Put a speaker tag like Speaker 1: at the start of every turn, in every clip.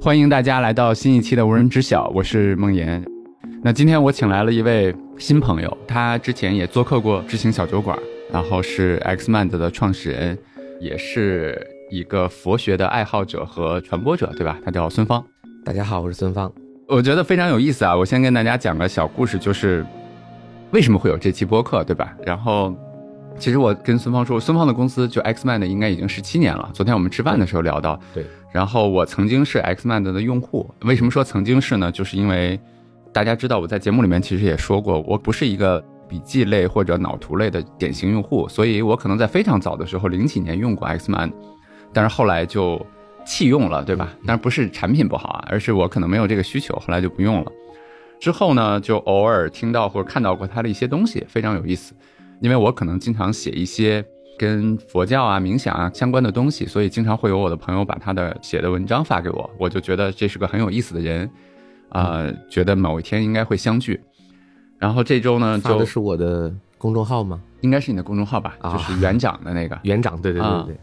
Speaker 1: 欢迎大家来到新一期的无人知晓，我是梦妍。那今天我请来了一位新朋友，他之前也做客过知行小酒馆，然后是 X Mind 的创始人，也是一个佛学的爱好者和传播者，对吧？他叫孙芳。
Speaker 2: 大家好，我是孙芳。
Speaker 1: 我觉得非常有意思啊！我先跟大家讲个小故事，就是为什么会有这期播客，对吧？然后，其实我跟孙芳说，孙芳的公司就 X Mind 应该已经十七年了。昨天我们吃饭的时候聊到，
Speaker 2: 对对
Speaker 1: 然后我曾经是 X Mind 的用户，为什么说曾经是呢？就是因为大家知道我在节目里面其实也说过，我不是一个笔记类或者脑图类的典型用户，所以我可能在非常早的时候，零几年用过 X Mind，但是后来就弃用了，对吧？但不是产品不好啊，而是我可能没有这个需求，后来就不用了。之后呢，就偶尔听到或者看到过他的一些东西，非常有意思。因为我可能经常写一些跟佛教啊、冥想啊相关的东西，所以经常会有我的朋友把他的写的文章发给我，我就觉得这是个很有意思的人，啊、觉得某一天应该会相聚。然后这周呢，
Speaker 2: 发
Speaker 1: 就
Speaker 2: 的是我的公众号吗？
Speaker 1: 应该是你的公众号吧，
Speaker 2: 啊
Speaker 1: 就是园长的那个，
Speaker 2: 园长，对对
Speaker 1: 啊
Speaker 2: 对对，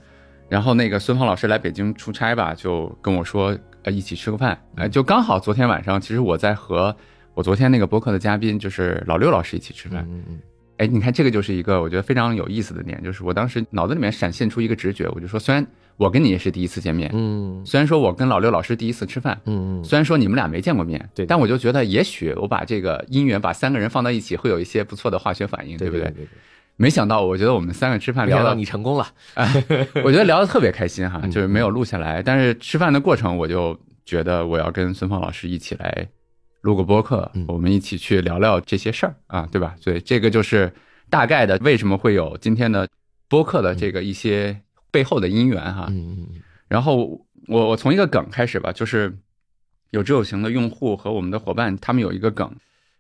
Speaker 1: 然后那个孙芳老师来北京出差吧，就跟我说，呃，一起吃个饭，
Speaker 2: 嗯
Speaker 1: 哎、就刚好昨天晚上，其实我在和我昨天那个播客的嘉宾就是老六老师一起吃
Speaker 2: 嗯
Speaker 1: 饭。
Speaker 2: 嗯嗯，
Speaker 1: 哎、你看这个就是一个我觉得非常有意思的点，就是我当时脑子里面闪现出一个直觉，我就说，虽然我跟你也是第一次见面，
Speaker 2: 嗯
Speaker 1: 虽然说我跟老六老师第一次吃饭，
Speaker 2: 嗯嗯，
Speaker 1: 虽然说你们俩没见过面，
Speaker 2: 对的
Speaker 1: 但我就觉得也许我把这个姻缘把三个人放到一起，会有一些不错的化学反应，
Speaker 2: 对
Speaker 1: 不
Speaker 2: 对？对对，
Speaker 1: 没想到，我觉得我们三个吃饭
Speaker 2: 没想
Speaker 1: 聊
Speaker 2: 到
Speaker 1: 到
Speaker 2: 你成功了，
Speaker 1: 我觉得聊得特别开心哈，
Speaker 2: 嗯
Speaker 1: 就是没有录下来，但是吃饭的过程我就觉得我要跟孙芳老师一起来录个播客，
Speaker 2: 嗯
Speaker 1: 我们一起去聊聊这些事儿啊，对吧？所以这个就是大概的为什么会有今天的播客的这个一些背后的因缘哈。
Speaker 2: 嗯嗯嗯，
Speaker 1: 然后我我从一个梗开始吧，就是有志有行的用户和我们的伙伴，他们有一个梗，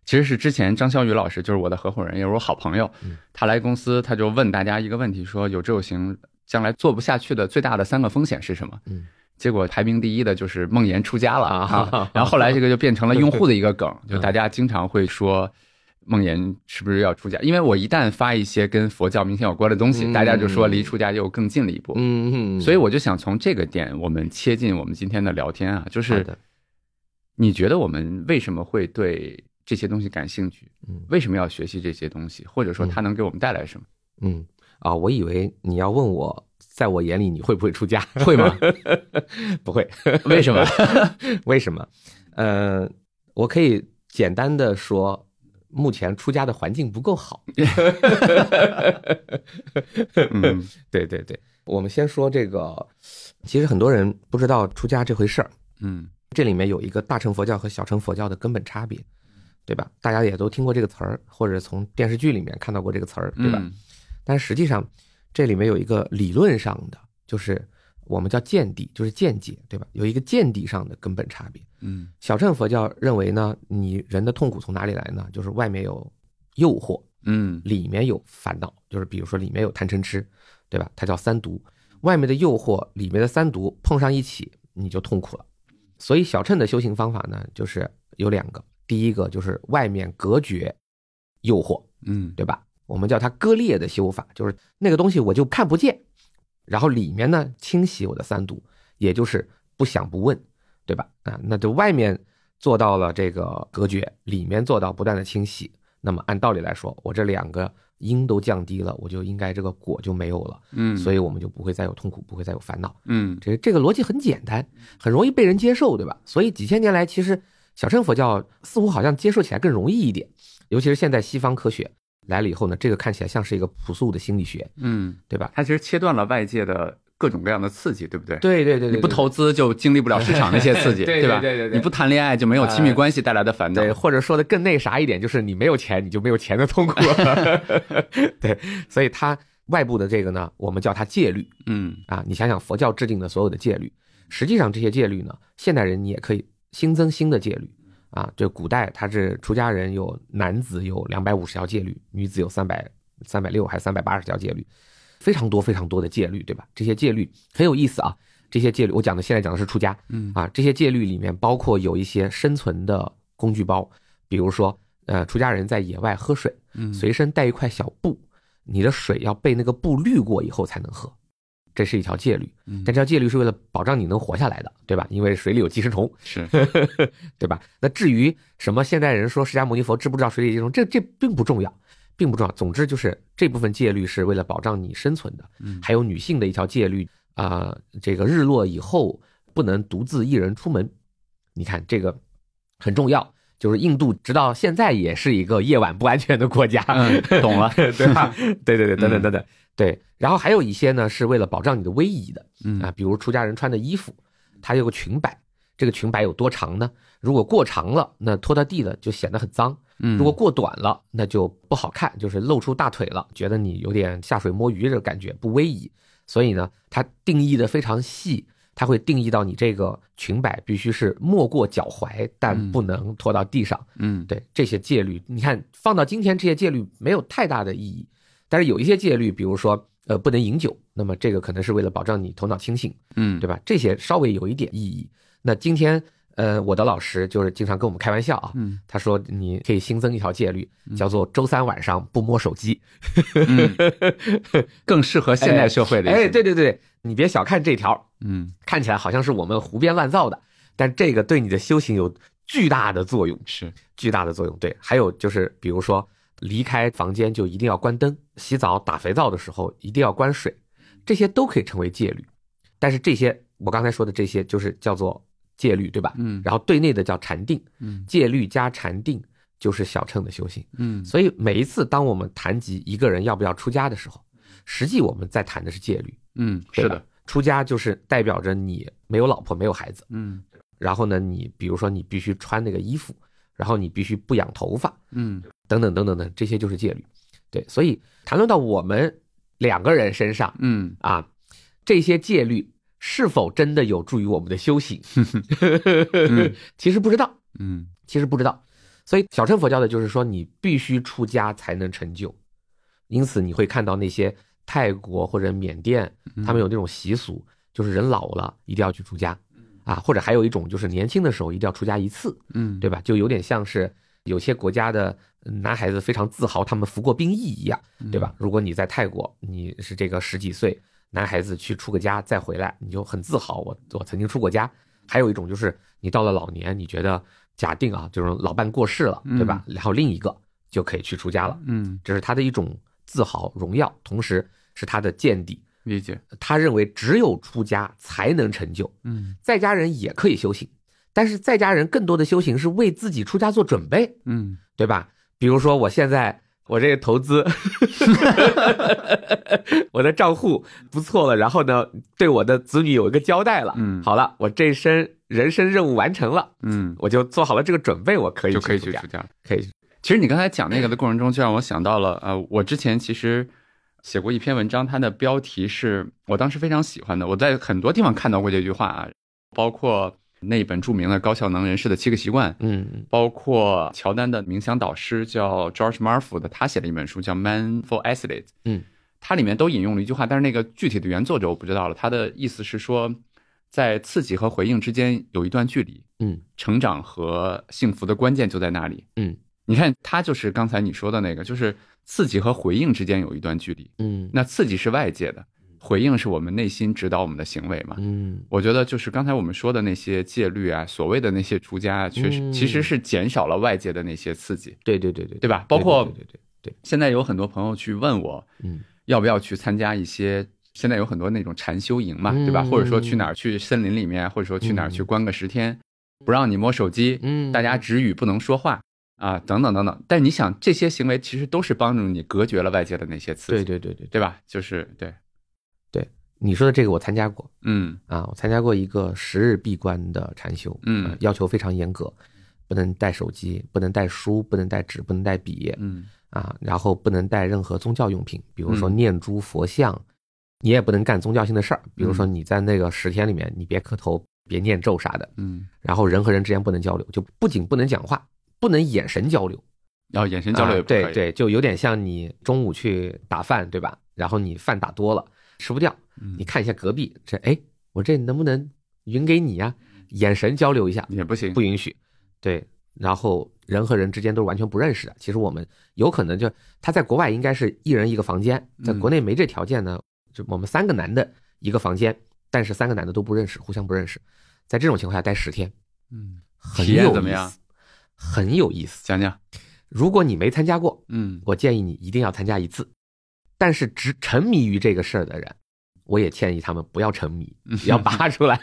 Speaker 1: 其实是之前张潇雨老师，就是我的合伙人，也是我好朋友
Speaker 2: 嗯，
Speaker 1: 他来公司他就问大家一个问题，说有志有行将来做不下去的最大的三个风险是什么？
Speaker 2: 嗯
Speaker 1: 结果排名第一的就是梦妍出家了啊
Speaker 2: 啊，
Speaker 1: 然后后来这个就变成了用户的一个 梗，
Speaker 2: 嗯
Speaker 1: 就大家经常会说梦妍是不是要出家？因为我一旦发一些跟佛教、冥想有关的东西，
Speaker 2: 嗯
Speaker 1: 大家就说离出家又更近了一步。
Speaker 2: 嗯嗯，
Speaker 1: 所以我就想从这个点，我们切进我们今天的聊天啊，就
Speaker 2: 好
Speaker 1: 是
Speaker 2: 的，
Speaker 1: 你觉得我们为什么会对这些东西感兴趣？
Speaker 2: 嗯
Speaker 1: 为什么要学习这些东西？或者说它能给我们带来什么？
Speaker 2: 嗯啊，我以为你要问我，在我眼里你会不会出家？
Speaker 1: 会吗？
Speaker 2: 不会，
Speaker 1: 为 什么？
Speaker 2: 为什么？呃，我可以简单的说，目前出家的环境不够好。
Speaker 1: 嗯
Speaker 2: 对对对，我们先说这个，其实很多人不知道出家这回事儿。
Speaker 1: 嗯
Speaker 2: 这里面有一个大乘佛教和小乘佛教的根本差别，对吧？大家也都听过这个词儿，或者从电视剧里面看到过这个词儿，对吧？
Speaker 1: 嗯
Speaker 2: 但实际上，这里面有一个理论上的，就是我们叫见地，就是见解，对吧？有一个见地上的根本差别。
Speaker 1: 嗯
Speaker 2: 小乘佛教认为呢，你人的痛苦从哪里来呢？就是外面有诱惑，
Speaker 1: 嗯
Speaker 2: 里面有烦恼，就是比如说里面有贪嗔痴，对吧？它叫三毒，外面的诱惑，里面的三毒碰上一起，你就痛苦了。所以小乘的修行方法呢，就是有两个，第一个就是外面隔绝诱惑，
Speaker 1: 嗯
Speaker 2: 对吧？我们叫它割裂的修法，就是那个东西我就看不见，然后里面呢清洗我的三毒，也就是不想不问，对吧？啊，那就外面做到了这个隔绝，里面做到不断的清洗。那么按道理来说，我这两个因都降低了，我就应该这个果就没有了，
Speaker 1: 嗯，
Speaker 2: 所
Speaker 1: 以
Speaker 2: 以我们就不会再有痛苦，不会再有烦恼。
Speaker 1: 嗯
Speaker 2: 这这个逻辑很简单，很容易被人接受，对吧？所以几千年来，其实小乘佛教似乎好像接受起来更容易一点，尤其是现在西方科学来了以后呢，这个看起来像是一个朴素的心理学，
Speaker 1: 嗯，
Speaker 2: 对吧？
Speaker 1: 它其实切断了外界的各种各样的刺激，对不对？。
Speaker 2: 对对对
Speaker 1: 你不投资就经历不了市场那些刺 激，
Speaker 2: 对对
Speaker 1: 吧？
Speaker 2: 对对对
Speaker 1: 你不谈恋爱就没有亲密关系带来的烦恼。
Speaker 2: 对，或者说的更那啥一点，就是你没有钱，你就没有钱的痛苦。 对，所以它外部的这个呢，我们叫它戒律
Speaker 1: 嗯
Speaker 2: 啊。你想想，佛教制定的所有的戒律，实际上这些戒律呢，现代人你也可以新增新的戒律啊。就古代它是出家人有男子有两百五十条戒律，女子有三百三百六还三百八十条戒律，非常多非常多的戒律，对吧？这些戒律很有意思啊。这些戒律，我讲的现在讲的是出家，
Speaker 1: 嗯
Speaker 2: 啊，这些戒律里面包括有一些生存的工具包，比如说，呃，出家人在野外喝水，
Speaker 1: 嗯，
Speaker 2: 随身带一块小布，你的水要被那个布滤过以后才能喝。这是一条戒律，
Speaker 1: 嗯
Speaker 2: 但这条戒律是为了保障你能活下来的，对吧？因为水里有寄生虫，
Speaker 1: 是，
Speaker 2: 对吧？那至于什么现代人说释迦牟尼佛知不知道水里有寄生虫，这这并不重要，并不重要。总之就是这部分戒律是为了保障你生存的，
Speaker 1: 嗯
Speaker 2: 还有女性的一条戒律啊、这个日落以后不能独自一人出门。你看这个很重要，就是印度直到现在也是一个夜晚不安全的国家，，
Speaker 1: 嗯，懂了
Speaker 2: 对吧？对对对，等等等等，对。然后还有一些呢是为了保障你的威仪的
Speaker 1: 嗯
Speaker 2: 啊，比如出家人穿的衣服，它有个裙摆，这个裙摆有多长呢？如果过长了，那拖到地了就显得很脏。
Speaker 1: 嗯，
Speaker 2: 如果过短了，那就不好看，就是露出大腿了，觉得你有点下水摸鱼这个感觉，不威仪。所以呢，它定义的非常细，它会定义到你这个裙摆必须是没过脚踝，但不能拖到地上。
Speaker 1: 嗯
Speaker 2: 对这些戒律，你看放到今天，这些戒律没有太大的意义，但是有一些戒律，比如说呃不能饮酒，那么这个可能是为了保障你头脑清醒，
Speaker 1: 嗯
Speaker 2: 对吧？这些稍微有一点意义。那今天呃我的老师就是经常跟我们开玩笑啊，
Speaker 1: 嗯
Speaker 2: 他说你可以新增一条戒律，叫做周三晚上不摸手机。
Speaker 1: 嗯， 更适合现代社会的一些，
Speaker 2: 哎，对对对，你别小看这条，
Speaker 1: 嗯
Speaker 2: 看起来好像是我们胡编乱造的，但这个对你的修行有巨大的作用，
Speaker 1: 是，
Speaker 2: 巨大的作用。对，还有就是比如说离开房间就一定要关灯，洗澡打肥皂的时候一定要关水，这些都可以成为戒律。但是这些我刚才说的这些就是叫做戒律，对吧？
Speaker 1: 嗯
Speaker 2: 然后对内的叫禅定，
Speaker 1: 嗯
Speaker 2: 戒律加禅定就是小乘的修行。
Speaker 1: 嗯
Speaker 2: 所以每一次当我们谈及一个人要不要出家的时候，实际我们在谈的是戒律，
Speaker 1: 嗯，
Speaker 2: 对
Speaker 1: 是
Speaker 2: 吧
Speaker 1: 的，，
Speaker 2: 出家就是代表着你没有老婆没有孩子，
Speaker 1: 嗯
Speaker 2: 然后呢，你比如说你必须穿那个衣服，然后你必须不养头发，
Speaker 1: 嗯
Speaker 2: 等等等等等，这些就是戒律。对，所以谈论到我们两个人身上
Speaker 1: 嗯
Speaker 2: 啊，这些戒律是否真的有助于我们的修行， 其实不知道，
Speaker 1: 嗯
Speaker 2: 其实不知道。所以小乘佛教的就是说，你必须出家才能成就。因此，你会看到那些泰国或者缅甸，他们有那种习俗，就是人老了一定要去出家，啊，或者还有一种就是年轻的时候一定要出家一次，
Speaker 1: 嗯，
Speaker 2: 对吧？就有点像是有些国家的男孩子非常自豪他们服过兵役一样，对吧？如果你在泰国，你是这个十几岁男孩子去出个家再回来，你就很自豪，我我曾经出过家。还有一种就是你到了老年，你觉得假定啊，就是老伴过世了，对吧？然后另一个就可以去出家了，
Speaker 1: 嗯，
Speaker 2: 这是他的一种自豪、荣耀，同时是他的见地。
Speaker 1: 理解，
Speaker 2: 他认为只有出家才能成就，
Speaker 1: 嗯
Speaker 2: 在家人也可以修行，但是在家人更多的修行是为自己出家做准备，
Speaker 1: 嗯
Speaker 2: 对吧？比如说我现在我这个投资， 我的账户不错了，然后呢，对我的子女有一个交代了，
Speaker 1: 嗯
Speaker 2: 好了，我这一生人生任务完成了，
Speaker 1: 嗯，
Speaker 2: 我就做好了这个准备，我可以
Speaker 1: 就可以
Speaker 2: 出
Speaker 1: 去
Speaker 2: 家
Speaker 1: 出，家了。
Speaker 2: 可以去，
Speaker 1: 其实你刚才讲那个的过程中，就让我想到了，呃，我之前其实写过一篇文章，它的标题是我当时非常喜欢的，我在很多地方看到过这句话啊，包括那本著名的《高效能人士的七个习惯》，
Speaker 2: 嗯
Speaker 1: 包括乔丹的冥想导师叫 George Marford，他写了一本书叫《Mindful Athlete》，
Speaker 2: 嗯，
Speaker 1: 它里面都引用了一句话，但是那个具体的原作者我不知道了，他的意思是说，在刺激和回应之间有一段距离，
Speaker 2: 嗯
Speaker 1: 成长和幸福的关键就在那里。
Speaker 2: 嗯，
Speaker 1: 你看，它就是刚才你说的那个，就是刺激和回应之间有一段距离。
Speaker 2: 嗯
Speaker 1: 那刺激是外界的，回应是我们内心指导我们的行为嘛。
Speaker 2: 嗯
Speaker 1: 我觉得就是刚才我们说的那些戒律啊，所谓的那些出家啊，确实
Speaker 2: 嗯
Speaker 1: 其实是减少了外界的那些刺激，
Speaker 2: 对对对对
Speaker 1: 对吧？包括
Speaker 2: 对对对对，
Speaker 1: 现在有很多朋友去问我，
Speaker 2: 嗯
Speaker 1: 要不要去参加一些。现在有很多那种禅修营嘛，对吧？
Speaker 2: 嗯
Speaker 1: 或者说去哪儿去森林里面，或者说去哪儿去关个十天，不让你摸手机，
Speaker 2: 嗯，
Speaker 1: 大家止语不能说话啊，等等等等。但你想，这些行为其实都是帮助你隔绝了外界的那些刺
Speaker 2: 对
Speaker 1: 激，
Speaker 2: 对对对对，
Speaker 1: 对吧？就是对，
Speaker 2: 你说的这个我参加过，
Speaker 1: 嗯
Speaker 2: 啊，我参加过一个十日闭关的禅修，
Speaker 1: 嗯
Speaker 2: 呃要求非常严格，不能带手机，不能带书，不能带纸，不能带笔
Speaker 1: 嗯
Speaker 2: 啊，然后不能带任何宗教用品，比如说
Speaker 1: 嗯
Speaker 2: 念珠、佛像，你也不能干宗教性的事儿，比如说
Speaker 1: 嗯
Speaker 2: 你在那个十天里面，你别磕头，别念咒啥的，
Speaker 1: 嗯，
Speaker 2: 然后人和人之间不能交流，就不仅不能讲话，不能眼神交流，
Speaker 1: 然后哦眼神交流也
Speaker 2: 啊
Speaker 1: 不可以，
Speaker 2: 对，对，就有点像你中午去打饭，对吧？然后你饭打多了吃不掉，
Speaker 1: 嗯
Speaker 2: 你看一下隔壁，这哎，我这能不能匀给你呀？
Speaker 1: 嗯
Speaker 2: 眼神交流一下，
Speaker 1: 也不行，
Speaker 2: 不允许。对，然后人和人之间都是完全不认识的。其实我们有可能就他在国外应该是一人一个房间，在
Speaker 1: 嗯
Speaker 2: 国内没这条件呢，就我们三个男的一个房间，但是三个男的都不认识，互相不认识，在这种情况下待十天，
Speaker 1: 嗯，
Speaker 2: 很
Speaker 1: 体验
Speaker 2: 有
Speaker 1: 怎么
Speaker 2: 意
Speaker 1: 样
Speaker 2: 思，很有意思。
Speaker 1: 讲讲，
Speaker 2: 如果你没参加过，
Speaker 1: 嗯，
Speaker 2: 我建议你一定要参加一次。但是只沉迷于这个事儿的人，我也建议他们不要沉迷，要拔出来。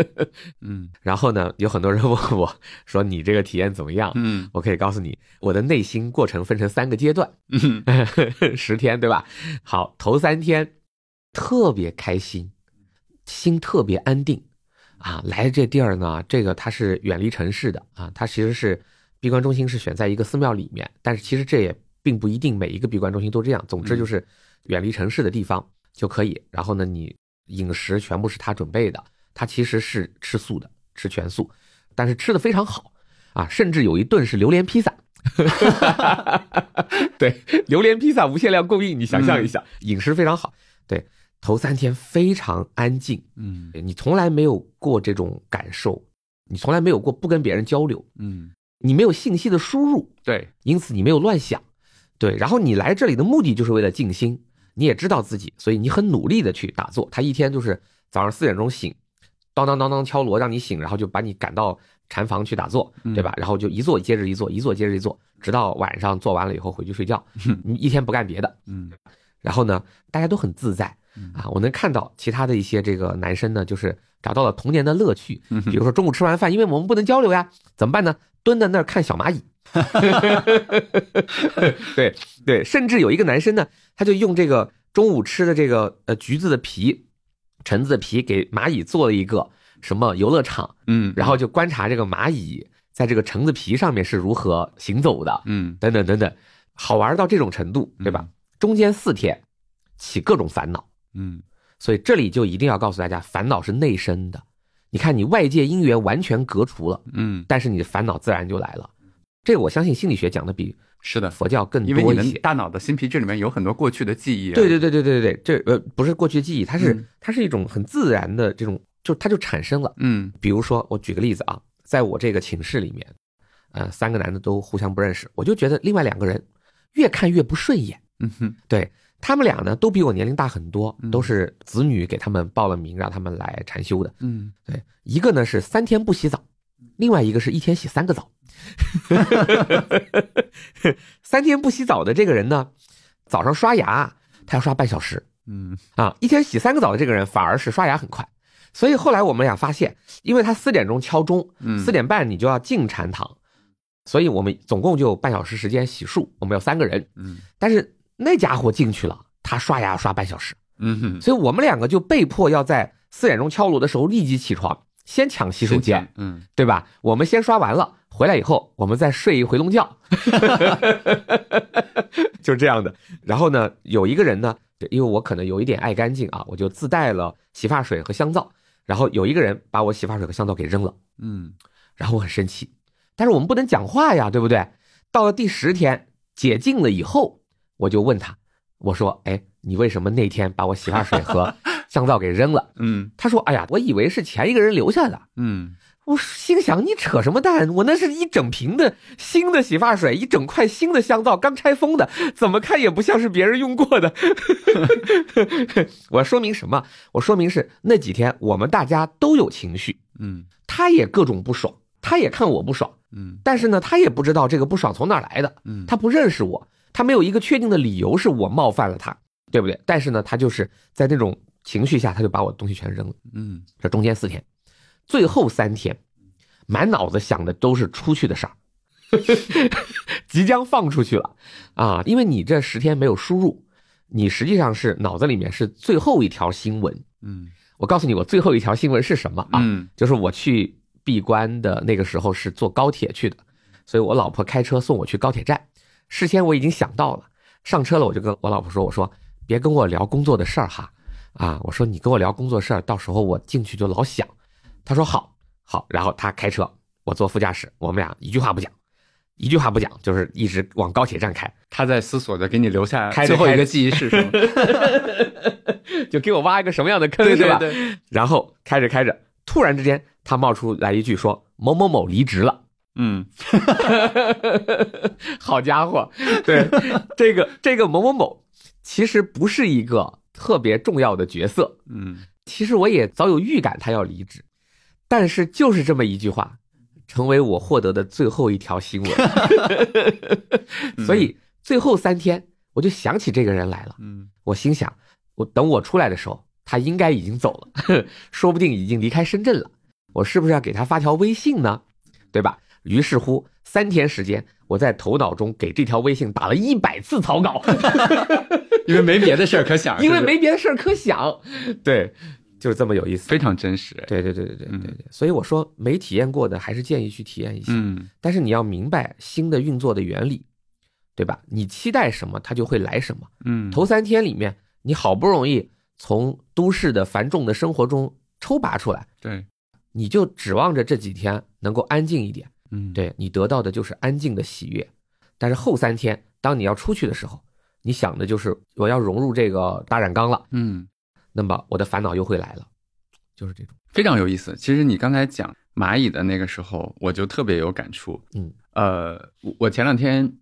Speaker 1: 嗯
Speaker 2: 然后呢，有很多人问我说：“你这个体验怎么样？”
Speaker 1: 嗯
Speaker 2: 我可以告诉你，我的内心过程分成三个阶段，
Speaker 1: 嗯，
Speaker 2: 十天对吧？好，头三天特别开心，心特别安定啊。来这地儿呢，这个它是远离城市的啊，它其实是闭关中心是选在一个寺庙里面，但是其实这也并不一定每一个闭关中心都这样。
Speaker 1: 嗯
Speaker 2: 总之就是远离城市的地方就可以。然后呢，你饮食全部是他准备的，他其实是吃素的，吃全素，但是吃的非常好啊，甚至有一顿是榴莲披萨。 对，榴莲披萨无限量供应，你想象一下，饮食非常好。对，头三天非常安静，
Speaker 1: 嗯
Speaker 2: 你从来没有过这种感受，你从来没有过不跟别人交流，
Speaker 1: 嗯，
Speaker 2: 你没有信息的输入，
Speaker 1: 对，
Speaker 2: 因此你没有乱想。对，然后你来这里的目的就是为了静心，你也知道自己，所以你很努力的去打坐。他一天就是早上四点钟醒，当当当当敲锣让你醒，然后就把你赶到禅房去打坐，对吧？然后就一坐接着一坐，一坐接着一坐，直到晚上做完了以后回去睡觉，你一天不干别的。
Speaker 1: 嗯
Speaker 2: 然后呢，大家都很自在
Speaker 1: 嗯
Speaker 2: 啊。我能看到其他的一些这个男生呢，就是找到了童年的乐趣。
Speaker 1: 嗯
Speaker 2: 比如说中午吃完饭，因为我们不能交流呀，怎么办呢？蹲在那儿看小蚂蚁。 对对，甚至有一个男生呢，他就用这个中午吃的这个呃橘子的皮、橙子的皮给蚂蚁做了一个什么游乐场，
Speaker 1: 嗯，
Speaker 2: 然后就观察这个蚂蚁在这个橙子皮上面是如何行走的。
Speaker 1: 嗯
Speaker 2: 等等等等，好玩到这种程度，对吧？
Speaker 1: 嗯
Speaker 2: 中间四天起各种烦恼，
Speaker 1: 嗯
Speaker 2: 所以这里就一定要告诉大家，烦恼是内生的。你看，你外界因缘完全革除了，
Speaker 1: 嗯，
Speaker 2: 但是你的烦恼自然就来了。这个我相信心理学讲的比
Speaker 1: 是的，
Speaker 2: 佛教更
Speaker 1: 因为
Speaker 2: 多
Speaker 1: 你
Speaker 2: 一
Speaker 1: 的
Speaker 2: 些。
Speaker 1: 大脑的新皮质里面有很多过去的记忆，啊
Speaker 2: 对，对对对对对对，这呃不是过去的记忆，它是、
Speaker 1: 嗯
Speaker 2: 它是一种很自然的这种，就它就产生了。
Speaker 1: 嗯
Speaker 2: 比如说，我举个例子啊，在我这个寝室里面，呃，三个男的都互相不认识，我就觉得另外两个人越看越不顺眼。
Speaker 1: 嗯哼，
Speaker 2: 对他们俩呢，都比我年龄大很多
Speaker 1: 嗯，
Speaker 2: 都是子女给他们报了名，让他们来禅修的。
Speaker 1: 嗯
Speaker 2: 对，一个呢是三天不洗澡，另外一个是一天洗三个澡。 三天不洗澡的这个人呢，早上刷牙他要刷半小时
Speaker 1: 嗯
Speaker 2: 啊，一天洗三个澡的这个人反而是刷牙很快。所以后来我们俩发现，因为他四点钟敲钟，
Speaker 1: 嗯，
Speaker 2: 四点半你就要进禅堂，所以我们总共就半小时时间洗漱，我们有三个人，
Speaker 1: 嗯
Speaker 2: 但是那家伙进去了，他刷牙刷半小时，
Speaker 1: 嗯哼，
Speaker 2: 所以我们两个就被迫要在四点钟敲锣的时候立即起床，先抢洗手间，，
Speaker 1: 嗯
Speaker 2: 对吧？我们先刷完了，回来以后我们再睡一回笼觉，就是这样的。然后呢，有一个人呢，对因为我可能有一点爱干净啊，我就自带了洗发水和香皂，然后有一个人把我洗发水和香皂给扔了。
Speaker 1: 嗯
Speaker 2: 然后我很生气，但是我们不能讲话呀，对不对？到了第十天解禁了以后，我就问他，我说：“哎，你为什么那天把我洗发水和香皂给扔了
Speaker 1: 嗯？”
Speaker 2: 他说：“哎呀，我以为是前一个人留下的。
Speaker 1: 嗯”
Speaker 2: 我心想：“你扯什么蛋？我那是一整瓶的新的洗发水，一整块新的香皂，刚拆封的，怎么看也不像是别人用过的。”我说明什么？我说明是那几天我们大家都有情绪，
Speaker 1: 嗯
Speaker 2: 他也各种不爽，他也看我不爽。
Speaker 1: 嗯
Speaker 2: 但是呢，他也不知道这个不爽从哪儿来的，
Speaker 1: 嗯，
Speaker 2: 他不认识我，他没有一个确定的理由是我冒犯了他，对不对？但是呢，他就是在那种情绪下，他就把我的东西全扔了。
Speaker 1: 嗯
Speaker 2: 这中间四天，最后三天，满脑子想的都是出去的事儿， 即将放出去了啊！因为你这十天没有输入，你实际上是脑子里面是最后一条新闻。
Speaker 1: 嗯
Speaker 2: 我告诉你，我最后一条新闻是什么啊？
Speaker 1: 嗯
Speaker 2: 就是我去闭关的那个时候是坐高铁去的，所以我老婆开车送我去高铁站。事先我已经想到了，上车了我就跟我老婆说：“我说别跟我聊工作的事儿哈，啊，我说你跟我聊工作事儿，到时候我进去就老想。”她说：“好，好。”然后她开车，我坐副驾驶，我们俩一句话不讲，一句话不讲，就是一直往高铁站开。
Speaker 1: 他在思索着给你留下
Speaker 2: 开着
Speaker 1: 最后
Speaker 2: 开
Speaker 1: 一
Speaker 2: 着
Speaker 1: 个记忆是什么？
Speaker 2: 就给我挖一个什么样的 坑，
Speaker 1: 对
Speaker 2: 是
Speaker 1: 对
Speaker 2: 吧？
Speaker 1: 对，
Speaker 2: 然后开着开着，突然之间，他冒出来一句说：“某某某离职了。”
Speaker 1: 嗯
Speaker 2: 好家伙，对这个这个某某某，其实不是一个特别重要的角色。
Speaker 1: 嗯，
Speaker 2: 其实我也早有预感他要离职，但是就是这么一句话，成为我获得的最后一条新 闻。所以最后三天我就想起这个人来了，
Speaker 1: 嗯
Speaker 2: 我心想，我等我出来的时候，他应该已经走了， 说不定已经离开深圳了，我是不是要给他发条微信呢？对吧？于是乎，三天时间，我在头脑中给这条微信打了一百次草 稿。
Speaker 1: 啊因为没别的事儿可想，
Speaker 2: 因为
Speaker 1: 是不是
Speaker 2: 没别的事儿可想。对，就是这么有意思。
Speaker 1: 非常真实。
Speaker 2: 对对对对对对
Speaker 1: 嗯
Speaker 2: 对，所以我说没体验过的还是建议去体验一下，
Speaker 1: 嗯
Speaker 2: 但是你要明白新的运作的原理，对吧？你期待什么，它就会来什么。
Speaker 1: 嗯，
Speaker 2: 头三天里面，你好不容易从都市的繁重的生活中抽拔出来，
Speaker 1: 对，
Speaker 2: 你就指望着这几天能够安静一点，
Speaker 1: 嗯
Speaker 2: 对你得到的就是安静的喜悦。但是后三天，当你要出去的时候，你想的就是我要融入这个大染缸了，
Speaker 1: 嗯，
Speaker 2: 那么我的烦恼又会来了，就是这种。
Speaker 1: 非常有意思。其实你刚才讲蚂蚁的那个时候，我就特别有感触。
Speaker 2: 嗯，
Speaker 1: 呃，我我前两天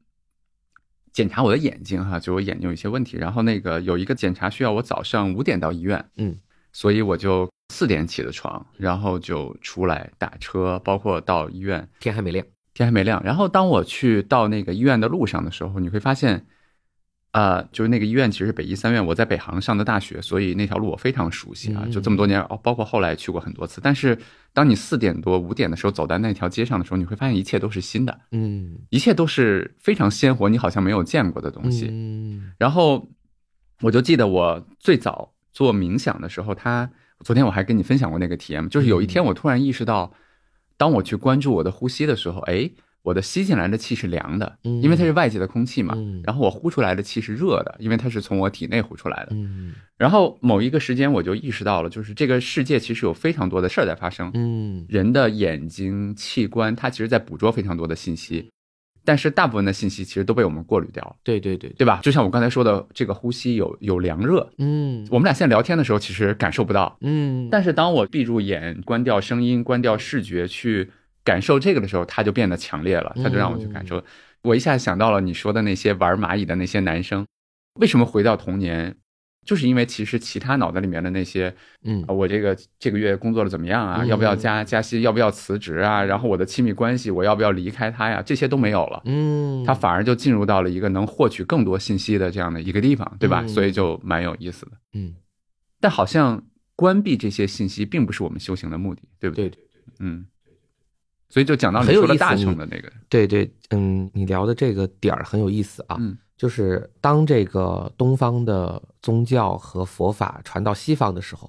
Speaker 1: 检查我的眼睛哈，就我眼睛有一些问题，然后那个有一个检查需要我早上五点到医院，
Speaker 2: 嗯，
Speaker 1: 所以我就四点起的床，然后就出来打车，包括到医院，
Speaker 2: 天还没亮，
Speaker 1: 天还没亮。然后当我去到那个医院的路上的时候，你会发现，呃，就是那个医院其实是北医三院，我在北航上的大学，所以那条路我非常熟悉啊，
Speaker 2: 嗯
Speaker 1: 就这么多年，哦，包括后来去过很多次。但是当你四点多五点的时候走在那条街上的时候，你会发现一切都是新的，
Speaker 2: 嗯，
Speaker 1: 一切都是非常鲜活，你好像没有见过的东西。
Speaker 2: 嗯
Speaker 1: 然后我就记得我最早做冥想的时候，他昨天我还跟你分享过那个体验嘛，就是有一
Speaker 2: 嗯
Speaker 1: 天我突然意识到，当我去关注我的呼吸的时候，哎，我的吸进来的气是凉的，
Speaker 2: 嗯
Speaker 1: 因为它是外界的空气嘛
Speaker 2: 嗯，
Speaker 1: 然后我呼出来的气是热的，因为它是从我体内呼出来的。
Speaker 2: 嗯
Speaker 1: 然后某一个时间我就意识到了，就是这个世界其实有非常多的事儿在发生，
Speaker 2: 嗯
Speaker 1: 人的眼睛器官它其实在捕捉非常多的信
Speaker 2: 嗯
Speaker 1: 息，但是大部分的信息其实都被我们过滤掉了。
Speaker 2: 对对对对，
Speaker 1: 对吧？就像我刚才说的，这个呼吸有有凉热，
Speaker 2: 嗯
Speaker 1: 我们俩现在聊天的时候其实感受不到，
Speaker 2: 嗯，
Speaker 1: 但是当我闭住眼、关掉声音、关掉视觉去感受这个的时候，它就变得强烈
Speaker 2: 嗯
Speaker 1: 了，它就让我去感受。我一下想到了你说的那些玩蚂蚁的那些男生，为什么回到童年？就是因为其实其他脑袋里面的那些，
Speaker 2: 嗯
Speaker 1: 啊我这个这个月工作的怎么样啊？
Speaker 2: 嗯
Speaker 1: 要不要加加息？要不要辞职啊？然后我的亲密关系，我要不要离开他呀？这些都没有了。
Speaker 2: 嗯，
Speaker 1: 他反而就进入到了一个能获取更多信息的这样的一个地方，对吧？
Speaker 2: 嗯
Speaker 1: 所以就蛮有意思的。
Speaker 2: 嗯
Speaker 1: 但好像关闭这些信息并不是我们修行的目的，对不
Speaker 2: 对对
Speaker 1: 嗯。所以就讲到你
Speaker 2: 很有
Speaker 1: 说的
Speaker 2: 意思
Speaker 1: 大
Speaker 2: 你
Speaker 1: 乘的那个，
Speaker 2: 对对，嗯，你聊的这个点儿很有意思啊，
Speaker 1: 嗯
Speaker 2: 就是当这个东方的宗教和佛法传到西方的时候，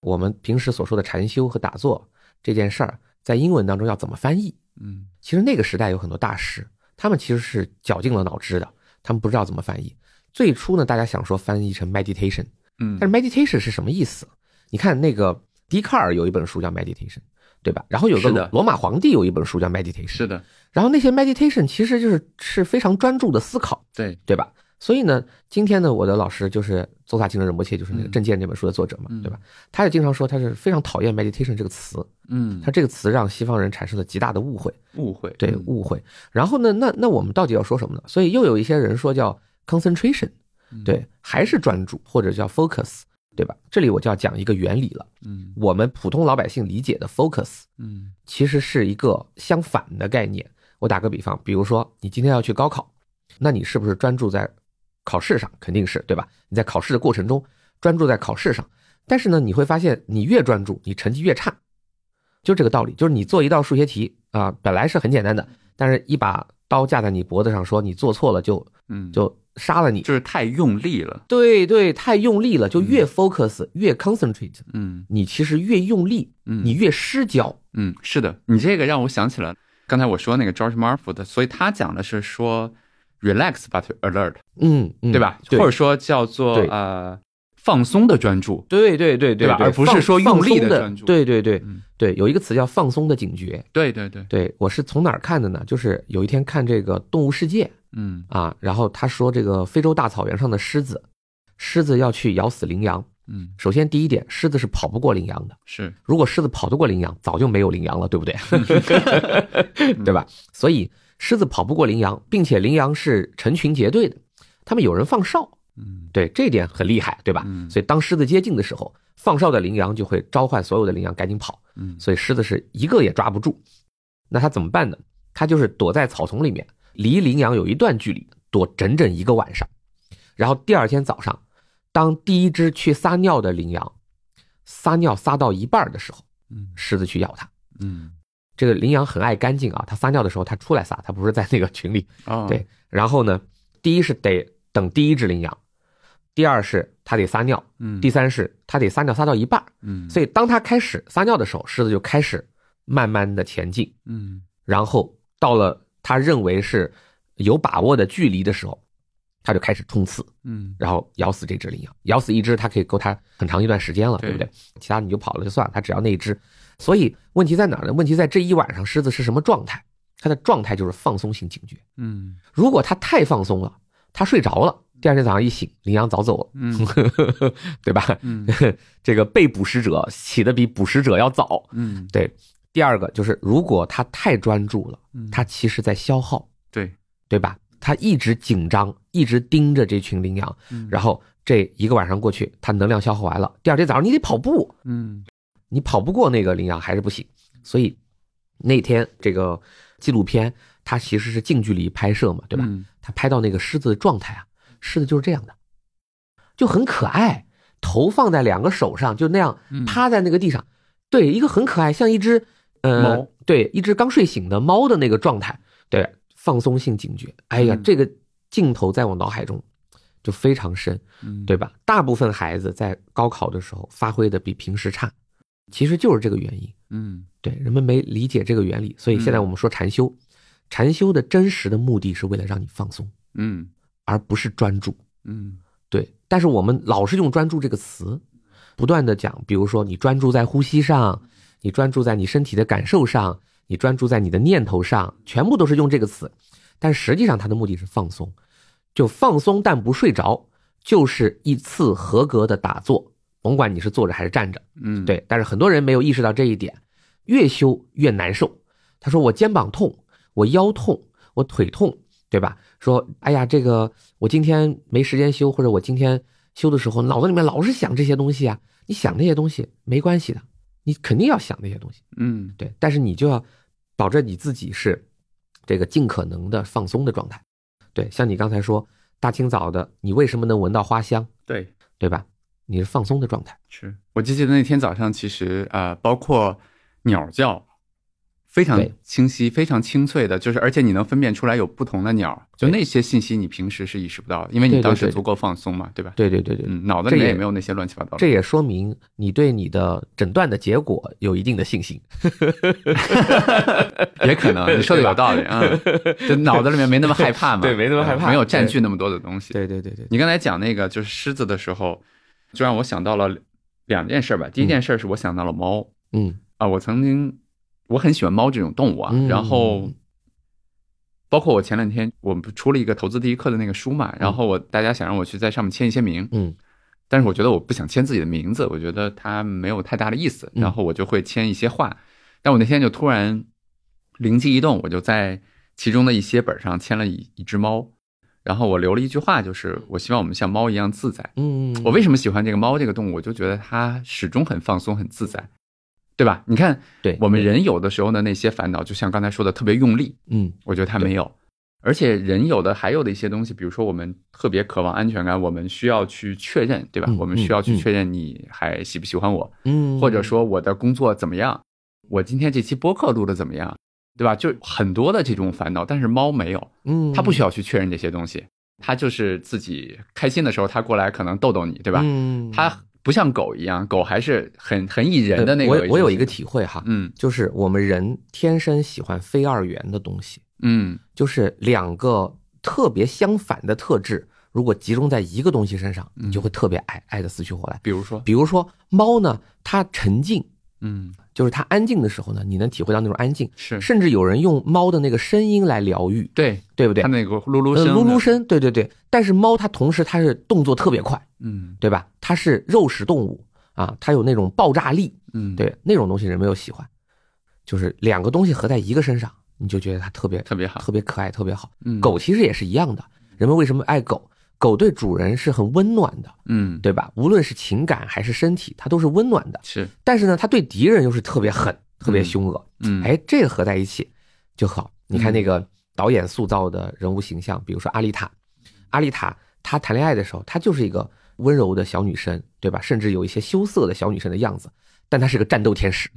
Speaker 2: 我们平时所说的禅修和打坐这件事儿，在英文当中要怎么翻译？
Speaker 1: 嗯
Speaker 2: 其实那个时代有很多大师，他们其实是绞尽了脑汁的，他们不知道怎么翻译。最初呢，大家想说翻译成 meditation，
Speaker 1: 嗯，
Speaker 2: 但是 meditation 是什么意思？你看那个笛卡尔有一本书叫 meditation，对吧？然后有
Speaker 1: 是的
Speaker 2: 个罗马皇帝有一本书叫 meditation，
Speaker 1: 是的，
Speaker 2: 然后那些 meditation 其实就是是非常专注的思考，
Speaker 1: 对，
Speaker 2: 对吧？所以呢，今天呢，我的老师就是宗萨清的仁波切，就是那个
Speaker 1: 嗯
Speaker 2: 《证件》这本书的作者嘛，
Speaker 1: 嗯
Speaker 2: 对吧？他也经常说他是非常讨厌 meditation 这个词，
Speaker 1: 嗯，
Speaker 2: 他这个词让西方人产生了极大的误会。
Speaker 1: 误会，
Speaker 2: 对，
Speaker 1: 嗯
Speaker 2: 误会。然后呢，那那我们到底要说什么呢？所以又有一些人说叫 concentration，对，
Speaker 1: 嗯
Speaker 2: 还是专注或者叫 focus，对吧？这里我就要讲一个原理了。
Speaker 1: 嗯
Speaker 2: 我们普通老百姓理解的 focus
Speaker 1: 嗯
Speaker 2: 其实是一个相反的概念。我打个比方，比如说你今天要去高考，那你是不是专注在考试上？肯定是对吧？你在考试的过程中专注在考试上，但是呢，你会发现你越专注，你成绩越差，就这个道理。就是你做一道数学题啊、本来是很简单的，但是一把刀架在你脖子上说你做错了就
Speaker 1: 嗯，
Speaker 2: 就杀了你。
Speaker 1: 就是嗯太用力了，
Speaker 2: 对对，太用力了，就越 focus 越 concentrate，
Speaker 1: 嗯
Speaker 2: 你其实越用力，
Speaker 1: 嗯，
Speaker 2: 你越失焦。
Speaker 1: 嗯，是的，你这个让我想起了刚才我说那个 George Marford，所以他讲的是说 relax but alert，
Speaker 2: 嗯，嗯
Speaker 1: 对吧？
Speaker 2: 对
Speaker 1: 或者说叫做
Speaker 2: 对
Speaker 1: 呃放松的专注，
Speaker 2: 对对对
Speaker 1: 对吧
Speaker 2: 对
Speaker 1: 而不是说
Speaker 2: 放
Speaker 1: 用力的
Speaker 2: 放松的
Speaker 1: 专注
Speaker 2: 对对对、
Speaker 1: 嗯
Speaker 2: 对，有一个词叫放松的警觉。
Speaker 1: 对对对，
Speaker 2: 对我是从哪儿看的呢？就是有一天看这个《动物世界
Speaker 1: 嗯》
Speaker 2: 啊，然后他说这个非洲大草原上的狮子，狮子要去咬死羚羊。
Speaker 1: 嗯
Speaker 2: 首先第一点，狮子是跑不过羚羊的。
Speaker 1: 是，
Speaker 2: 如果狮子跑得过羚羊，早就没有羚羊了，对不对？对
Speaker 1: 嗯
Speaker 2: 吧？所以狮子跑不过羚羊，并且羚羊是成群结队的，他们有人放哨，
Speaker 1: 嗯
Speaker 2: 对，这一点很厉害，对吧？
Speaker 1: 嗯
Speaker 2: 所以当狮子接近的时候，放哨的羚羊就会召唤所有的羚羊赶紧跑，
Speaker 1: 嗯
Speaker 2: 所以狮子是一个也抓不住。那它怎么办呢？它就是躲在草丛里面，离羚羊有一段距离，躲整整一个晚上。然后第二天早上，当第一只去撒尿的羚羊撒尿撒到一半的时候，
Speaker 1: 嗯
Speaker 2: 狮子去咬它。
Speaker 1: 嗯
Speaker 2: 这个羚羊很爱干净啊，它撒尿的时候它出来撒，它不是在那个群里
Speaker 1: 哦
Speaker 2: 对，然后呢，第一是得等第一只羚羊，第二是它得撒尿，
Speaker 1: 嗯
Speaker 2: 第三是它得撒尿撒到一半儿。
Speaker 1: 嗯
Speaker 2: 所以当它开始撒尿的时候，狮子就开始慢慢的前进，
Speaker 1: 嗯
Speaker 2: 然后到了它认为是有把握的距离的时候，它就开始冲刺，
Speaker 1: 嗯
Speaker 2: 然后咬死这只羚羊。咬死一只，它可以够它很长一段时间了，
Speaker 1: 对
Speaker 2: 对不对？其他你就跑了就算了，它只要那一只。所以问题在哪儿呢？问题在这一晚上狮子是什么状态？它的状态就是放松性警觉。
Speaker 1: 嗯
Speaker 2: 如果他太放松了，他睡着了，第二天早上一醒，羚羊早走了，
Speaker 1: 嗯
Speaker 2: 对吧？
Speaker 1: 嗯
Speaker 2: 这个被捕食者起得比捕食者要早。
Speaker 1: 嗯
Speaker 2: 对，第二个就是如果他太专注了，
Speaker 1: 嗯
Speaker 2: 他其实在消耗，
Speaker 1: 对，
Speaker 2: 对吧？他一直紧张，一直盯着这群羚羊，然
Speaker 1: 后
Speaker 2: 后这一个晚上过去，他能量消耗完了，第二天早上你得跑步，
Speaker 1: 嗯
Speaker 2: 你跑不过那个羚羊还是不行。所以那天这个纪录片它其实是近距离拍摄嘛，对吧？
Speaker 1: 嗯
Speaker 2: 他拍到那个狮子的状态啊，狮子就是这样的，就很可爱，头放在两个手上，就那样
Speaker 1: 嗯
Speaker 2: 趴在那个地上，对，一个很可爱，像一只呃，
Speaker 1: 猫
Speaker 2: 对，一只刚睡醒的猫的那个状态，对，放松性警觉。哎呀，
Speaker 1: 嗯
Speaker 2: 这个镜头在我脑海中就非常深，
Speaker 1: 嗯
Speaker 2: 对吧？大部分孩子在高考的时候发挥的比平时差，其实就是这个原因。
Speaker 1: 嗯
Speaker 2: 对，人们没理解这个原理，所以现在
Speaker 1: 嗯
Speaker 2: 我们说禅修，禅修的真实的目的是为了让你放松，
Speaker 1: 嗯
Speaker 2: 而不是专注。
Speaker 1: 嗯
Speaker 2: 对，但是我们老是用专注这个词，不断的讲，比如说你专注在呼吸上，你专注在你身体的感受上，你专注在你的念头上，全部都是用这个词，但实际上它的目的是放松，就放松但不睡着，就是一次合格的打坐，甭管你是坐着还是站着。
Speaker 1: 嗯
Speaker 2: 对，但是很多人没有意识到这一点，越修越难受。他说我肩膀痛，我腰痛，我腿痛，对吧？说哎呀，这个我今天没时间修，或者我今天修的时候脑子里面老是想这些东西啊。你想这些东西没关系的，你肯定要想那些东西，
Speaker 1: 嗯
Speaker 2: 对。但是你就要保证你自己是这个尽可能的放松的状态，对。像你刚才说，大清早的，你为什么能闻到花香，
Speaker 1: 对。
Speaker 2: 对吧？你是放松的状态。
Speaker 1: 是我就记得那天早上，其实呃，包括鸟叫，非常
Speaker 2: 对
Speaker 1: 清晰、非常清脆的，就是而且你能分辨出来有不同的鸟，就
Speaker 2: 对
Speaker 1: 那些信息你平时是意识不到的，因为你
Speaker 2: 对对
Speaker 1: 当时
Speaker 2: 对
Speaker 1: 足够放松嘛，对吧？
Speaker 2: 对对对对，
Speaker 1: 嗯，脑子
Speaker 2: 这
Speaker 1: 里面
Speaker 2: 也
Speaker 1: 也没有那些乱七八糟
Speaker 2: 这
Speaker 1: 的。
Speaker 2: 也说明你对你的诊断的结果有一定的信心。
Speaker 1: 也可 能你说的有道理啊，嗯就脑子里面没那么害怕嘛，
Speaker 2: 对没那么害怕
Speaker 1: 呃没有占
Speaker 2: 对
Speaker 1: 据那么多的东西。
Speaker 2: 对对对，
Speaker 1: 你刚才讲那个就是狮子的时候，就让我想到了两件事吧。第一件事是我想到了猫，
Speaker 2: 嗯
Speaker 1: 啊，我曾经我很喜欢猫这种动物啊，
Speaker 2: 嗯
Speaker 1: 然后包括我前两天我们不出了一个投资第一课的那个书嘛，然后我大家想让我去在上面签一些名，
Speaker 2: 嗯
Speaker 1: 但是我觉得我不想签自己的名字，我觉得它没有太大的意思，
Speaker 2: 嗯
Speaker 1: 然后我就会签一些话，但我那天就突然灵机一动，我就在其中的一些本上签了一一只猫，然后我留了一句话，就是我希望我们像猫一样自在。
Speaker 2: 嗯，
Speaker 1: 我为什么喜欢这个猫这个动物？我就觉得它始终很放松、很自在，对吧？你看
Speaker 2: 对
Speaker 1: 我们人有的时候的那些烦恼，就像刚才说的特别用力，
Speaker 2: 嗯
Speaker 1: 我觉得它没有。而且人有的还有的一些东西，比如说我们特别渴望安全感，我们需要去确认，对吧？
Speaker 2: 嗯
Speaker 1: 我们需要去
Speaker 2: 嗯嗯
Speaker 1: 确认你还喜不喜欢我，
Speaker 2: 嗯，
Speaker 1: 或者说我的工作怎么样，我今天这期播客录的怎么样，对吧？就很多的这种烦恼，但是猫没有，
Speaker 2: 嗯，
Speaker 1: 它不需
Speaker 2: 要
Speaker 1: 要去确认这些东西，它就是自己开心的时候，它过来可能逗逗你，对吧？
Speaker 2: 嗯，
Speaker 1: 它不像狗一样，狗还是很很以人的那个为中
Speaker 2: 我
Speaker 1: 心。
Speaker 2: 我有一个体会哈，
Speaker 1: 嗯
Speaker 2: 就是我们人天生喜欢非二元的东西，
Speaker 1: 嗯
Speaker 2: 就是两个特别相反的特质，如果集中在一个东西身上，
Speaker 1: 嗯
Speaker 2: 你就会特别爱爱的死去活来。
Speaker 1: 比如说，
Speaker 2: 比如说猫呢，它沉静，
Speaker 1: 嗯
Speaker 2: 就是它安静的时候呢，你能体会到那种安静，
Speaker 1: 是
Speaker 2: 甚至有人用猫的那个声音来疗愈，
Speaker 1: 嗯对
Speaker 2: 对不对
Speaker 1: 它？那个噜噜
Speaker 2: 呃，
Speaker 1: 声，
Speaker 2: 噜噜，声，对对对。但是猫它同时它是动作特别快，
Speaker 1: 嗯
Speaker 2: 对吧？它是肉食动物啊，它有那种爆炸力，
Speaker 1: 嗯，，
Speaker 2: 对那种东西人没有喜欢，就是两个东西合在一个身上，你就觉得它特别
Speaker 1: 特别好，
Speaker 2: 特别可爱，特别好。
Speaker 1: 嗯
Speaker 2: 狗其实也是一样的，人们为什么爱狗？狗对主人是很温暖的，
Speaker 1: 嗯，
Speaker 2: 对吧？无论是情感还是身体，它都是温暖的。
Speaker 1: 是，
Speaker 2: 但是呢，它对敌人又是特别狠、特别凶恶。
Speaker 1: 嗯，
Speaker 2: 哎，这个合在一起就好。你看
Speaker 1: 嗯
Speaker 2: 那个导演塑造的人物形象，比如说阿丽塔，阿丽塔她谈恋爱的时候，她就是一个温柔的小女生，对吧？甚至有一些羞涩的小女生的样子，但她是个战斗 天使，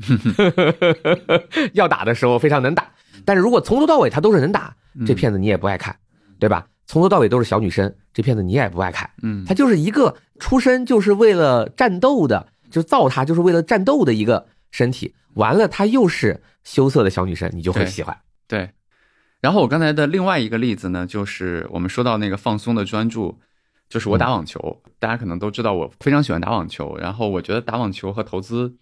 Speaker 2: 要打的时候非常能打。但是如果从头到尾她都是能打，
Speaker 1: 嗯
Speaker 2: 这片子你也不爱看，对吧？从头到尾都是小女生，这片子你也不爱看。
Speaker 1: 嗯，
Speaker 2: 她就是一个出生就是为了战斗的，就造她就是为了战斗的一个身体。完了，她又是羞涩的小女生，你就会
Speaker 1: 对
Speaker 2: 喜欢。
Speaker 1: 对。然后我刚才的另外一个例子呢，就是我们说到那个放松的专注，就是
Speaker 2: 嗯
Speaker 1: 我打网球，大家可能都知道我非常喜欢打网球。然后我觉得打网球和投资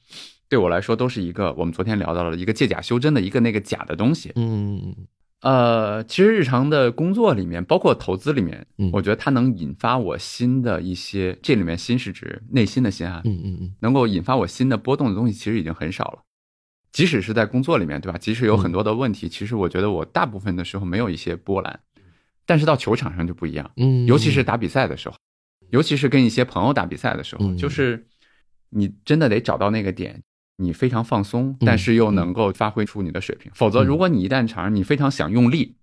Speaker 1: 对我来说都是一个我们昨天聊到了一个借假修真的一个那个假的东西。
Speaker 2: 嗯，
Speaker 1: 呃，其实日常的工作里面，包括投资里面
Speaker 2: 嗯，
Speaker 1: 我觉得它能引发我新的一些，这里面新是指内心的心啊，
Speaker 2: 嗯嗯嗯，
Speaker 1: 能够引发我新的波动的东西，其实已经很少了。即使是在工作里面，对吧？即使
Speaker 2: 嗯
Speaker 1: 有很多的问题，其实我觉得我大部分的时候没有一些波澜，但是到球场上就不一样，
Speaker 2: 嗯，
Speaker 1: 尤其是打比赛的时候，尤其是跟一些朋友打比赛的时候，
Speaker 2: 嗯
Speaker 1: 就是你真的得找到那个点，你非常放松，但是又能够发挥出你的水平。否则，
Speaker 2: 嗯
Speaker 1: 如果你一旦场上你非常想用力，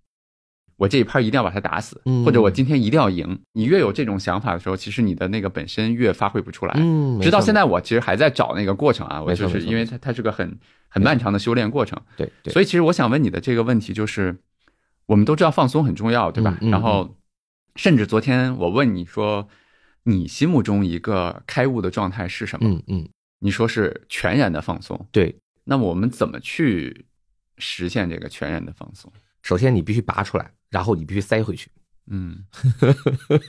Speaker 1: 我这一拍一定要把它打死
Speaker 2: 嗯，
Speaker 1: 或者我今天一定要赢，你越有这种想法的时候，其实你的那个本身越发挥不出来。
Speaker 2: 嗯，没
Speaker 1: 直到
Speaker 2: 错
Speaker 1: 现，在，我其实还在找那个过程啊，我
Speaker 2: 没错
Speaker 1: 就是
Speaker 2: 没错
Speaker 1: 因为它它是个很很漫长的修炼过程，
Speaker 2: 对对，
Speaker 1: 所以其实我想问你的这个问题就是，我们都知道放松很重要，对吧？
Speaker 2: 嗯嗯
Speaker 1: 然后，甚至昨天我问你说，你心目中一个开悟的状态是什么？
Speaker 2: 嗯嗯，
Speaker 1: 你说是全然的放松，
Speaker 2: 对，
Speaker 1: 那我们怎么去实现这个全然的放松？
Speaker 2: 首先你必须拔出来，然后你必须塞回去。
Speaker 1: 嗯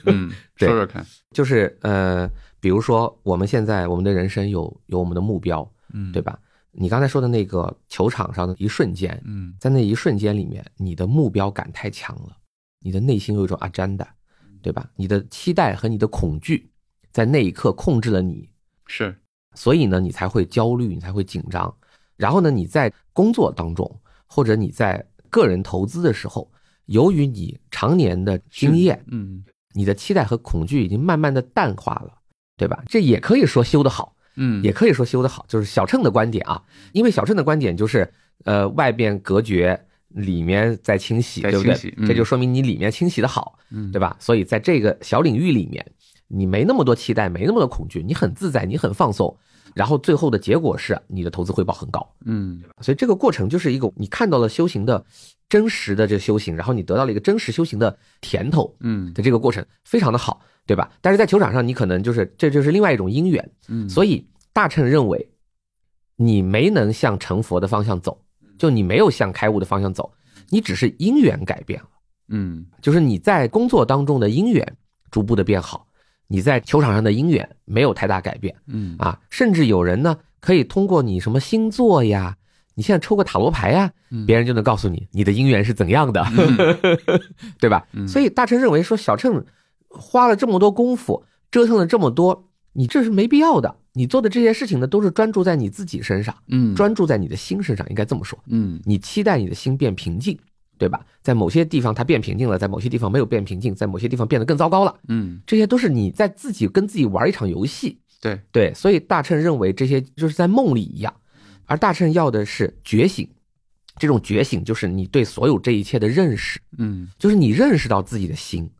Speaker 1: 嗯，说
Speaker 2: 对
Speaker 1: 说看，
Speaker 2: 就是呃，比如说我们现在我们的人生有有我们的目标，
Speaker 1: 嗯，
Speaker 2: 对？吧？你刚才说的那个球场上的一瞬间，
Speaker 1: 嗯
Speaker 2: 在那一瞬间里面，你的目标感太强了，你的内心有一种 agenda，对吧？你的期待和你的恐惧在那一刻控制了你，
Speaker 1: 是，
Speaker 2: 所以呢，你才会焦虑，你才会紧张。然后呢，你在工作当中，或者你在个人投资的时候，由于你常年的经验，
Speaker 1: 嗯
Speaker 2: 你的期待和恐惧已经慢慢的淡化了，对吧？这也可以说修得好，
Speaker 1: 嗯，
Speaker 2: 也可以说修得好，就是小乘的观点啊。因为小乘的观点就是，呃，外边隔绝，里面在清洗，
Speaker 1: 在
Speaker 2: 对不对
Speaker 1: 清洗？嗯
Speaker 2: 这就说明你里面清洗的好，
Speaker 1: 嗯
Speaker 2: 对吧？所以在这个小领域里面，你没那么多期待，没那么多恐惧，你很自在，你很放松，然后最后的结果是你的投资回报很高。
Speaker 1: 嗯
Speaker 2: 所以这个过程就是一个你看到了修行的真实的这修行，然后你得到了一个真实修行的甜头，
Speaker 1: 嗯
Speaker 2: 的这个过程非常的好，对吧？但是在球场上，你可能就是这就是另外一种因缘，
Speaker 1: 嗯，
Speaker 2: 所以大乘认为你没能向成佛的方向走，
Speaker 1: 嗯
Speaker 2: 就你没有向开悟的方向走，你只是因缘改变了，
Speaker 1: 嗯
Speaker 2: 就是你在工作当中的因缘逐步的变好，你在球场上的因缘没有太大改变
Speaker 1: 嗯
Speaker 2: 啊，甚至有人呢可以通过你什么星座呀。你现在抽个塔罗牌呀、
Speaker 1: 嗯
Speaker 2: 别人就能告诉你你的姻缘是怎样的，对吧？
Speaker 1: 嗯
Speaker 2: 所以大臣认为说，小乘花了这么多功夫，折腾了这么多，你这是没必要的。你做的这些事情呢，都是专注在你自己身上，
Speaker 1: 嗯
Speaker 2: 专注在你的心身上，应该这么说。
Speaker 1: 嗯
Speaker 2: 你期待你的心变平静，对吧？在某些地方它变平静了，在某些地方没有变平静，在某些地方变得更糟糕了，
Speaker 1: 嗯
Speaker 2: 这些都是你在自己跟自己玩一场游戏。
Speaker 1: 对
Speaker 2: 对，所以大乘认为这些就是在梦里一样，而大乘要的是觉醒。这种觉醒就是你对所有这一切的认识，
Speaker 1: 嗯
Speaker 2: 就是你认识到自己的心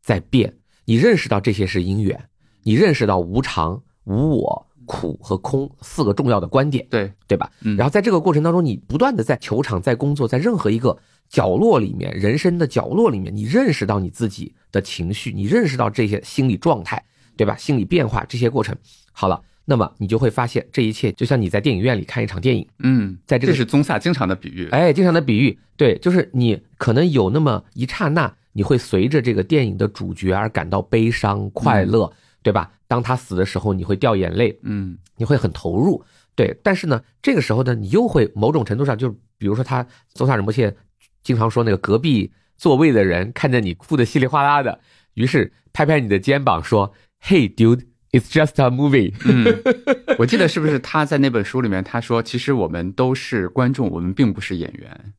Speaker 2: 在变，你认识到这些是因缘，你认识到无常、无我、苦和空四个重要的观点，
Speaker 1: 对
Speaker 2: 对吧？
Speaker 1: 嗯
Speaker 2: 然后在这个过程当中，你不断的在球场、在工作、在任何一个角落里面，人生的角落里面，你认识到你自己的情绪，你认识到这些心理状态，对吧？心理变化这些过程，好了，那么你就会发现，这一切就像你在电影院里看一场电影。
Speaker 1: 嗯，
Speaker 2: 在这个
Speaker 1: 是宗萨经常的比喻，
Speaker 2: 哎，经常的比喻，对，就是你可能有那么一刹那，你会随着这个电影的主角而感到悲伤、快乐，对吧？当他死的时候，你会掉眼泪，
Speaker 1: 嗯
Speaker 2: 你会很投入，对。但是呢，这个时候呢，你又会某种程度上，就比如说他宗萨仁波切经常说那个隔壁座位的人看着你哭的稀里哗啦的，于是拍拍你的肩膀说：“Hey, dude, it's just a movie。
Speaker 1: 嗯， 我记得是不是他在那本书里面他说，其实我们都是观众，我们并不是演员，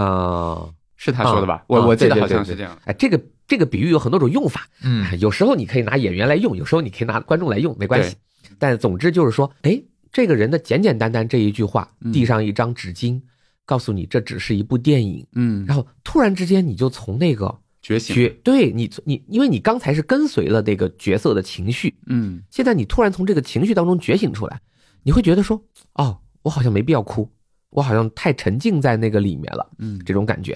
Speaker 2: 啊。
Speaker 1: 是他说的吧？
Speaker 2: 啊
Speaker 1: 我我
Speaker 2: 啊
Speaker 1: 记得
Speaker 2: 对对
Speaker 1: 好像
Speaker 2: 嗯对
Speaker 1: 是这样，
Speaker 2: 哎，这个这个比喻有很多种用法，
Speaker 3: 嗯
Speaker 2: 哎有时候你可以拿演员来用，有时候你可以拿观众来用，没关系。但总之就是说，哎，这个人的简简单单这一句话，
Speaker 1: 嗯
Speaker 2: 递上一张纸巾，告诉你这只是一部电影，
Speaker 1: 嗯，
Speaker 2: 然后突然之间你就从那个
Speaker 1: 觉醒，
Speaker 2: 角，对你你，因为你刚才是跟随了那个角色的情绪，
Speaker 1: 嗯
Speaker 2: 现在你突然从这个情绪当中觉醒出来，你会觉得说，哦，我好像没必要哭，我好像太沉浸在那个里面了。
Speaker 1: 嗯，
Speaker 2: 这种感觉。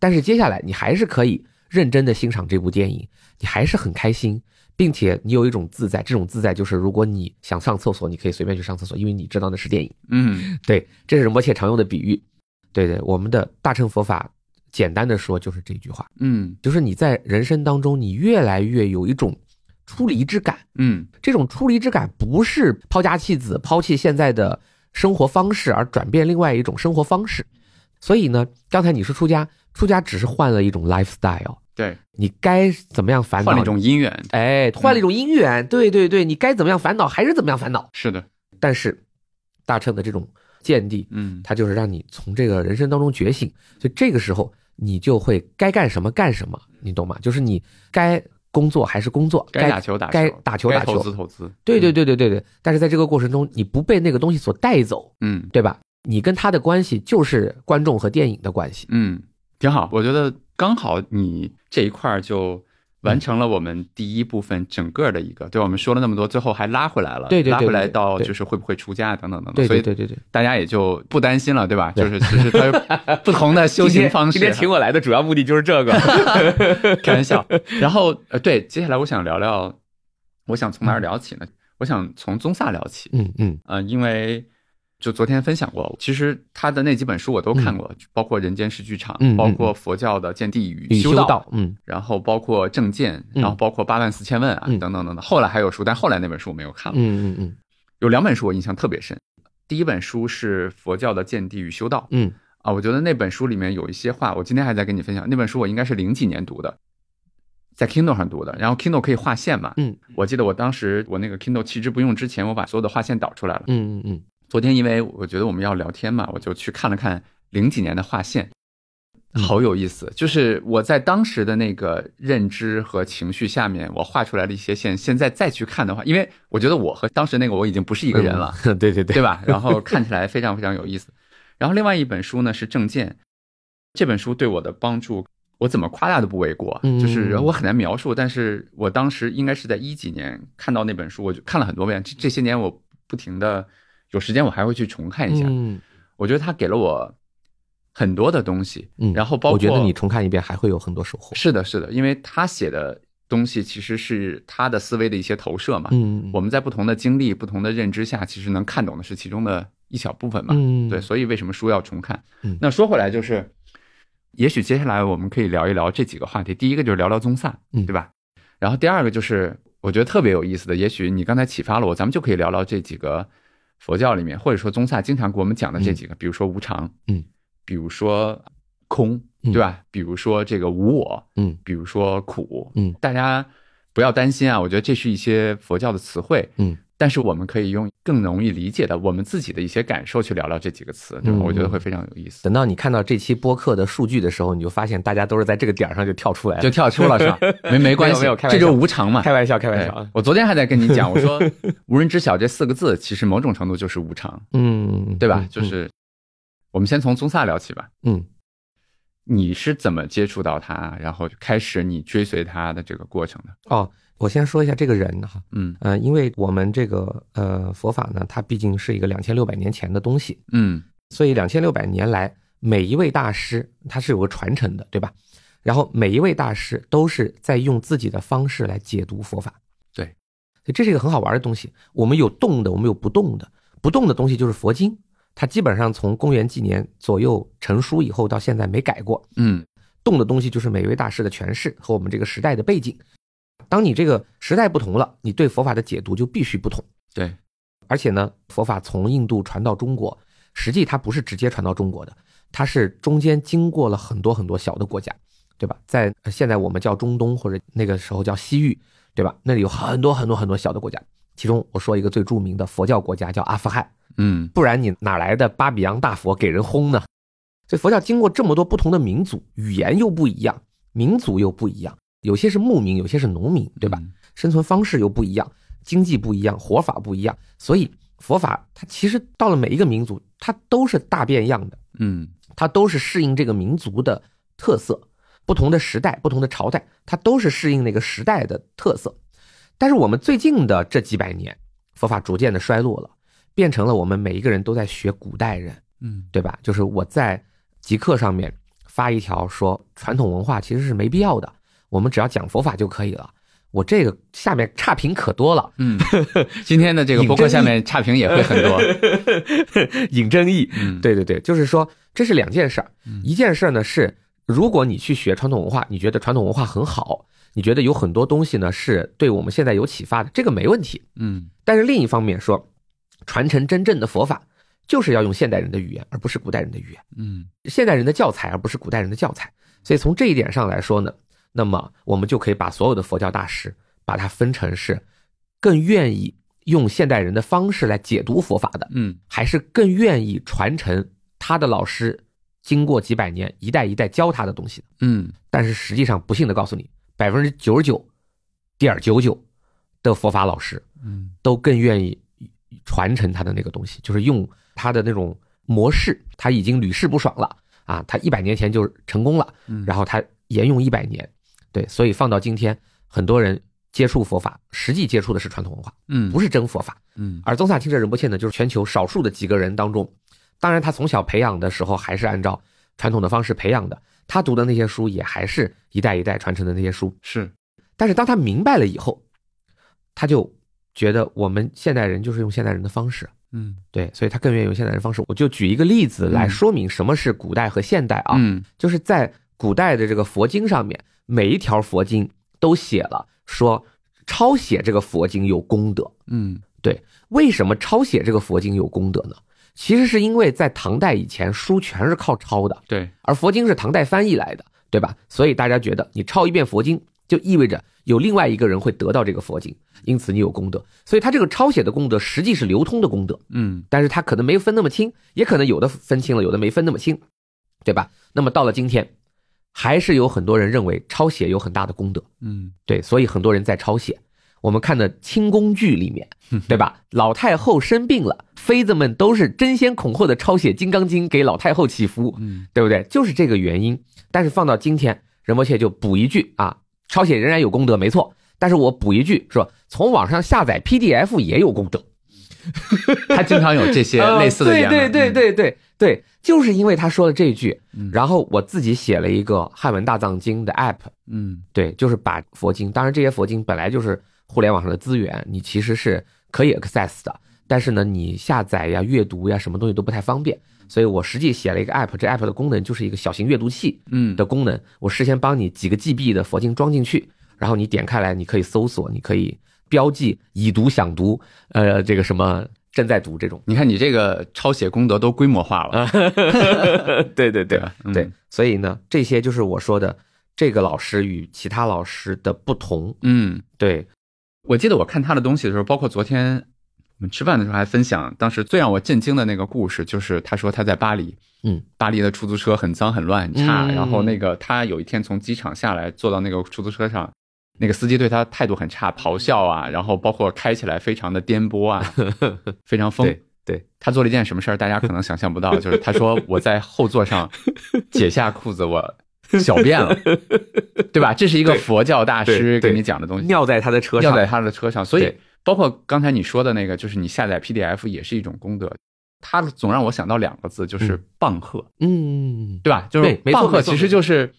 Speaker 2: 但是接下来你还是可以认真的欣赏这部电影，你还是很开心，并且你有一种自在。这种自在就是，如果你想上厕所，你可以随便去上厕所，因为你知道那是电影。
Speaker 1: 嗯
Speaker 2: 对，这是摩切常用的比喻。对对，我们的大乘佛法，简单的说就是这句话，
Speaker 1: 嗯
Speaker 2: 就是你在人生当中，你越来越有一种出离之感。
Speaker 1: 嗯
Speaker 2: 这种出离之感不是抛家弃子、抛弃现在的生活方式，而转变另外一种生活方式。所以呢，刚才你说出家，出家只是换了一种 lifestyle，
Speaker 1: 对，
Speaker 2: 你该怎么样烦恼？
Speaker 1: 换了一种姻缘，
Speaker 2: 哎，换了一种姻缘，对对对，你该怎么样烦恼还是怎么样烦恼。
Speaker 1: 是的，
Speaker 2: 但是大乘的这种见地，
Speaker 1: 嗯
Speaker 2: 它就是让你从这个人生当中觉醒，所以这个时候你就会该干什么干什么，你懂吗？就是你该工作还是工作，
Speaker 1: 该
Speaker 2: 该
Speaker 1: 打球打球，
Speaker 2: 该打球
Speaker 1: 该
Speaker 2: 打球
Speaker 1: 投资投资，
Speaker 2: 对对对对对对，但是在这个过程中，你不被那个东西所带走，
Speaker 1: 嗯
Speaker 2: 对吧？你跟他的关系就是观众和电影的关系。
Speaker 1: 嗯，挺好，我觉得刚好你这一块儿就。完成了我们第一部分整个的一个，对我们说了那么多，最后还拉回来了，
Speaker 2: 对对对
Speaker 1: 拉回来
Speaker 2: 对对
Speaker 1: 到
Speaker 2: 对
Speaker 1: 就是会不会出家等等等等，
Speaker 2: 对
Speaker 1: 所以
Speaker 2: 对对对对，
Speaker 1: 大家也就不担心了，对吧？
Speaker 2: 对
Speaker 1: 就是 其实它有不同的修行方式，
Speaker 2: 我来的主要目的就是这个。
Speaker 1: 开玩笑。然后呃，对，接下来我想聊聊，我想从哪儿聊起呢？我想从宗萨聊起，
Speaker 2: 嗯嗯
Speaker 1: 呃，因为就昨天分享过，其实他的那几本书我都看过，包括《人间世剧场》
Speaker 2: 嗯嗯嗯
Speaker 1: 包括佛教的《见地与
Speaker 2: 与
Speaker 1: 修
Speaker 2: 修
Speaker 1: 道》
Speaker 2: 道，嗯
Speaker 1: 然后包括《正见》，
Speaker 2: 嗯
Speaker 1: 然后包括《八万四千问》啊，
Speaker 2: 嗯
Speaker 1: 等等等等。后来还有书，但后来那本书我没有看了。
Speaker 2: 嗯嗯嗯
Speaker 1: 有两本书我印象特别深，第一本书是佛教的《见地与修道》，
Speaker 2: 嗯
Speaker 1: 啊，我觉得那本书里面有一些话，我今天还在跟你分享。那本书我应该是零几年读的，在 Kindle 上读的，然后 Kindle 可以划线嘛。
Speaker 2: 嗯
Speaker 1: 我记得我当时我那个 Kindle 弃之不用之前，我把所有的划线导出来了。
Speaker 2: 嗯嗯嗯
Speaker 1: 昨天因为我觉得我们要聊天嘛，我就去看了看零几年的划线，
Speaker 2: 嗯
Speaker 1: 好有意思。就是我在当时的那个认知和情绪下面，我画出来了一些线。现在再去看的话，因为我觉得我和当时那个我已经不是一个人了，，
Speaker 2: 嗯对对对
Speaker 1: 对吧？然后看起来非常非常有意思。然后另外一本书呢是《证件》，这本书对我的帮助，我怎么夸大都不为过。
Speaker 2: 嗯
Speaker 1: 就是我很难描述，但是我当时应该是在一几年看到那本书，我就看了很多遍。这这些年我不停的有时间我还会去重看一下。
Speaker 2: 嗯
Speaker 1: 我觉得它给了我很多的东西，
Speaker 2: 嗯，
Speaker 1: 然后包括
Speaker 2: 我觉得你重看一遍还会有很多收获。
Speaker 1: 是的，是的，因为他写的东西其实是他的思维的一些投射嘛。
Speaker 2: 嗯，
Speaker 1: 我们在不同的经历、不同的认知下，其实能看懂的是其中的一小部分嘛。
Speaker 2: 嗯
Speaker 1: 对，所以为什么书要重看？
Speaker 2: 嗯
Speaker 1: 那说回来就是，也许接下来我们可以聊一聊这几个话题。第一个就是聊聊宗萨，
Speaker 2: 嗯
Speaker 1: 对吧？然后第二个就是我觉得特别有意思的，也许你刚才启发了我，咱们就可以聊聊这几个佛教里面，或者说宗萨经常给我们讲的这几个，比如说无常，
Speaker 2: 嗯，
Speaker 1: 比如说空，
Speaker 2: 嗯
Speaker 1: 对吧？比如说这个无我，
Speaker 2: 嗯
Speaker 1: 比如说苦，
Speaker 2: 嗯
Speaker 1: 大家不要担心啊，我觉得这是一些佛教的词汇，
Speaker 2: 嗯，
Speaker 1: 但是我们可以用更容易理解的我们自己的一些感受去聊聊这几个词，对吧？
Speaker 2: 嗯
Speaker 1: 我觉得会非常有意思，
Speaker 2: 等到你看到这期播客的数据的时候，你就发现大家都是在这个点儿上就跳出来
Speaker 1: 就
Speaker 2: 了。
Speaker 1: 跳出了是 吧？没没关系，
Speaker 2: 没有没有开玩
Speaker 1: 这
Speaker 2: 笑
Speaker 1: 就是无常嘛。
Speaker 2: 开玩笑，开玩
Speaker 1: 对
Speaker 2: 笑啊。
Speaker 1: 我昨天还在跟你讲，我 说“无人知晓”这四个字，其实某种程度就是无常，
Speaker 2: 嗯，
Speaker 1: 对吧？
Speaker 2: 嗯
Speaker 1: 就是我们先从宗萨聊起吧。
Speaker 2: 嗯，
Speaker 1: 你是怎么接触到他，然后开始你追随他的这个过程的？
Speaker 2: 哦，我先说一下这个人哈，
Speaker 1: 嗯
Speaker 2: 呃，因为我们这个呃佛法呢，它毕竟是一个两千六百年前的东西，
Speaker 1: 嗯
Speaker 2: 所以两千六百年来，每一位大师他是有个传承的，对吧？然后每一位大师都是在用自己的方式来解读佛法，
Speaker 1: 对
Speaker 2: 所以这是一个很好玩的东西。我们有动的，我们有不动的，不动的东西就是佛经，它基本上从公元纪年左右成书以后到现在没改过，
Speaker 1: 嗯
Speaker 2: 动的东西就是每位大师的诠释和我们这个时代的背景。当你这个时代不同了，你对佛法的解读就必须不同。
Speaker 1: 对，
Speaker 2: 而且呢，佛法从印度传到中国，实际它不是直接传到中国的，它是中间经过了很多很多小的国家，对吧？在呃现在我们叫中东或者那个时候叫西域，对吧？那里有很多很多很多小的国家，其中我说一个最著名的佛教国家叫阿富汗，
Speaker 1: 嗯
Speaker 2: 不然你哪来的巴比扬大佛给人轰呢？所以佛教经过这么多不同的民族，语言又不一样，民族又不一样，有些是牧民，有些是农民，对吧？
Speaker 1: 嗯？
Speaker 2: 生存方式又不一样，经济不一样，活法不一样，所以佛法它其实到了每一个民族，它都是大变样的，
Speaker 1: 嗯，
Speaker 2: 它都是适应这个民族的特色。不同的时代、不同的朝代，它都是适应那个时代的特色。但是我们最近的这几百年，佛法逐渐的衰落了，变成了我们每一个人都在学古代人，
Speaker 1: 嗯，
Speaker 2: 对吧？就是我在极客上面发一条说，传统文化其实是没必要的，我们只要讲佛法就可以了。我这个下面差评可多了，
Speaker 1: 嗯， 今天的这个博客下面差评也会很 多。
Speaker 2: 引争议。
Speaker 1: 嗯，，
Speaker 2: 对对对，就是说这是两件事儿
Speaker 1: 嗯，
Speaker 2: 一件事儿呢是，如果你去学传统文化，你觉得传统文化很好，你觉得有很多东西呢是对我们现在有启发的，这个没问题。
Speaker 1: 嗯
Speaker 2: 但是另一方面说，传承真正的佛法，就是要用现代人的语言，而不是古代人的语言。
Speaker 1: 嗯
Speaker 2: 现代人的教材，而不是古代人的教材。所以从这一点上来说呢，那么我们就可以把所有的佛教大师，把它分成是更愿意用现代人的方式来解读佛法的，
Speaker 1: 嗯
Speaker 2: 还是更愿意传承他的老师经过几百年一代一代教他的东西的。
Speaker 1: 嗯
Speaker 2: 但是实际上，不幸的告诉你，百分之九十九点九九的佛法老师
Speaker 1: 嗯
Speaker 2: 都更愿意传承他的那个东西，就是用他的那种模式，他已经屡试不爽了啊，他一百年前就成功了，
Speaker 1: 嗯，
Speaker 2: 然后他沿用一百年，对，所以放到今天，很多人接触佛法，实际接触的是传统文化，
Speaker 1: 嗯
Speaker 2: 不是真佛法。
Speaker 1: 嗯
Speaker 2: 而宗萨钦哲仁波切呢，就是全球少数的几个人当中，当然他从小培养的时候还是按照传统的方式培养的，他读的那些书也还是一代一代传承的那些书，
Speaker 1: 是
Speaker 2: 但是当他明白了以后，他就觉得我们现代人就是用现代人的方式，
Speaker 1: 嗯
Speaker 2: 对，所以他更愿意用现代人的方式。我就举一个例子来
Speaker 1: 嗯
Speaker 2: 说明什么是古代和现代啊，
Speaker 1: 嗯
Speaker 2: 就是在古代的这个佛经上面，每一条佛经都写了说抄写这个佛经有功德。
Speaker 1: 嗯
Speaker 2: 为什么抄写这个佛经有功德呢？其实是因为在唐代以前，书全是靠抄的，
Speaker 1: 对，
Speaker 2: 而佛经是唐代翻译来的，对吧？所以大家觉得你抄一遍佛经，就意味着有另外一个人会得到这个佛经，因此你有功德。所以他这个抄写的功德实际是流通的功德，
Speaker 1: 嗯
Speaker 2: 但是他可能没分那么清，也可能有的分清了，有的没分那么清，对吧？那么到了今天，还是有很多人认为抄写有很大的功德，
Speaker 1: 嗯
Speaker 2: 对，所以很多人在抄写。我们看的清宫剧里面，
Speaker 1: 嗯
Speaker 2: 对吧？老太后生病了，妃子们都是争先恐后的抄写《金刚经》给老太后祈福，
Speaker 1: 嗯
Speaker 2: 对不对？就是这个原因。但是放到今天，仁波切就补一句啊，抄写仍然有功德，没错。但是我补一句说，从网上下载 PDF 也有功德，啊
Speaker 1: 他经常有这些类似的
Speaker 2: 对
Speaker 1: 言论
Speaker 2: 对对，对对对，就是因为他说了这句，
Speaker 1: 嗯
Speaker 2: 然后我自己写了一个汉文大藏经的 app，
Speaker 1: 嗯
Speaker 2: 对，就是把佛经，当然这些佛经本来就是互联网上的资源，你其实是可以 access 的，但是呢，你下载呀、阅读呀，什么东西都不太方便，所以我实际写了一个 app，这 app 的功能就是一个小型阅读器，
Speaker 1: 嗯
Speaker 2: 的功能，我事先帮你几个 GB 的佛经装进去，然后你点开来，你可以搜索，你可以标记已读、想读，呃，这个什么正在读这种。
Speaker 1: 你看你这个抄写功德都规模化了，
Speaker 2: 对对
Speaker 1: 对吧？嗯
Speaker 2: 对，，所以呢，这些就是我说的这个老师与其他老师的不同。
Speaker 1: 嗯，
Speaker 2: 对，
Speaker 1: 我记得我看他的东西的时候，包括昨天我们吃饭的时候还分享，当时最让我震惊的那个故事，就是他说他在巴黎，
Speaker 2: 嗯，
Speaker 1: 巴黎的出租车很脏很乱很差，
Speaker 2: 嗯
Speaker 1: 然后那个他有一天从机场下来，坐到那个出租车上。那个司机对他态度很差，咆哮啊，然后包括开起来非常的颠簸 啊，非常疯。
Speaker 2: 对对
Speaker 1: 他做了一件什么事儿，大家可能想象不到，就是他说我在后座上解下裤子，我小便 了，对吧？这是一个佛教大师
Speaker 2: 对对
Speaker 1: 给你讲的东西，
Speaker 2: 尿在他的车上
Speaker 1: 要，在他的车上，所以
Speaker 2: 对
Speaker 1: 包括刚才你说的那个，就是你下载 PDF 也是一种功德。他总让我想到两个字，就是
Speaker 2: 嗯
Speaker 1: 棒喝，
Speaker 2: 嗯，
Speaker 1: 对吧？就是
Speaker 2: 没错
Speaker 1: 棒喝，
Speaker 2: 没错
Speaker 1: 其实就是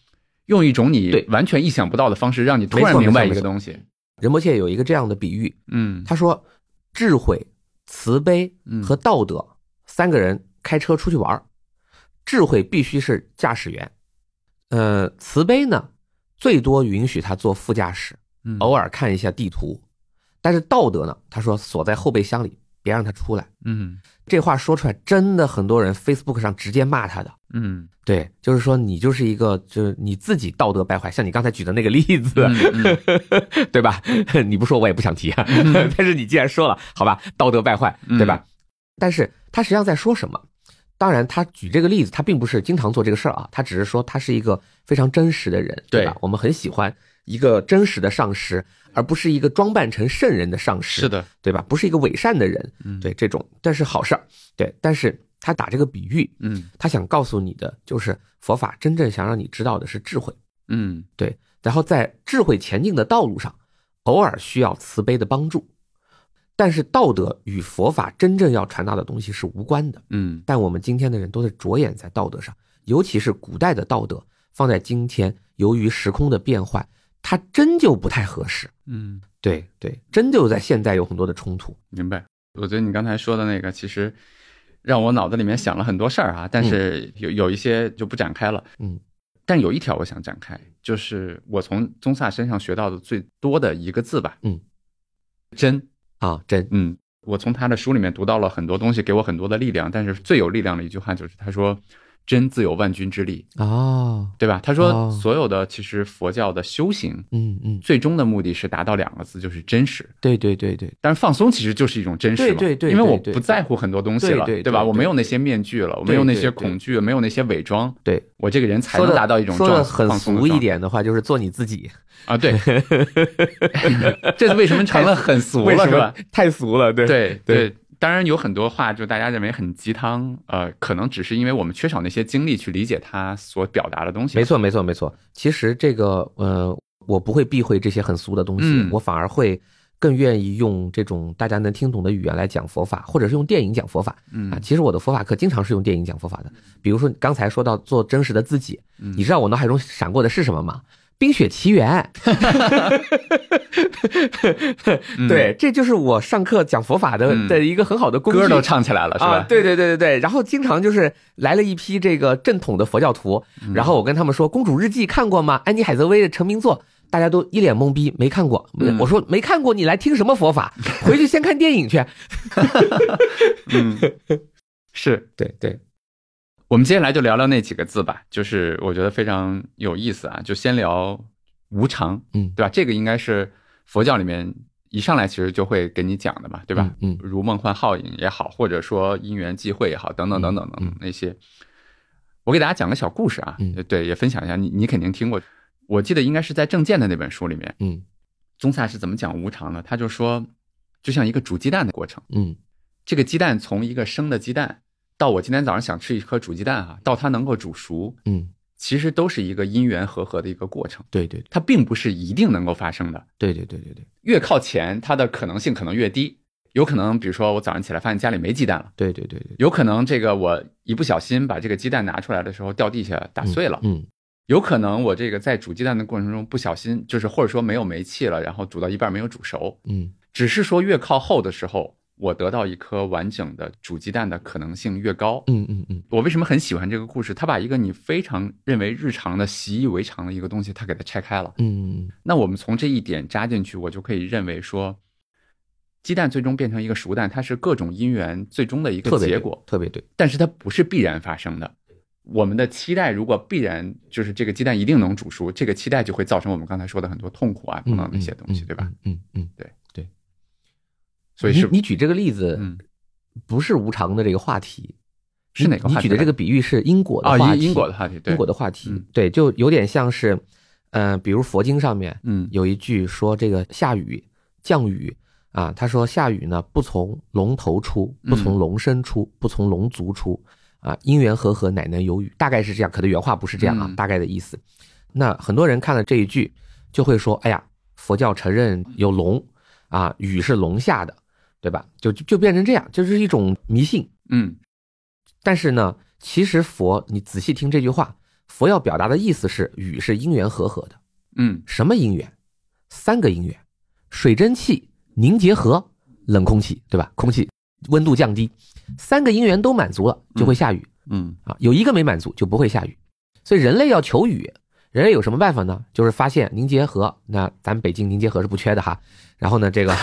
Speaker 1: 用一种你
Speaker 2: 对
Speaker 1: 完全意想不到的方式，让你突
Speaker 2: 没
Speaker 1: 然
Speaker 2: 错
Speaker 1: 明白
Speaker 2: 没
Speaker 1: 一个
Speaker 2: 错没错
Speaker 1: 东西。
Speaker 2: 仁波切有一个这样的比喻，
Speaker 1: 嗯
Speaker 2: 他说智慧、慈悲
Speaker 1: 嗯
Speaker 2: 和道德、三个人开车出去玩儿，智慧必须是驾驶员，呃，慈悲呢最多允许他坐副驾驶，
Speaker 1: 嗯
Speaker 2: 偶尔看一下地图，但是道德呢，他说锁在后备箱里，别让他出来。
Speaker 1: 嗯
Speaker 2: 这话说出来，真的很多人 Facebook 上直接骂他的。
Speaker 1: 嗯
Speaker 2: 对，就是说你就是一个，就是你自己道德败坏，像你刚才举的那个例子，
Speaker 1: 嗯嗯
Speaker 2: 对吧？ 你不说我也不想提啊，但是你既然说了，好吧，道德败坏，
Speaker 1: 嗯
Speaker 2: 对吧？但是他实际上在说什么？当然，他举这个例子，他并不是经常做这个事儿啊，他只是说他是一个非常真实的人，
Speaker 1: 对
Speaker 2: 吧？我们很喜欢一个真实的上师，而不是一个装扮成圣人的上师。
Speaker 1: 是的，
Speaker 2: 对吧？不是一个伪善的人，
Speaker 1: 嗯
Speaker 2: 对这种，但是好事儿，对。但是他打这个比喻，
Speaker 1: 嗯
Speaker 2: 他想告诉你的就是佛法真正想让你知道的是智慧，
Speaker 1: 嗯
Speaker 2: 然后在智慧前进的道路上，偶尔需要慈悲的帮助。但是道德与佛法真正要传达的东西是无关的。
Speaker 1: 嗯
Speaker 2: 但我们今天的人都在着眼在道德上，尤其是古代的道德，放在今天，由于时空的变换，它真就不太合适。
Speaker 1: 嗯，
Speaker 2: 对对，真就在现在有很多的冲突。
Speaker 1: 明白。我觉得你刚才说的那个，其实让我脑子里面想了很多事儿啊，但是有有一些就不展开了。
Speaker 2: 嗯，
Speaker 1: 但有一条我想展开，就是我从宗萨身上学到的最多的一个字吧。
Speaker 2: 嗯，
Speaker 1: 真。
Speaker 2: 啊，真
Speaker 1: 嗯，我从他的书里面读到了很多东西，给我很多的力量。但是最有力量的一句话就是他说：“真自有万钧之力”，
Speaker 2: 哦，
Speaker 1: 对吧？他
Speaker 2: 哦
Speaker 1: 说所有的其实佛教的修行，
Speaker 2: 嗯嗯，
Speaker 1: 最终的目的是达到两个字，就是真实。
Speaker 2: 对对对对，
Speaker 1: 但是放松其实就是一种真实嘛，
Speaker 2: 对对对
Speaker 1: 因为我
Speaker 2: 对对
Speaker 1: 不在乎很多东西了，
Speaker 2: 对对对
Speaker 1: 吧？
Speaker 2: 对
Speaker 1: 我没有那些面具了，我没有那些恐惧，没有那些伪装，
Speaker 2: 对，
Speaker 1: 我这个人才
Speaker 2: 说
Speaker 1: 能
Speaker 2: 的
Speaker 1: 达到一种
Speaker 2: 说
Speaker 1: 状
Speaker 2: 的很
Speaker 1: 放松的
Speaker 2: 俗一
Speaker 1: 状态
Speaker 2: 点的话，就是做你自己。
Speaker 1: 啊。 对，这次为什么成了很 俗
Speaker 2: 为
Speaker 1: 了
Speaker 2: 什
Speaker 1: 是吧
Speaker 2: 么？太俗了，对
Speaker 1: 对
Speaker 2: 对
Speaker 1: 对，当然有很多话就大家认为很鸡汤，呃，可能只是因为我们缺少那些经历去理解他所表达的东西。
Speaker 2: 没，错没错没错。其实这个呃，我不会避讳这些很俗的东西，
Speaker 1: 嗯
Speaker 2: 我反而会更愿意用这种大家能听懂的语言来讲佛法，或者是用电影讲佛法啊。
Speaker 1: 嗯
Speaker 2: 其实我的佛法课经常是用电影讲佛法的，比如说刚才说到做真实的自己，
Speaker 1: 嗯
Speaker 2: 你知道我脑海中闪过的是什么吗？《冰雪奇 缘》
Speaker 1: 嗯
Speaker 2: 对，这就是我上课讲佛法的
Speaker 1: 嗯
Speaker 2: 的一个很好的工具。
Speaker 1: 歌都唱起来了是
Speaker 2: 啊，
Speaker 1: 吧？
Speaker 2: 对对对对对，然后经常就是来了一批这个正统的佛教徒，
Speaker 1: 嗯
Speaker 2: 然后我跟他们说《公主日记》看过吗？安妮海瑟薇的成名作，大家都一脸懵逼，没看过。
Speaker 1: 嗯
Speaker 2: 我说没看过，你来听什么佛法？回去先看电影去。
Speaker 1: 嗯， 是
Speaker 2: 对对，
Speaker 1: 我们接下来就聊聊那几个字吧，就是我觉得非常有意思啊，就先聊无常，
Speaker 2: 嗯
Speaker 1: 对吧？这个应该是佛教里面一上来其实就会给你讲的嘛，对吧？
Speaker 2: 嗯嗯
Speaker 1: 如梦幻泡影也好，或者说因缘际会也好，等等等等等
Speaker 2: 嗯
Speaker 1: 等那些。我给大家讲个小故事啊，
Speaker 2: 嗯
Speaker 1: 对，也分享一下，你你肯定听过，我记得应该是在《证件》的那本书里面，
Speaker 2: 嗯
Speaker 1: 宗萨是怎么讲无常的？他就说，就像一个煮鸡蛋的过程，
Speaker 2: 嗯
Speaker 1: 这个鸡蛋从一个生的鸡蛋到我今天早上想吃一颗煮鸡蛋啊，到它能够煮熟，
Speaker 2: 嗯，
Speaker 1: 其实都是一个因缘和合的一个过程，
Speaker 2: 对对
Speaker 1: 它并不是一定能够发生的。
Speaker 2: 对对对对对
Speaker 1: 越靠前，它的可能性可能越低。有可能，比如说我早上起来发现家里没鸡蛋了，
Speaker 2: 对对对对对，
Speaker 1: 有可能这个我一不小心把这个鸡蛋拿出来的时候掉地下打碎了，
Speaker 2: 嗯
Speaker 1: 有可能我这个在煮鸡蛋的过程中不小心，就是或者说没有煤气了，然后煮到一半没有煮熟。
Speaker 2: 嗯
Speaker 1: 只是说越靠后的时候，我得到一颗完整的煮鸡蛋的可能性越高。
Speaker 2: 嗯嗯嗯，
Speaker 1: 我为什么很喜欢这个故事？他把一个你非常认为日常的、习以为常的一个东西，他给它拆开了。
Speaker 2: 嗯
Speaker 1: 那我们从这一点扎进去，我就可以认为说，鸡蛋最终变成一个熟蛋，它是各种因缘最终的一
Speaker 2: 特
Speaker 1: 个
Speaker 2: 别
Speaker 1: 结
Speaker 2: 对
Speaker 1: 果，啊
Speaker 2: 特别对，
Speaker 1: 但是它不是必然发生的。我们的期待如果必然就是这个鸡蛋一定能煮熟，这个期待就会造成我们刚才说的很多痛苦啊等等那些东西，对吧？？
Speaker 2: 嗯嗯嗯，
Speaker 1: 所以是
Speaker 2: 你你举这个例子
Speaker 1: 嗯
Speaker 2: 不是无常的这个话题，
Speaker 1: 是哪个
Speaker 2: 你
Speaker 1: 话题
Speaker 2: 举的
Speaker 1: 来
Speaker 2: 这个比喻是因果的
Speaker 1: 啊
Speaker 2: 话
Speaker 1: 因
Speaker 2: 题，
Speaker 1: 因果的话题，对
Speaker 2: 因果的话题
Speaker 1: 嗯，
Speaker 2: 对，就有点像是，嗯、比如佛经上面
Speaker 1: 嗯
Speaker 2: 有一句说这个下雨降雨啊，他说下雨呢不从龙头出，不从
Speaker 1: 嗯
Speaker 2: 龙身出，不从龙族出啊，因缘和合乃能有雨，大概是这样，可能原话不是这样啊，
Speaker 1: 嗯
Speaker 2: 大概的意思。那很多人看了这一句，就会说，哎呀，佛教承认有龙啊，雨是龙下的，对吧？就就就变成这样，就是一种迷信。
Speaker 1: 嗯
Speaker 2: 但是呢，其实佛，你仔细听这句话，佛要表达的意思是雨是因缘和合的。
Speaker 1: 嗯
Speaker 2: 什么因缘？三个因缘：水蒸气凝结和冷空气，对吧？空气温度降低，三个因缘都满足了，就会下雨、
Speaker 1: 嗯
Speaker 2: 啊。有一个没满足，就不会下雨。所以人类要求雨，人类有什么办法呢？就是发现凝结核。那咱北京凝结核是不缺的哈。然后呢，这个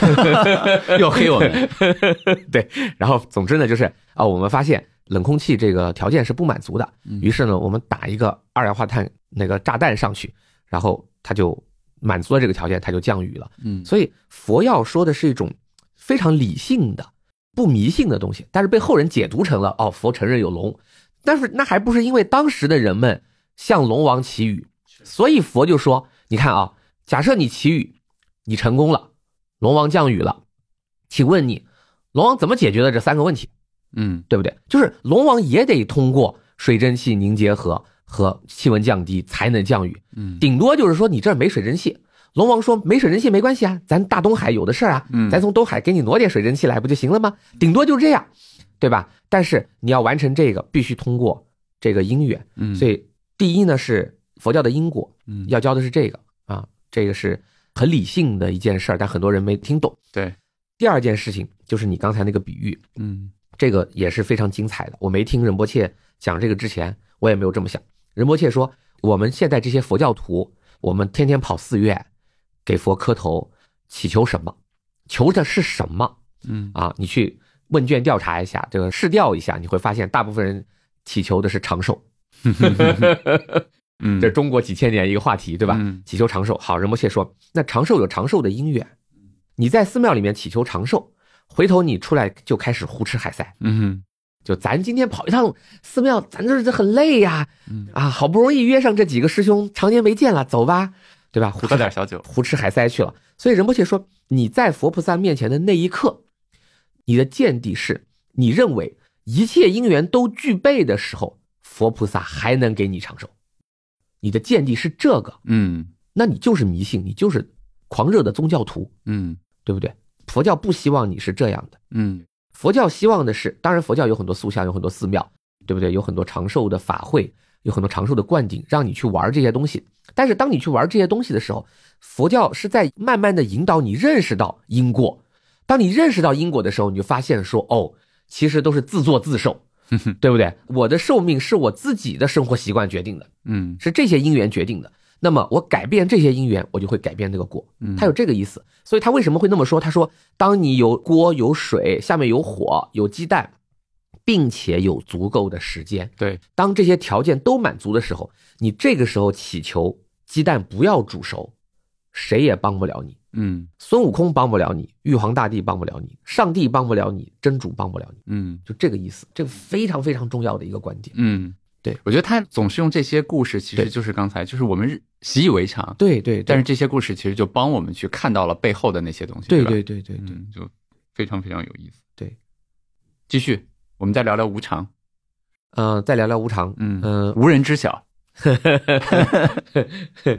Speaker 1: 又黑我们，
Speaker 2: 对，然后总之呢，就是啊、我们发现冷空气这个条件是不满足的，
Speaker 1: 嗯
Speaker 2: 于是呢，我们打一个二氧化碳那个炸弹上去，然后它就满足了这个条件，它就降雨了。
Speaker 1: 嗯
Speaker 2: 所以佛要说的是一种非常理性的、不迷信的东西，但是被后人解读成了哦，佛承认有龙，但是那还不是因为当时的人们向龙王祈雨，所以佛就说，你看啊，假设你祈雨，你成功了，龙王降雨了，请问你，龙王怎么解决的这三个问题？
Speaker 1: 嗯
Speaker 2: 对不对？就是龙王也得通过水蒸气凝结核和气温降低才能降雨，
Speaker 1: 嗯
Speaker 2: 顶多就是说你这儿没水蒸气。龙王说没水蒸气没关系啊，咱大东海有的是啊，
Speaker 1: 嗯
Speaker 2: 咱从东海给你挪点水蒸气来不就行了吗？顶多就这样，对吧？但是你要完成这个，必须通过这个因缘。
Speaker 1: 嗯，
Speaker 2: 所以第一呢是佛教的因果，
Speaker 1: 嗯
Speaker 2: 要教的是这个啊，这个是很理性的一件事儿，但很多人没听懂。
Speaker 1: 对，
Speaker 2: 第二件事情就是你刚才那个比喻，
Speaker 1: 嗯
Speaker 2: 这个也是非常精彩的。我没听仁波切讲这个之前，我也没有这么想。仁波切说，我们现在这些佛教徒，我们天天跑寺院，给佛磕头，祈求什么？求的是什么
Speaker 1: 嗯
Speaker 2: 啊？你去问卷调查一下，这个试调一下，你会发现大部分人祈求的是长寿。
Speaker 1: 嗯，
Speaker 2: 这中国几千年一个话题，对吧？
Speaker 1: 嗯
Speaker 2: 祈求长寿。好，仁波切说，那长寿有长寿的因缘，你在寺庙里面祈求长寿，回头你出来就开始胡吃海塞。
Speaker 1: 嗯
Speaker 2: 就咱今天跑一趟寺庙，咱这这很累呀、
Speaker 1: 嗯
Speaker 2: 啊，好不容易约上这几个师兄，常年没见了，走吧，对吧？胡吃
Speaker 1: 喝点
Speaker 2: 海
Speaker 1: 小酒，
Speaker 2: 胡吃海塞去了。所以仁波切说，你在佛菩萨面前的那一刻，你的见地是，你认为一切因缘都具备的时候，佛菩萨还能给你长寿。你的见地是这个，
Speaker 1: 嗯
Speaker 2: 那你就是迷信，你就是狂热的宗教徒，
Speaker 1: 嗯
Speaker 2: 对不对？佛教不希望你是这样的。
Speaker 1: 嗯
Speaker 2: 佛教希望的是，当然佛教有很多塑像，有很多寺庙，对不对？有很多长寿的法会，有很多长寿的灌顶，让你去玩这些东西。但是当你去玩这些东西的时候，佛教是在慢慢的引导你认识到因果。当你认识到因果的时候，你就发现说，哦，其实都是自作自受，
Speaker 1: 嗯
Speaker 2: 对不对？我的寿命是我自己的生活习惯决定的，
Speaker 1: 嗯
Speaker 2: 是这些因缘决定的。那么我改变这些因缘，我就会改变这个果。
Speaker 1: 嗯，
Speaker 2: 他有这个意思。所以他为什么会那么说？他说，当你有锅、有水，下面有火、有鸡蛋，并且有足够的时间，
Speaker 1: 对，
Speaker 2: 当这些条件都满足的时候，你这个时候祈求鸡蛋不要煮熟，谁也帮不了你。
Speaker 1: 嗯
Speaker 2: 孙悟空帮不了你，玉皇大帝帮不了你，上帝帮不了你，真主帮不了你，
Speaker 1: 嗯
Speaker 2: 就这个意思。这个非常非常重要的一个观点。
Speaker 1: 嗯，
Speaker 2: 对
Speaker 1: 我觉得他总是用这些故事，其实
Speaker 2: 对
Speaker 1: 就是刚才就是我们日习以为常，
Speaker 2: 对对，
Speaker 1: 但是这些故事其实就帮我们去看到了背后的那些东西，
Speaker 2: 对
Speaker 1: 吧？
Speaker 2: 对对对对，
Speaker 1: 嗯，就非常非常有意思。
Speaker 2: 对，
Speaker 1: 继续，我们再聊聊无常。
Speaker 2: 嗯，再聊聊无常。
Speaker 1: 嗯
Speaker 2: 嗯，
Speaker 1: 无人知 晓。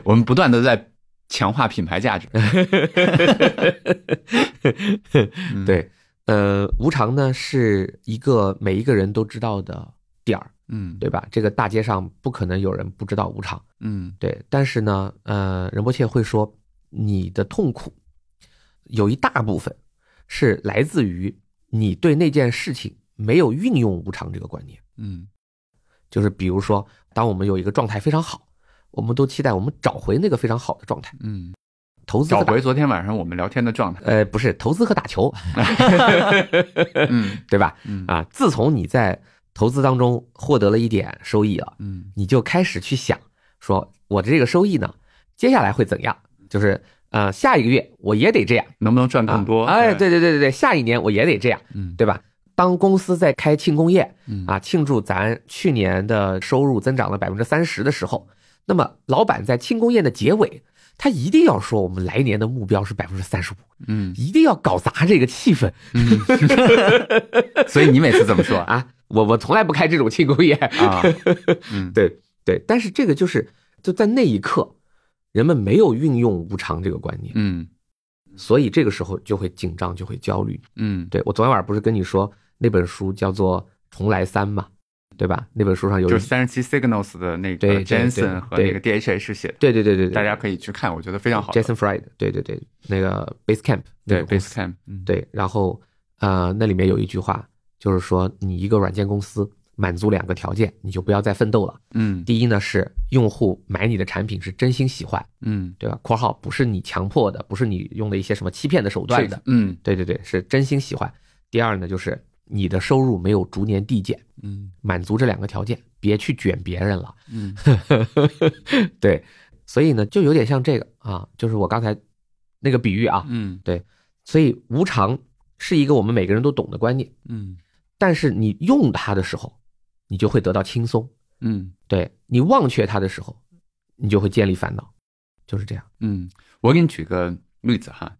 Speaker 1: 我们不断的在强化品牌价值。嗯，
Speaker 2: 对，呃，无常呢是一个每一个人都知道的点儿，
Speaker 1: 嗯，
Speaker 2: 对吧？这个大街上不可能有人不知道无常，
Speaker 1: 嗯
Speaker 2: 对。但是呢，呃，仁波切会说，你的痛苦有一大部分是来自于你对那件事情没有运用无常这个观念。
Speaker 1: 嗯
Speaker 2: 就是比如说，当我们有一个状态非常好，我们都期待我们找回那个非常好的状态，
Speaker 1: 嗯，
Speaker 2: 投资
Speaker 1: 找
Speaker 2: 和打
Speaker 1: 回昨天晚上我们聊天的状态。
Speaker 2: 呃不是投资和打球，
Speaker 1: 嗯
Speaker 2: 对吧？
Speaker 1: 嗯
Speaker 2: 啊，自从你在投资当中获得了一点收益了，
Speaker 1: 嗯
Speaker 2: 你就开始去想，说我的这个收益呢，接下来会怎样？就是呃，下一个月我也得这样，
Speaker 1: 能不能赚更多？
Speaker 2: 啊哎，，对对对对对，下一年我也得这样，
Speaker 1: 嗯
Speaker 2: 对吧？当公司在开庆功宴
Speaker 1: 嗯
Speaker 2: 啊，庆祝咱去年的收入增长了百分之三十的时候，那么老板在庆功宴的结尾，他一定要说我们来年的目标是百分之三十五，
Speaker 1: 嗯
Speaker 2: 一定要搞砸这个气氛，
Speaker 1: 嗯， 所以你每次怎么 说啊？
Speaker 2: 啊，我我从来不开这种庆功宴。
Speaker 1: 啊，嗯
Speaker 2: 对对，但是这个就是就在那一刻，人们没有运用无常这个观念，
Speaker 1: 嗯
Speaker 2: 所以这个时候就会紧张，就会焦虑。
Speaker 1: 嗯，
Speaker 2: 对我昨天晚上不是跟你说那本书叫做《重来三》嘛，对吧？那本书上有一
Speaker 1: 就是三十七 Signals 的那
Speaker 2: 对
Speaker 1: 个
Speaker 2: 对对
Speaker 1: Jensen 和那个 DHH 写的，
Speaker 2: 对对对对对，
Speaker 1: 大家可以去看，我觉得非常好的。
Speaker 2: Jason Fried，对对对，那个 Basecamp 那
Speaker 1: 对
Speaker 2: 个公司
Speaker 1: Basecamp，嗯
Speaker 2: 对，然后呃，那里面有一句话，就是说你一个软件公司满足两个条件，你就不要再奋斗了。
Speaker 1: 嗯
Speaker 2: 第一呢是用户买你的产品是真心喜欢，
Speaker 1: 嗯，
Speaker 2: 对吧？（括号不是你强迫的，不是你用的一些什么欺骗的手段的，
Speaker 1: 嗯
Speaker 2: 对对对，是真心喜欢。）第二呢，就是你的收入没有逐年递减，
Speaker 1: 嗯
Speaker 2: 满足这两个条件，别去卷别人了。
Speaker 1: 嗯
Speaker 2: 对，所以呢，就有点像这个啊，就是我刚才那个比喻啊。
Speaker 1: 嗯
Speaker 2: 所以无常是一个我们每个人都懂的观念，
Speaker 1: 嗯
Speaker 2: 但是你用它的时候，你就会得到轻松；
Speaker 1: 嗯
Speaker 2: 对你忘却它的时候，你就会建立烦恼。就是这样。
Speaker 1: 嗯，我给你举个例子哈，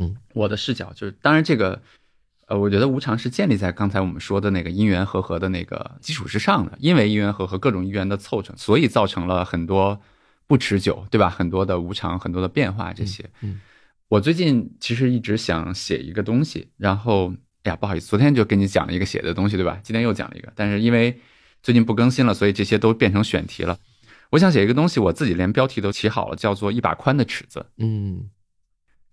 Speaker 2: 嗯，
Speaker 1: 我的视角就是，当然这个，呃，我觉得无常是建立在刚才我们说的那个因缘和合的那个基础之上的，因为因缘和合各种因缘的凑成，所以造成了很多不持久，对吧？很多的无常，很多的变化这些。
Speaker 2: 嗯嗯
Speaker 1: 我最近其实一直想写一个东西，然后，哎呀，不好意思，昨天就跟你讲了一个写的东西，对吧？今天又讲了一个，但是因为最近不更新了，所以这些都变成选题了。我想写一个东西，我自己连标题都起好了，叫做“一把宽的尺子”。
Speaker 2: 嗯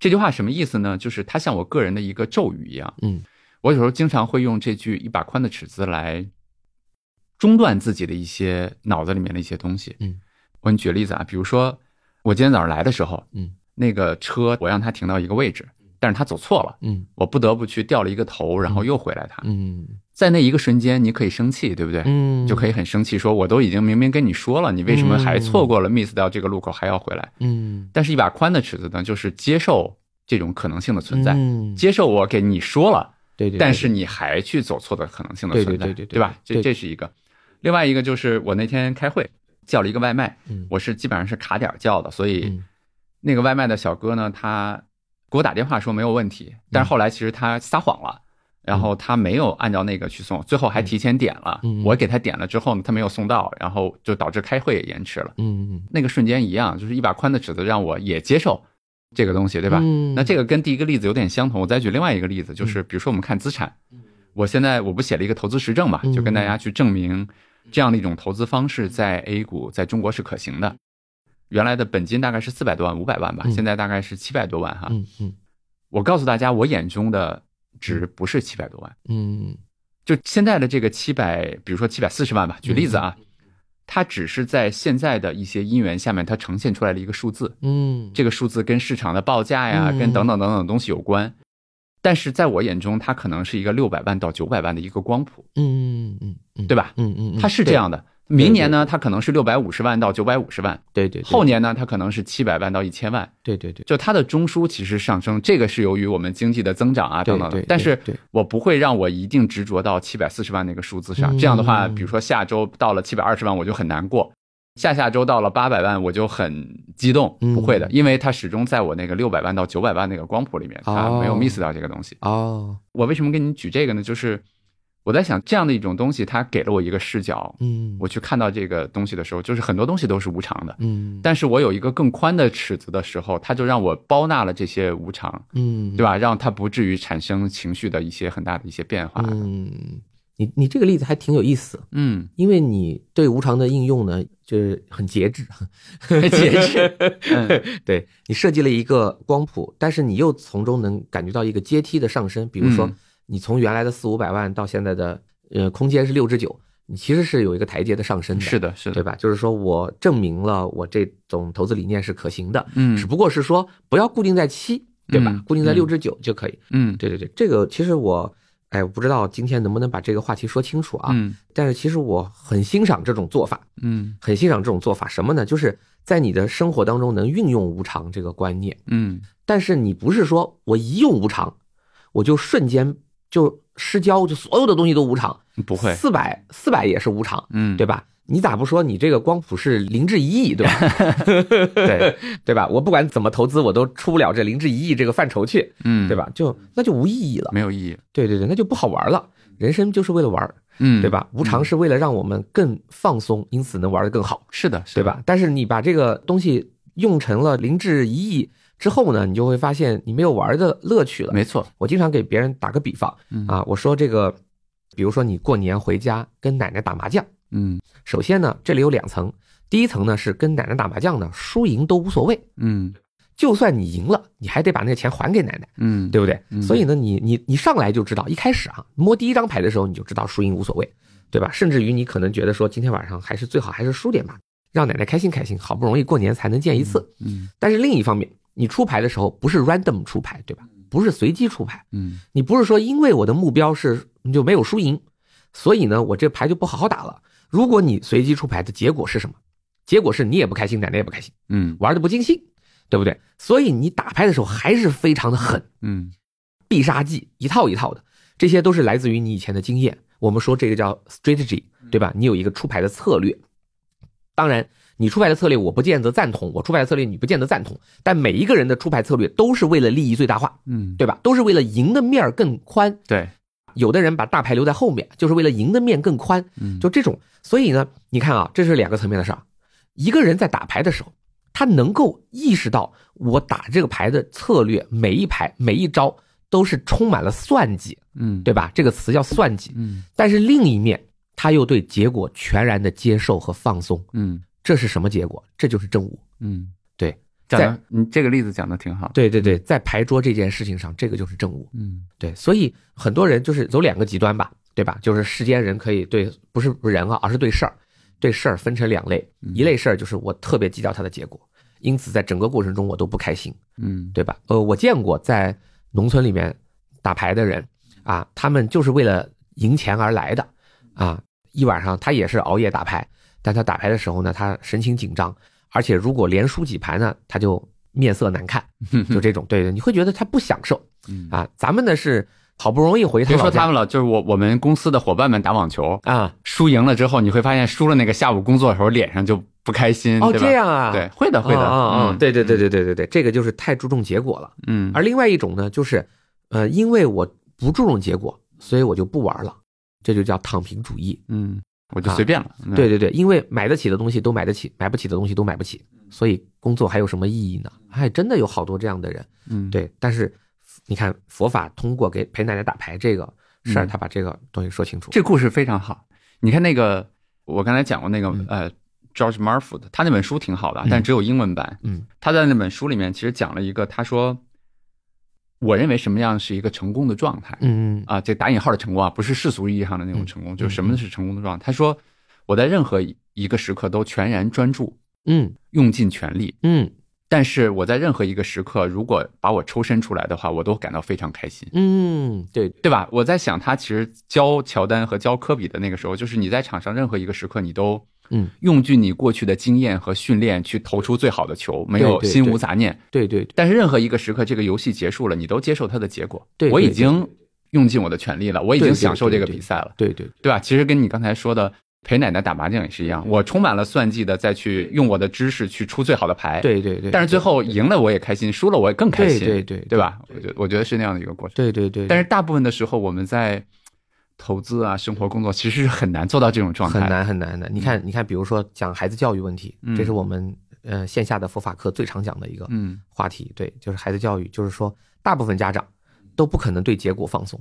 Speaker 1: 这句话什么意思呢？就是它像我个人的一个咒语一样。
Speaker 2: 嗯
Speaker 1: 我有时候经常会用这句“一把宽的尺子”来中断自己的一些脑子里面的一些东西。
Speaker 2: 嗯，
Speaker 1: 我给你举个例子啊，比如说我今天早上来的时候，
Speaker 2: 嗯
Speaker 1: 那个车我让它停到一个位置，但是它走错了，
Speaker 2: 嗯
Speaker 1: 我不得不去掉了一个头，然后又回来它。
Speaker 2: 嗯
Speaker 1: 在那一个瞬间，你可以生气，对不对？
Speaker 2: 嗯，
Speaker 1: 就可
Speaker 2: 以。
Speaker 1: 以很生气，说我都已经明明跟你说了，你为什么还错过了 miss 掉这个路口还要回来？
Speaker 2: 嗯，
Speaker 1: 但是一把宽的尺子呢，就是接受这种可能性的存在，
Speaker 2: 嗯
Speaker 1: 接受我给你说了，
Speaker 2: 对对，
Speaker 1: 但是你还去走错的可能性的
Speaker 2: 对
Speaker 1: 存在，
Speaker 2: 对对对对
Speaker 1: 吧？这
Speaker 2: 对
Speaker 1: 这是一个。另外一个就是我那天开会叫了一个外卖，
Speaker 2: 嗯
Speaker 1: 我是基本上是卡点儿叫的，所以
Speaker 2: 嗯
Speaker 1: 那个外卖的小哥呢，他给我打电话说没有问题，
Speaker 2: 嗯
Speaker 1: 但是后来其实他撒谎了。然后他没有按照那个去送，最后还提前点了。
Speaker 2: 嗯嗯
Speaker 1: 我给他点了之后呢，他没有送到，然后就导致开会也延迟了。
Speaker 2: 嗯嗯，
Speaker 1: 那个瞬间一样，就是一把宽的尺子让我也接受这个东西，对吧？
Speaker 2: 嗯
Speaker 1: 那这个跟第一个例子有点相同。我再举另外一个例子，就是比如说我们看资产，我现在我不写了一个投资实证嘛，
Speaker 2: 嗯
Speaker 1: 就跟大家去证明这样的一种投资方式在 A 股在中国是可行的。原来的本金大概是四百多万、五百万吧，
Speaker 2: 嗯
Speaker 1: 现在大概是七百多万哈。
Speaker 2: 嗯嗯
Speaker 1: 我告诉大家，我眼中的值不是七百多万，
Speaker 2: 嗯
Speaker 1: 就现在的这个七百，比如说七百四十万吧，举例子啊，
Speaker 2: 嗯
Speaker 1: 它只是在现在的一些因缘下面，它呈现出来的一个数字。
Speaker 2: 嗯，
Speaker 1: 这个数字跟市场的报价呀，
Speaker 2: 嗯
Speaker 1: 跟等等等等东西有关。但是在我眼中，它可能是一个六百万到九百万的一个光谱，
Speaker 2: 嗯嗯嗯，
Speaker 1: 对吧？
Speaker 2: 嗯嗯，
Speaker 1: 它是这，样的。明年呢，它可能是六百五十万到九百五十万，
Speaker 2: 对对，
Speaker 1: 后，年呢，它可能是七百万到一千万。
Speaker 2: 对对对，
Speaker 1: 就它的中枢其实上升，这个是由于我们经济的增长啊
Speaker 2: 对
Speaker 1: 等等
Speaker 2: 对
Speaker 1: 的
Speaker 2: 对。
Speaker 1: 但是
Speaker 2: 对
Speaker 1: 我不会让我一定执着到七百四十万那个数字上，
Speaker 2: 嗯
Speaker 1: 这样的话，比如说下周到了七百二十万我就很难过，下下周到了八百万我就很激动，
Speaker 2: 嗯
Speaker 1: 不会的，因为它始终在我那个六百万到九百万那个光谱里面，它
Speaker 2: 哦
Speaker 1: 没有 miss 到这个东西。
Speaker 2: 哦，
Speaker 1: 我为什么跟你举这个呢？就是我在想，这样的一种东西，它给了我一个视角，
Speaker 2: 嗯，
Speaker 1: 我去看到这个东西的时候，就是很多东西都是无常的。
Speaker 2: 嗯
Speaker 1: 但是我有一个更宽的尺子的时候，它就让我包纳了这些无常，
Speaker 2: 嗯，
Speaker 1: 对吧？让它不至于产生情绪的一些很大的一些变化。
Speaker 2: 嗯，你你这个例子还挺有意思，
Speaker 1: 嗯，
Speaker 2: 因为你对无常的应用呢，就是很节制，
Speaker 1: 节制。
Speaker 2: 嗯对你设计了一个光谱，但是你又从中能感觉到一个阶梯的上升，比如说
Speaker 1: 嗯
Speaker 2: 你从原来的四五百万到现在的呃空间是六至九，你其实是有一个台阶的上升 的，
Speaker 1: 是的，是
Speaker 2: 嗯
Speaker 1: 的，
Speaker 2: 对吧？就是说我证明了我这种投资理念是可行的，
Speaker 1: 嗯
Speaker 2: 只不过是说不要固定在七，对吧？
Speaker 1: 嗯
Speaker 2: 固定在
Speaker 1: 嗯
Speaker 2: 六至九就可以。
Speaker 1: 嗯
Speaker 2: 对对对，这个其实我，哎，我不知道今天能不能把这个话题说清楚啊。
Speaker 1: 嗯
Speaker 2: 但是其实我很欣赏这种做法，
Speaker 1: 嗯
Speaker 2: 很欣赏这种做法。什么呢？就是在你的生活当中能运用无常这个观念，
Speaker 1: 嗯
Speaker 2: 但是你不是说我一用无常，我就瞬间就失焦，就所有的东西都无常。
Speaker 1: 嗯，不会，
Speaker 2: 四百四百也是无常，
Speaker 1: 嗯，
Speaker 2: 对
Speaker 1: 吧？
Speaker 2: 吧？你咋不说你这个光谱是零至一亿，对吧？
Speaker 1: 对，
Speaker 2: 对吧？我不管怎么投资，我都出不了这零至一亿这个范畴去，
Speaker 1: 嗯，
Speaker 2: 对？吧？就那就无意义了。
Speaker 1: 没有意义，
Speaker 2: 对对对，那就不好玩了。人生就是为了玩儿，
Speaker 1: 嗯，
Speaker 2: 对吧？无常
Speaker 1: 嗯
Speaker 2: 是为了让我们更放松，因此能玩得更好，
Speaker 1: 是的，是
Speaker 2: 对
Speaker 1: 的？
Speaker 2: 吧？但是你把这个东西用成了零至一亿之后呢，你就会发现你没有玩的乐趣了。
Speaker 1: 没错，
Speaker 2: 我经常给别人打个比方
Speaker 1: 嗯
Speaker 2: 啊，我说这个，比如说你过年回家跟奶奶打麻将，
Speaker 1: 嗯
Speaker 2: 首先呢，这里有两层，第一层呢是跟奶奶打麻将呢，输赢都无所谓，
Speaker 1: 嗯
Speaker 2: 就算你赢了，你还得把那个钱还给奶奶。
Speaker 1: 嗯，
Speaker 2: 对不对？
Speaker 1: 嗯
Speaker 2: 所以呢，你你你上来就知道，一开始啊，摸第一张牌的时候你就知道输赢无所谓，对吧？甚至于你可能觉得说，今天晚上还是最好还是输点吧，让奶奶开心开心，好不容易过年才能见一次。
Speaker 1: 嗯
Speaker 2: 但是另一方面，你出牌的时候不是 random 出牌，对吧？不是随机出牌，
Speaker 1: 嗯
Speaker 2: 你不是说因为我的目标是就没有输赢，所以呢，我这牌就不好好打了。如果你随机出牌的结果是什么？结果是你也不开心，奶奶也不开心，
Speaker 1: 嗯
Speaker 2: 玩的不尽兴，对不对？所以你打牌的时候还是非常的狠。
Speaker 1: 嗯
Speaker 2: 必杀技，一套一套的，这些都是来自于你以前的经验。我们说这个叫 strategy，对吧？你有一个出牌的策略。当然，你出牌的策略我不见得赞同，我出牌的策略你不见得赞同，但每一个人的出牌策略都是为了利益最大化，
Speaker 1: 嗯，
Speaker 2: 对吧？都是为了赢的面儿更宽。
Speaker 1: 对，
Speaker 2: 有的人把大牌留在后面，就是为了赢的面更宽。
Speaker 1: 嗯，
Speaker 2: 就这种，所以呢，你看啊，这是两个层面的事儿。一个人在打牌的时候，他能够意识到我打这个牌的策略，每一牌每一招都是充满了算计，
Speaker 1: 嗯，
Speaker 2: 对吧？这个词叫算计。
Speaker 1: 嗯，
Speaker 2: 但是另一面，他又对结果全然的接受和放松，
Speaker 1: 嗯
Speaker 2: 这是什么结果？这就是正悟。
Speaker 1: 嗯，
Speaker 2: 对，
Speaker 1: 讲
Speaker 2: 在
Speaker 1: 的你这个例子讲的挺好，
Speaker 2: 对对对，在牌桌这件事情上，这个就是正悟。
Speaker 1: 嗯
Speaker 2: 对，所以很多人就是走两个极端吧，对吧？就是世间人可以对不是人啊，而是对事儿，对事儿分成两类，一类事儿就是我特别计较它的结果，因此在整个过程中我都不开心，
Speaker 1: 嗯
Speaker 2: 对吧？呃，我见过在农村里面打牌的人啊，他们就是为了赢钱而来的啊，一晚上他也是熬夜打牌，但他打牌的时候呢，他神情紧张，而且如果连输几盘呢，他就面色 难看，就这种，对对，你会觉得他不享受。
Speaker 1: 嗯，
Speaker 2: 啊，咱们呢是好不容易回趟
Speaker 1: 别
Speaker 2: 老
Speaker 1: 说他
Speaker 2: 家
Speaker 1: 们了，就是我我们公司的伙伴们打网球，
Speaker 2: 啊，
Speaker 1: 输赢了之后，你会发现输了那个下午工作的时候脸上就不开心，
Speaker 2: 哦
Speaker 1: 对吧
Speaker 2: 这样啊，
Speaker 1: 对，会的会的，
Speaker 2: 啊啊啊
Speaker 1: 嗯，
Speaker 2: 对对对，对对对对，这个就是太注重结果了。
Speaker 1: 嗯，
Speaker 2: 而另外一种呢，就是呃，因为我不注重结果，所以我就不玩了，这就叫躺平主义。
Speaker 1: 嗯，我就随便了，嗯
Speaker 2: 啊对，对对，因为买得起的东西都买得起，买不起的东西都买不起，所以工作还有什么意义呢？哎，真的有好多这样的人。
Speaker 1: 嗯，
Speaker 2: 对，但是你看佛法通过给陪奶奶打牌这个事儿，
Speaker 1: 嗯
Speaker 2: 他把这个东西说清楚。
Speaker 1: 这故事非常好。你看那个，我刚才讲过那个
Speaker 2: 嗯
Speaker 1: 呃，George Marfoot，他那本书挺好的
Speaker 2: 嗯，
Speaker 1: 但只有英文版。
Speaker 2: 嗯
Speaker 1: 他在那本书里面其实讲了一个，他说，我认为什么样是一个成功的状态
Speaker 2: 嗯
Speaker 1: 啊？这打引号的成功啊，不是世俗意义上的那种成功，
Speaker 2: 嗯
Speaker 1: 就是什么是成功的状态。他说，我在任何一个时刻都全然专注，
Speaker 2: 嗯
Speaker 1: 用尽全力。
Speaker 2: 嗯
Speaker 1: 但是我在任何一个时刻，如果把我抽身出来的话，我都感到非常开心。
Speaker 2: 嗯，对，
Speaker 1: 对吧？我在想，他其实教乔丹和教科比的那个时候，就是你在场上任何一个时刻，你都
Speaker 2: 嗯
Speaker 1: 用尽你过去的经验和训练去投出最好的球，没有
Speaker 2: 对对
Speaker 1: 心无
Speaker 2: 对
Speaker 1: 杂念。
Speaker 2: 对对对
Speaker 1: 但是任何一个时刻，这个游戏结束了，你都接受它的结果。
Speaker 2: 对对
Speaker 1: 我已
Speaker 2: 对
Speaker 1: 经用尽我的全力了，我已
Speaker 2: 对
Speaker 1: 经
Speaker 2: 对
Speaker 1: 享受这
Speaker 2: 对
Speaker 1: 个
Speaker 2: 对
Speaker 1: 比赛了，
Speaker 2: 对对，
Speaker 1: 对吧？其实跟你刚才说的陪奶奶打麻将也是一
Speaker 2: 嗯
Speaker 1: 样，我充满了算计的再去用我的知识去出最好的牌。。
Speaker 2: 对对对，
Speaker 1: 但是最后赢了我也开心，输了我也更开
Speaker 2: 对
Speaker 1: 心，
Speaker 2: 对对
Speaker 1: 对？吧？我觉得我觉得是那样的一个过程。
Speaker 2: 对对对，
Speaker 1: 但是大部分的时候，我们在投资啊、生活、工作，其实是很难做到这种状态。
Speaker 2: 很。难很难的。你看，你看，比如说讲孩子教育问题，
Speaker 1: 嗯
Speaker 2: 这是我们呃线下的佛法课最常讲的一个
Speaker 1: 嗯
Speaker 2: 话题。对，就是孩子教育，就是说大部分家长都不可能对结果放松，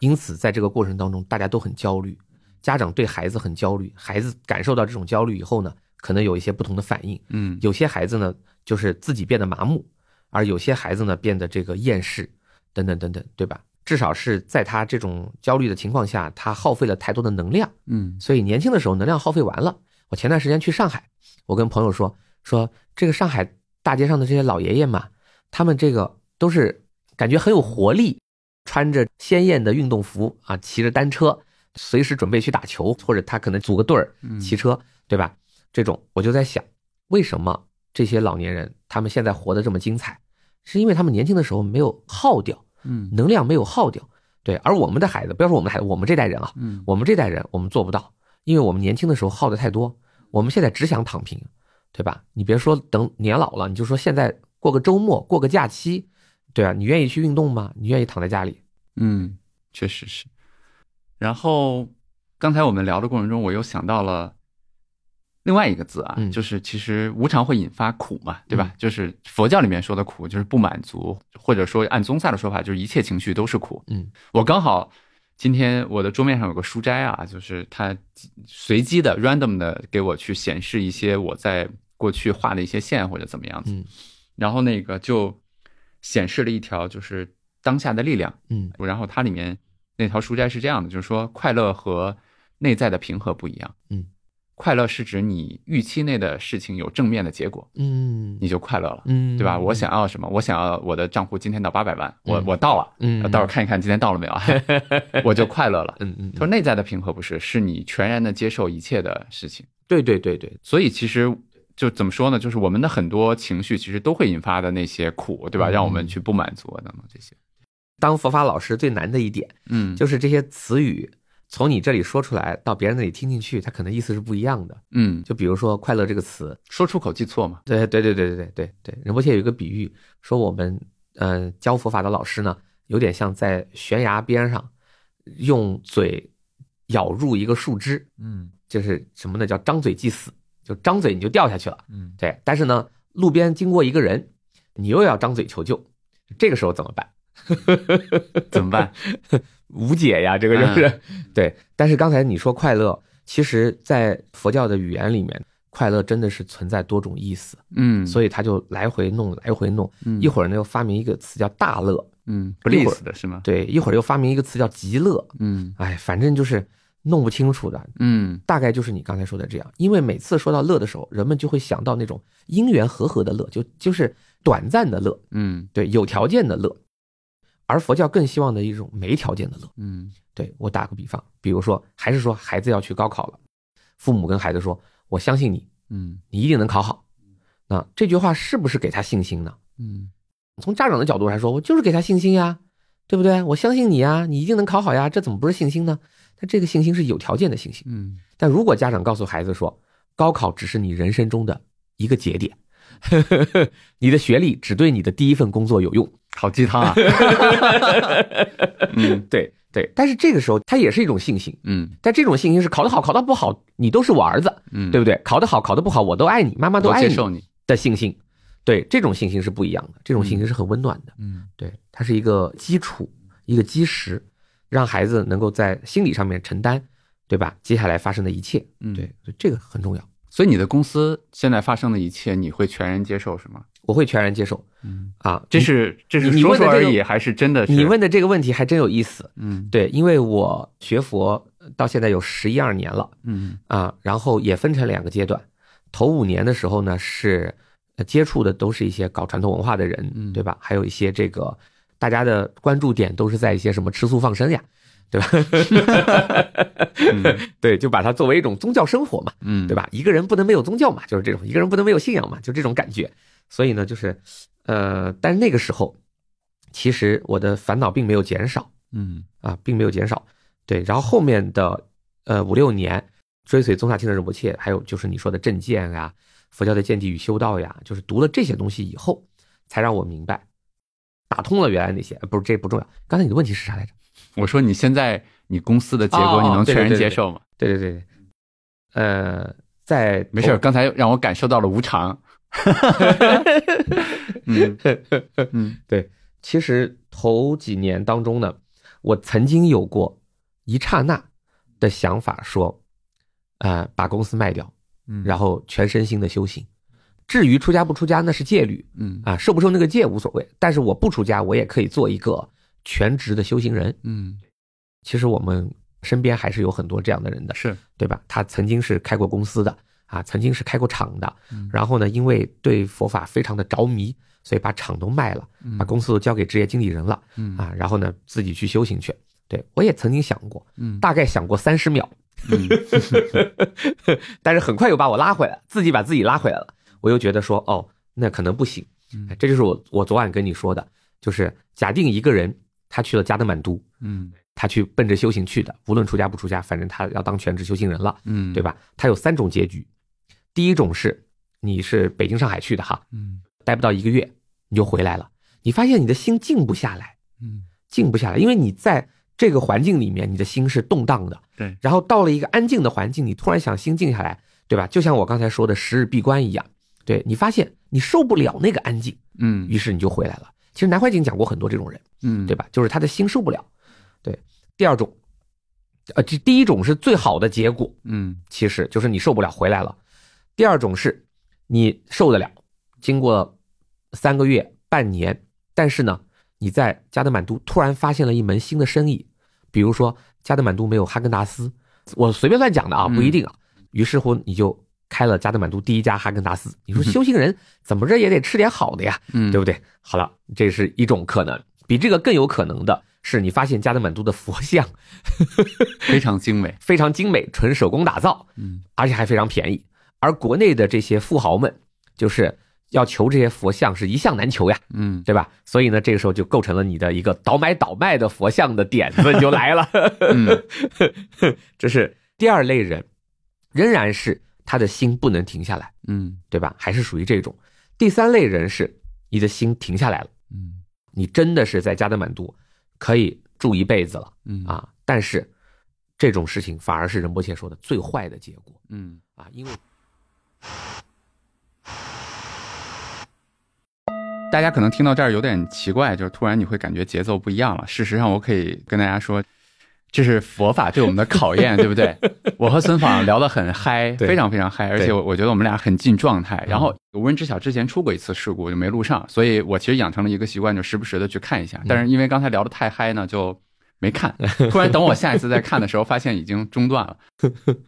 Speaker 2: 因此在这个过程当中，大家都很焦虑，家长对孩子很焦虑，孩子感受到这种焦虑以后呢，可能有一些不同的反应。
Speaker 1: 嗯
Speaker 2: 有些孩子呢，就是自己变得麻木，而有些孩子呢，变得这个厌世，等等等等，对吧？至少是在他这种焦虑的情况下，他耗费了太多的能量，
Speaker 1: 嗯
Speaker 2: 所以年轻的时候能量耗费完了。我前段时间去上海，我跟朋友说说这个上海大街上的这些老爷爷嘛，他们这个都是感觉很有活力，穿着鲜艳的运动服啊，骑着单车，随时准备去打球，或者他可能组个队儿
Speaker 1: 嗯
Speaker 2: 骑车，对吧？这种我就在想，为什么这些老年人他们现在活得这么精彩，是因为他们年轻的时候没有耗掉，
Speaker 1: 嗯
Speaker 2: 能量没有耗掉。对，而我们的孩子，不要说我们的孩子，我们这代人啊，
Speaker 1: 嗯
Speaker 2: 我们这代人我们做不到，因为我们年轻的时候耗的太多，我们现在只想躺平，对吧？你别说等年老了，你就说现在过个周末，过个假期，对啊，你愿意去运动吗？你愿意躺在家里？
Speaker 1: 嗯，确实是。然后刚才我们聊的过程中，我又想到了另外一个字啊，
Speaker 2: 嗯
Speaker 1: 就是其实无常会引发苦嘛，对吧？就是佛教里面说的苦，就是不满足，或者说按宗萨的说法，就是一切情绪都是苦。
Speaker 2: 嗯
Speaker 1: 我刚好今天我的桌面上有个书斋啊，就是它随机的、random 的给我去显示一些我在过去画的一些线或者怎么样子，
Speaker 2: 嗯
Speaker 1: 然后那个就显示了一条就是当下的力量，
Speaker 2: 嗯
Speaker 1: 然后它里面那条书斋是这样的，就是说快乐和内在的平和不一样，
Speaker 2: 嗯，
Speaker 1: 快乐是指你预期内的事情有正面的结果，
Speaker 2: 嗯
Speaker 1: 你就快乐了。
Speaker 2: 嗯，
Speaker 1: 对吧？我想要什么？我想要我的账户今天到八百万，我
Speaker 2: 嗯
Speaker 1: 我到了，
Speaker 2: 嗯，
Speaker 1: 待会儿看一看今天到了没 有啊，我就快乐了。
Speaker 2: 嗯嗯，
Speaker 1: 他说内在的平和不是，是你全然的接受一切的事情。
Speaker 2: 对对对对，
Speaker 1: 所以其实就怎么说呢？就是我们的很多情绪其实都会引发的那些苦，对吧？
Speaker 2: 嗯
Speaker 1: 让我们去不满足啊等等这些。
Speaker 2: 当佛法老师最难的一点
Speaker 1: 嗯，
Speaker 2: 就是这些词语从你这里说出来到别人那里听进去，它可能意思是不一样的。
Speaker 1: 嗯，
Speaker 2: 就比如说“快乐”这个词，
Speaker 1: 说出口即错嘛。
Speaker 2: 对对对对对对对对，仁波切有一个比喻，说我们嗯、呃教佛法的老师呢，有点像在悬崖边上用嘴咬入一个树枝，
Speaker 3: 嗯
Speaker 2: 就是什么呢？叫张嘴即死，就张嘴你就掉下去了。
Speaker 3: 嗯
Speaker 2: 对，但是呢，路边经过一个人，你又要张嘴求救，这个时候怎么办？
Speaker 1: 怎么办？
Speaker 2: 无解呀，这个就是、 对。但是刚才你说快乐，其实，在佛教的语言里面，快乐真的是存在多种意思，
Speaker 1: 嗯，
Speaker 2: 所
Speaker 1: 以
Speaker 2: 以他就来回弄，来回弄。
Speaker 1: 嗯
Speaker 2: 一会儿呢，又发明一个词叫大乐，
Speaker 1: 嗯
Speaker 2: 一会儿
Speaker 1: ，bliss 的是吗？
Speaker 2: 对，一会儿又发明一个词叫极乐，
Speaker 1: 嗯
Speaker 2: 哎，反正就是弄不清楚的。
Speaker 1: 嗯
Speaker 2: 大概就是你刚才说的这样，因为每次说到乐的时候，人们就会想到那种因缘和合的乐，就就是短暂的乐，
Speaker 1: 嗯
Speaker 2: 对，有条件的乐，而佛教更希望的一种没条件的乐。
Speaker 1: 嗯
Speaker 2: 对我打个比方，比如说，还是说孩子要去高考了，父母跟孩子说：“我相信你，
Speaker 1: 嗯
Speaker 2: 你一定能考好。”那这句话是不是给他信心呢？
Speaker 1: 嗯
Speaker 2: 从家长的角度来说，我就是给他信心呀，对不对？我相信你呀，你一定能考好呀，这怎么不是信心呢？他这个信心是有条件的信心。
Speaker 1: 嗯
Speaker 2: 但如果家长告诉孩子说，高考只是你人生中的一个节点， 你的学历只对你的第一份工作有用，
Speaker 1: 好鸡 汤啊！嗯
Speaker 2: 对对，但是这个时候它也是一种信心，
Speaker 1: 嗯
Speaker 2: 但这种信心是考得好，考得不好，你都是我儿子，
Speaker 1: 嗯，
Speaker 2: 对不对？考得好，考得不好，我都爱你，妈妈都
Speaker 1: 我
Speaker 2: 爱
Speaker 1: 接
Speaker 2: 你
Speaker 1: 受你。
Speaker 2: 的信心，对，这种信心是不一样的，这种信心是很温暖的，
Speaker 3: 嗯
Speaker 2: 对，它是一个基础，一个基石，让孩子能够在心理上面承担，对吧？接下来发生的一切，
Speaker 1: 嗯
Speaker 2: 对，所以这个很重要，
Speaker 1: 所以你的公司现在发生的一切，你会全然接受是吗？
Speaker 2: 我会全然接受
Speaker 1: 嗯，
Speaker 2: 啊，
Speaker 1: 这是这是
Speaker 2: 你
Speaker 1: 说
Speaker 2: 问的
Speaker 1: 说
Speaker 2: 这
Speaker 1: 而
Speaker 2: 个
Speaker 1: 已，还是真的是？
Speaker 2: 你问的这个问题还真有意思，
Speaker 1: 嗯
Speaker 2: 对，因为我学佛到现在有十一二年了。
Speaker 1: 嗯
Speaker 2: 啊，然后也分成两个阶段。头五年的时候呢，是呃接触的都是一些搞传统文化的人，
Speaker 1: 嗯
Speaker 2: 对吧？还有一些这个大家的关注点都是在一些什么吃素放生呀， 对吧？
Speaker 1: 嗯
Speaker 2: 对，就把它作为一种宗教生活嘛，
Speaker 1: 嗯，
Speaker 2: 对？吧？一个人不能没有宗教嘛，就是这种，一个人不能没有信仰嘛，就这种感觉。所以呢，就是呃，但是那个时候，其实我的烦恼并没有减少，
Speaker 1: 嗯
Speaker 2: 啊，并没有减少。对，然后后面的呃五六年，追随宗萨钦的仁波切，还有就是你说的正见呀、佛教的见地与修道呀，就是读了这些东西以后，才让我明白，打通了原来那些，呃不是这不重要。刚才你的问题是啥来着？
Speaker 1: 我说你现在你公司的结果，
Speaker 2: 哦
Speaker 1: 你能
Speaker 2: 对
Speaker 1: 全然
Speaker 2: 对对
Speaker 1: 接
Speaker 2: 对
Speaker 1: 受吗？
Speaker 2: 对对对对，呃，在
Speaker 1: 没事儿，刚才让我感受到了无常。 嗯嗯
Speaker 2: 其实头几年当中呢，我曾经有过一刹那的想法，说，呃，把公司卖掉，
Speaker 3: 嗯，
Speaker 2: 然后全身心的修行。至于出家不出家，那是戒律
Speaker 1: 嗯
Speaker 2: 啊，受不受那个戒无所谓。但是我不出家，我也可以做一个全职的修行人。
Speaker 1: 嗯，
Speaker 2: 其实我们身边还是有很多这样的人的，
Speaker 1: 是
Speaker 2: 对吧？他曾经是开过公司的啊，曾经是开过厂的
Speaker 1: 嗯，
Speaker 2: 然后呢，因为对佛法非常的着迷，所以把厂都卖了，把公司都交给职业经理人了
Speaker 1: 嗯
Speaker 2: 啊，然后呢，自己去修行去。对我也曾经想过，
Speaker 1: 嗯
Speaker 2: 大概想过三十秒，
Speaker 1: 嗯
Speaker 2: 但是很快又把我拉回来，自己把自己拉回来了。我又觉得说，哦，那可能不行
Speaker 1: 嗯。
Speaker 2: 哎这就是我我昨晚跟你说的，就是假定一个人他去了加德满都，
Speaker 1: 嗯
Speaker 2: 他去奔着修行去的，无论出家不出家，反正他要当全职修行人了，
Speaker 1: 嗯，
Speaker 2: 对？吧？他有三种结局，第一种是你是北京上海去的哈，
Speaker 1: 嗯
Speaker 2: 待不到一个月你就回来了，你发现你的心静不下来，
Speaker 1: 嗯
Speaker 2: 静不下来，因为你在这个环境里面，你的心是动荡的。
Speaker 1: 对
Speaker 2: 然后到了一个安静的环境，你突然想心静下来，对吧？就像我刚才说的十日闭关一样，对你发现你受不了那个安静，
Speaker 1: 嗯
Speaker 2: 于是你就回来了。其实南怀瑾讲过很多这种人，
Speaker 1: 嗯
Speaker 2: 对吧？就是他的心受不了。对，第二种，呃，这第一种是最好的结果，
Speaker 1: 嗯
Speaker 2: 其实就是你受不了回来了。第二种是你受得了，经过三个月、半年，但是呢，你在加德满都突然发现了一门新的生意，比如说加德满都没有哈根达斯，我随便乱讲的啊，
Speaker 1: 嗯
Speaker 2: 不一定啊。于是乎你就开了加德满都第一家哈根达斯。你说修行人怎么着也得吃点好的呀，
Speaker 1: 嗯
Speaker 2: 对不对？好了，这是一种可能。比这个更有可能的是，你发现加德满都的佛像
Speaker 1: 非常精美。
Speaker 2: 非常精美，纯手工打造，
Speaker 1: 嗯
Speaker 2: 而且还非常便宜。而国内的这些富豪们，就是要求这些佛像是一项难求呀，
Speaker 1: 嗯，
Speaker 2: 对吧？所以呢，这个时候就构成了你的一个倒买倒卖的佛像的点子，你就来了。
Speaker 1: 嗯
Speaker 2: 这是第二类人，仍然是他的心不能停下来，
Speaker 1: 嗯
Speaker 2: 对吧？还是属于这种。第三类人是你的心停下来了，
Speaker 1: 嗯
Speaker 2: 你真的是在加德满都可以住一辈子了
Speaker 1: 嗯，
Speaker 2: 啊！但是这种事情反而是仁波切说的最坏的结果。
Speaker 1: 嗯，
Speaker 2: 啊，因为
Speaker 1: 大家可能听到这儿有点奇怪，就是突然你会感觉节奏不一样了。事实上，我可以跟大家说。这是佛法对我们的考 验，对不对？我和孙访聊得很嗨，
Speaker 2: 对嗯
Speaker 1: 非常非常嗨，而且我我觉得我们俩很进状态。然后无人知晓之前出过一次事故，就没录上，所以我其实养成了一个习惯，就时不时的去看一
Speaker 2: 嗯
Speaker 1: 下。但是因为刚才聊得太嗨呢，就没 看。突然等我下一次再看的时候，发现已经中断了。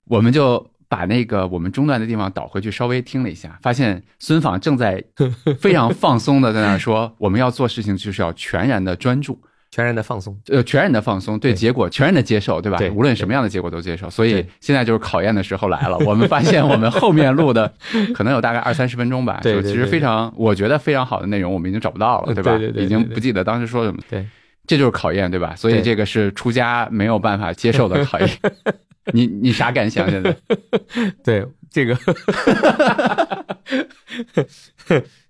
Speaker 1: 我们就把那个我们中断的地方倒回去，稍微听了一下，发现孙访正在 非常放松的在那儿说，我们要做事情就是要全然的专注。
Speaker 2: 全然的放松，
Speaker 1: 呃，全然的放松，对
Speaker 2: 对
Speaker 1: 结果全然的接受，对吧？
Speaker 2: 对
Speaker 1: 无论什么样的结果都接受。所以
Speaker 2: 对
Speaker 1: 现在就是考验的时候来了。我们发现我们后面录 的可能有大概二三十分钟吧，
Speaker 2: 对
Speaker 1: 就
Speaker 2: 对
Speaker 1: 其实
Speaker 2: 对
Speaker 1: 非常，我觉得非常好的内容，我们已经找不到了，
Speaker 2: 嗯
Speaker 1: 对吧？
Speaker 2: 对对对
Speaker 1: 已经
Speaker 2: 对对
Speaker 1: 不记得当时说什么。
Speaker 2: 对，
Speaker 1: 这就是考验，对吧？所以
Speaker 2: 对
Speaker 1: 这个是出家没有办法接受的 考验。你你啥感想？现在？
Speaker 2: 对这个，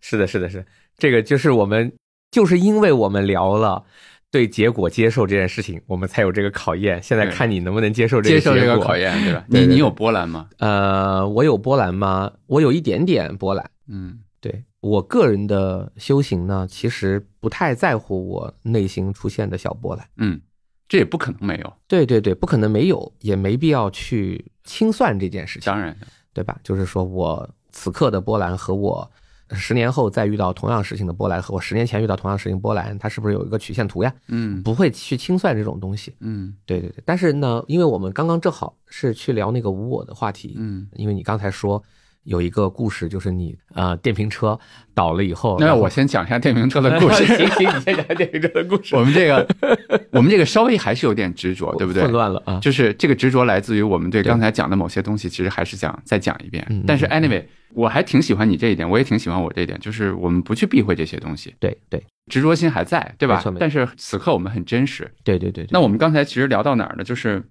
Speaker 2: 是的，是的，是的这个，就是我们就是因为我们聊了。对结果接受这件事情，我们才有这个考验。现在
Speaker 1: 对
Speaker 2: 看你能不能接受这
Speaker 1: 接
Speaker 2: 个
Speaker 1: 受这
Speaker 2: 结
Speaker 1: 个
Speaker 2: 果
Speaker 1: 考。验，对吧？
Speaker 2: 对
Speaker 1: 你
Speaker 2: 对
Speaker 1: 你
Speaker 2: 对
Speaker 1: 有波澜吗？
Speaker 2: 呃，我有波澜吗？我有一点点波澜。
Speaker 1: 嗯
Speaker 2: 对我个人的修行呢，其实不太在乎我内心出现的小波澜。
Speaker 1: 嗯，这也不可能没有，
Speaker 2: 对对对，不可能没有，也没必要去清算这件事情。
Speaker 1: 当然
Speaker 2: 对吧？就是说我此刻的波澜和我十年后再遇到同样事情的波澜，和我十年前遇到同样事情波澜，它是不是有一个曲线图呀？
Speaker 1: 嗯
Speaker 2: 不会去清算这种东西。
Speaker 1: 嗯
Speaker 2: 对对对。但是呢，因为我们刚刚正好是去聊那个无我的话题，
Speaker 1: 嗯。
Speaker 2: 因为你刚才说有一个故事，就是你呃电瓶车倒了以后，
Speaker 1: 那
Speaker 2: 然 后嗯
Speaker 1: 我先讲一下电瓶车的故事。
Speaker 2: 行行，你先讲电瓶车的故 事。
Speaker 1: 我们这个，我们这个稍微还是有点执着，对不对
Speaker 2: 混？乱了啊，
Speaker 1: 就是这个执着来自于我们对
Speaker 2: 对
Speaker 1: 刚才讲的某些东西，其实还是想再讲一遍
Speaker 2: 嗯嗯。
Speaker 1: 但是
Speaker 2: 嗯
Speaker 1: anyway，我还挺喜欢你这一点，我也挺喜欢我这一点，就是我们不去避讳这些东西，
Speaker 2: 对对
Speaker 1: 执着心还在，对
Speaker 2: 没
Speaker 1: 吧
Speaker 2: 错没？错
Speaker 1: 但是此刻我们很真实。
Speaker 2: 对对对。对
Speaker 1: 那我们刚才其实聊到哪儿了？就是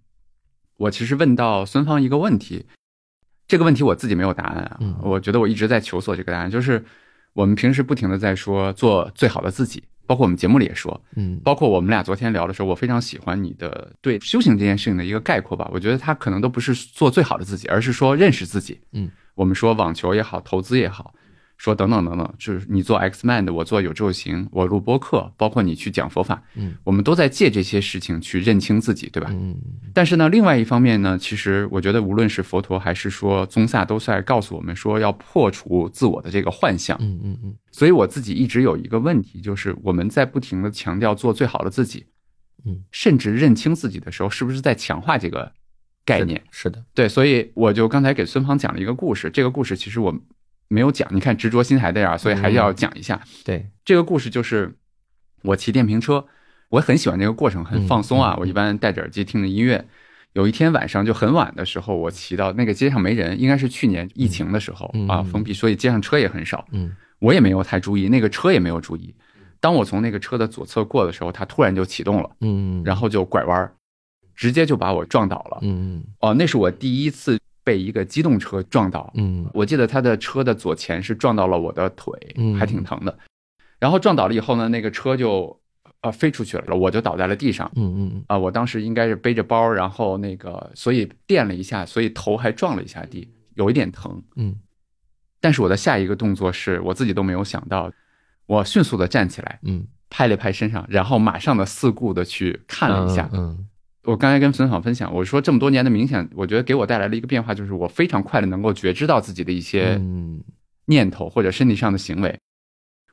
Speaker 1: 我其实问到孙芳一个问题，这个问题我自己没有答案啊
Speaker 2: 嗯，
Speaker 1: 我觉得我一直在求索这个答案，就是我们平时不停的在说做最好的自己，包括我们节目里也说，
Speaker 2: 嗯
Speaker 1: 包括我们俩昨天聊的时候，我非常喜欢你的对修行这件事情的一个概括吧。我觉得他可能都不是做最好的自己，而是说认识自己。
Speaker 2: 嗯，
Speaker 1: 我们说网球也好，投资也好，说等等等等，就是你做 X Man 的，我做有志有行，我录播课，包括你去讲佛法，
Speaker 2: 嗯
Speaker 1: 我们都在借这些事情去认清自己，对吧？
Speaker 2: 嗯
Speaker 1: 但是呢，另外一方面呢，其实我觉得无论是佛陀还是说宗萨，都在告诉我们说要破除自我的这个幻想。
Speaker 2: 嗯嗯嗯
Speaker 1: 所以我自己一直有一个问题，就是我们在不停的强调做最好的自己，
Speaker 2: 嗯，
Speaker 1: 甚至认清自己的时候，是不是在强化这个概念？
Speaker 2: 是的，
Speaker 1: 对，所以我就刚才给孙芳讲了一个故事，这个故事其实我没有讲，你看执着心还在这儿，所以还是要讲一下。
Speaker 2: 对，
Speaker 1: 这个故事就是我骑电瓶车，我很喜欢这个过程，很放松啊。
Speaker 2: 嗯嗯
Speaker 1: 我一般戴着耳机听着音乐。有一天晚上就很晚的时候，我骑到那个街上没人，应该是去年疫情的时候
Speaker 2: 嗯嗯
Speaker 1: 啊，
Speaker 2: 嗯
Speaker 1: 封闭，所以街上车也很少。
Speaker 2: 嗯
Speaker 1: 我也没有太注意，那个车也没有注意。当我从那个车的左侧过的时候，它突然就启动了，
Speaker 2: 嗯，
Speaker 1: 然后就拐弯儿，直接就把我撞倒了。
Speaker 2: 嗯
Speaker 1: 哦，那是我第一次被一个机动车撞倒。
Speaker 2: 嗯
Speaker 1: 我记得他的车的左前是撞到了我的腿，
Speaker 2: 嗯
Speaker 1: 还挺疼的。然后撞倒了以后呢，那个车就呃飞出去了，我就倒在了地上。
Speaker 2: 嗯嗯嗯
Speaker 1: 啊、我当时应该是背着包，然后那个，所以垫了一下，所以头还撞了一下地，有一点疼。
Speaker 2: 嗯
Speaker 1: 但是我的下一个动作是我自己都没有想到，我迅速的站起来，
Speaker 2: 嗯，
Speaker 1: 拍了一拍身上，然后马上的四顾的去看了一下。
Speaker 2: 嗯
Speaker 1: 我刚才跟孙爽分享，我说这么多年的冥想，我觉得给我带来了一个变化，就是我非常快的能够觉知到自己的一些
Speaker 2: 嗯
Speaker 1: 念头或者身体上的行为。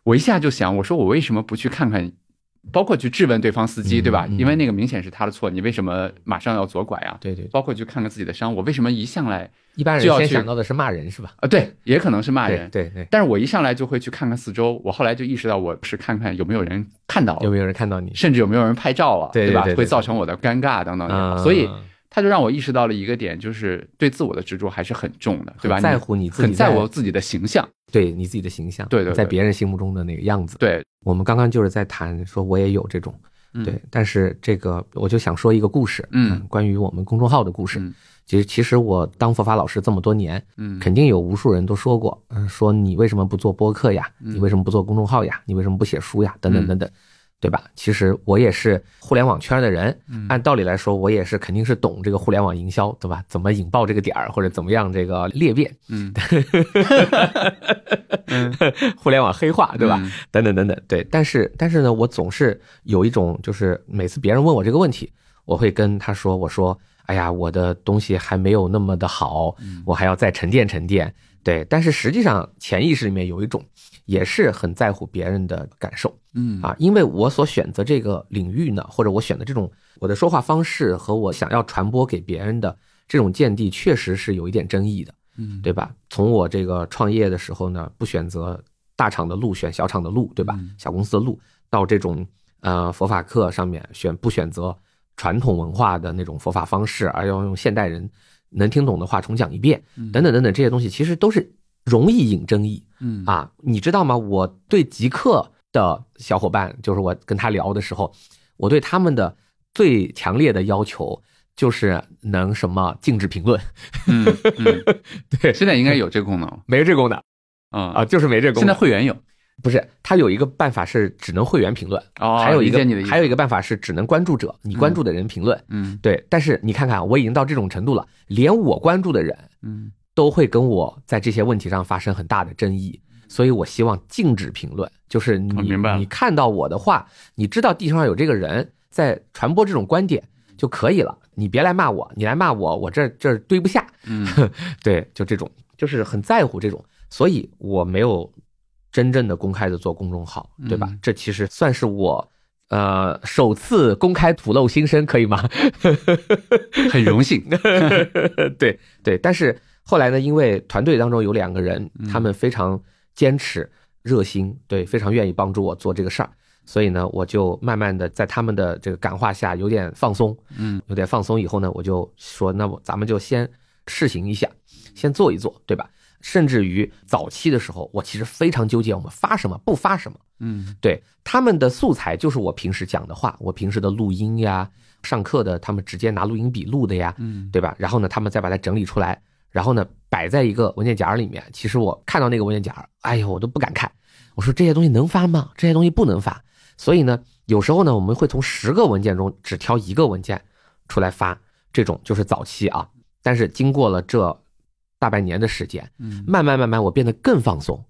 Speaker 1: 我一下就想，我说我为什么不去看看，包括去质问对方司机，
Speaker 2: 嗯
Speaker 1: 对吧？
Speaker 2: 嗯
Speaker 1: 因为那个明显是他的错，你为什么马上要左拐啊？
Speaker 2: 对对，
Speaker 1: 包括去看看自己的伤，我为什么一上来
Speaker 2: 一般人
Speaker 1: 就要
Speaker 2: 先
Speaker 1: 去
Speaker 2: 想到的是骂人是吧？
Speaker 1: 啊？对，也可能是骂人，
Speaker 2: 对对，
Speaker 1: 但是我一上来就会去看看四周，我后来就意识到我是看看有没有人看到
Speaker 2: 有
Speaker 1: 了，
Speaker 2: 没有人看到你？
Speaker 1: 甚至有没有人拍照了，
Speaker 2: 对对
Speaker 1: 吧
Speaker 2: 对？对嗯
Speaker 1: 会造成我的尴尬等等也好。所以他就让我意识
Speaker 2: 对你自己的形象，
Speaker 1: 对对对
Speaker 2: 在别人心目中的那个样子。
Speaker 1: 对，
Speaker 2: 我们刚刚就是在谈说，我也有这种
Speaker 1: 嗯
Speaker 2: 对，但是这个我就想说一个故事，
Speaker 1: 嗯
Speaker 2: 关于我们公众号的故事
Speaker 1: 嗯。
Speaker 2: 其实，其实我当佛法老师这么多年，
Speaker 1: 嗯，
Speaker 2: 肯定有无数人都说过，嗯，说你为什么不做播客呀？
Speaker 1: 嗯
Speaker 2: 你为什么不做公众号呀？你为什么不写书呀？等等等等，对吧？其实我也是互联网圈的人，
Speaker 1: 嗯
Speaker 2: 按道理来说，我也是肯定是懂这个互联网营销，对吧？怎么引爆这个点儿，或者怎么样这个裂变，
Speaker 1: 嗯
Speaker 2: 互联网黑化，对吧？
Speaker 1: 嗯
Speaker 2: 等等等等，对。但是但是呢，我总是有一种，就是每次别人问我这个问题，我会跟他说，我说，哎呀，我的东西还没有那么的好，我还要再沉淀沉淀。对，但是实际上潜意识里面有一种，也是很在乎别人的感受。
Speaker 1: 嗯
Speaker 2: 啊，因为我所选择这个领域呢，或者我选的这种我的说话方式和我想要传播给别人的这种见地，确实是有一点争议的，
Speaker 1: 嗯
Speaker 2: 对吧？从我这个创业的时候呢，不选择大厂的路，选小厂的路，对吧
Speaker 1: 嗯？
Speaker 2: 小公司的路，到这种呃佛法课上面选不选择传统文化的那种佛法方式，而要用现代人能听懂的话重讲一遍，等等等等这些东西，其实都是容易引争议。
Speaker 1: 嗯
Speaker 2: 啊，你知道吗？我对极客的小伙伴，就是我跟他聊的时候，我对他们的最强烈的要求就是能什么禁止评论，
Speaker 1: 嗯嗯，
Speaker 2: 对，
Speaker 1: 现在应该有这功能了
Speaker 2: 没这功能
Speaker 1: 嗯
Speaker 2: 啊，就是没这功
Speaker 1: 现在
Speaker 2: 能。
Speaker 1: 会员有
Speaker 2: 不是，他有一个办法是只能会员评论，
Speaker 1: 哦
Speaker 2: 还有一
Speaker 1: 理
Speaker 2: 个
Speaker 1: 解你的意思
Speaker 2: 还有一个办法是只能关注者，你关
Speaker 1: 嗯
Speaker 2: 注的人评论。
Speaker 1: 嗯
Speaker 2: 对，但是你看看，我已经到这种程度了，连我关注的人
Speaker 1: 嗯
Speaker 2: 都会跟我在这些问题上发生很大的争议，所以我希望禁止评论，就是你、
Speaker 1: 我哦明白了
Speaker 2: 你看到我的话，你知道地球上有这个人在传播这种观点就可以了，你别来骂我，你来骂我，我这这儿堆不下，
Speaker 1: 嗯
Speaker 2: 对，就这种，就是很在乎这种，所以我没有真正的公开的做公众号，对吧？
Speaker 1: 嗯
Speaker 2: 这其实算是我。呃，首次公开吐露心声，可以吗？
Speaker 1: 嗯很荣幸
Speaker 2: 对对，但是后来呢，因为团队当中有两个人，他们非常坚持、热心，对，非常愿意帮助我做这个事儿，所以呢，我就慢慢的在他们的这个感化下，有点放松，
Speaker 1: 嗯，
Speaker 2: 有点放松以后呢，我就说，那我咱们就先试行一下，先做一做，对吧？甚至于早期的时候，我其实非常纠结，我们发什么不发什么。
Speaker 1: 嗯
Speaker 2: 对他们的素材就是我平时讲的话，我平时的录音呀，上课的他们直接拿录音笔录的呀，
Speaker 1: 嗯
Speaker 2: 对吧？然后呢，他们再把它整理出来，然后呢，摆在一个文件夹里面。其实我看到那个文件夹，哎呦，我都不敢看。我说这些东西能发吗？这些东西不能发。所以呢，有时候呢，我们会从十个文件中只挑一个文件出来发，这种就是早期啊。但是经过了这大半年的时间，
Speaker 1: 嗯
Speaker 2: 慢慢慢慢，我变得更放松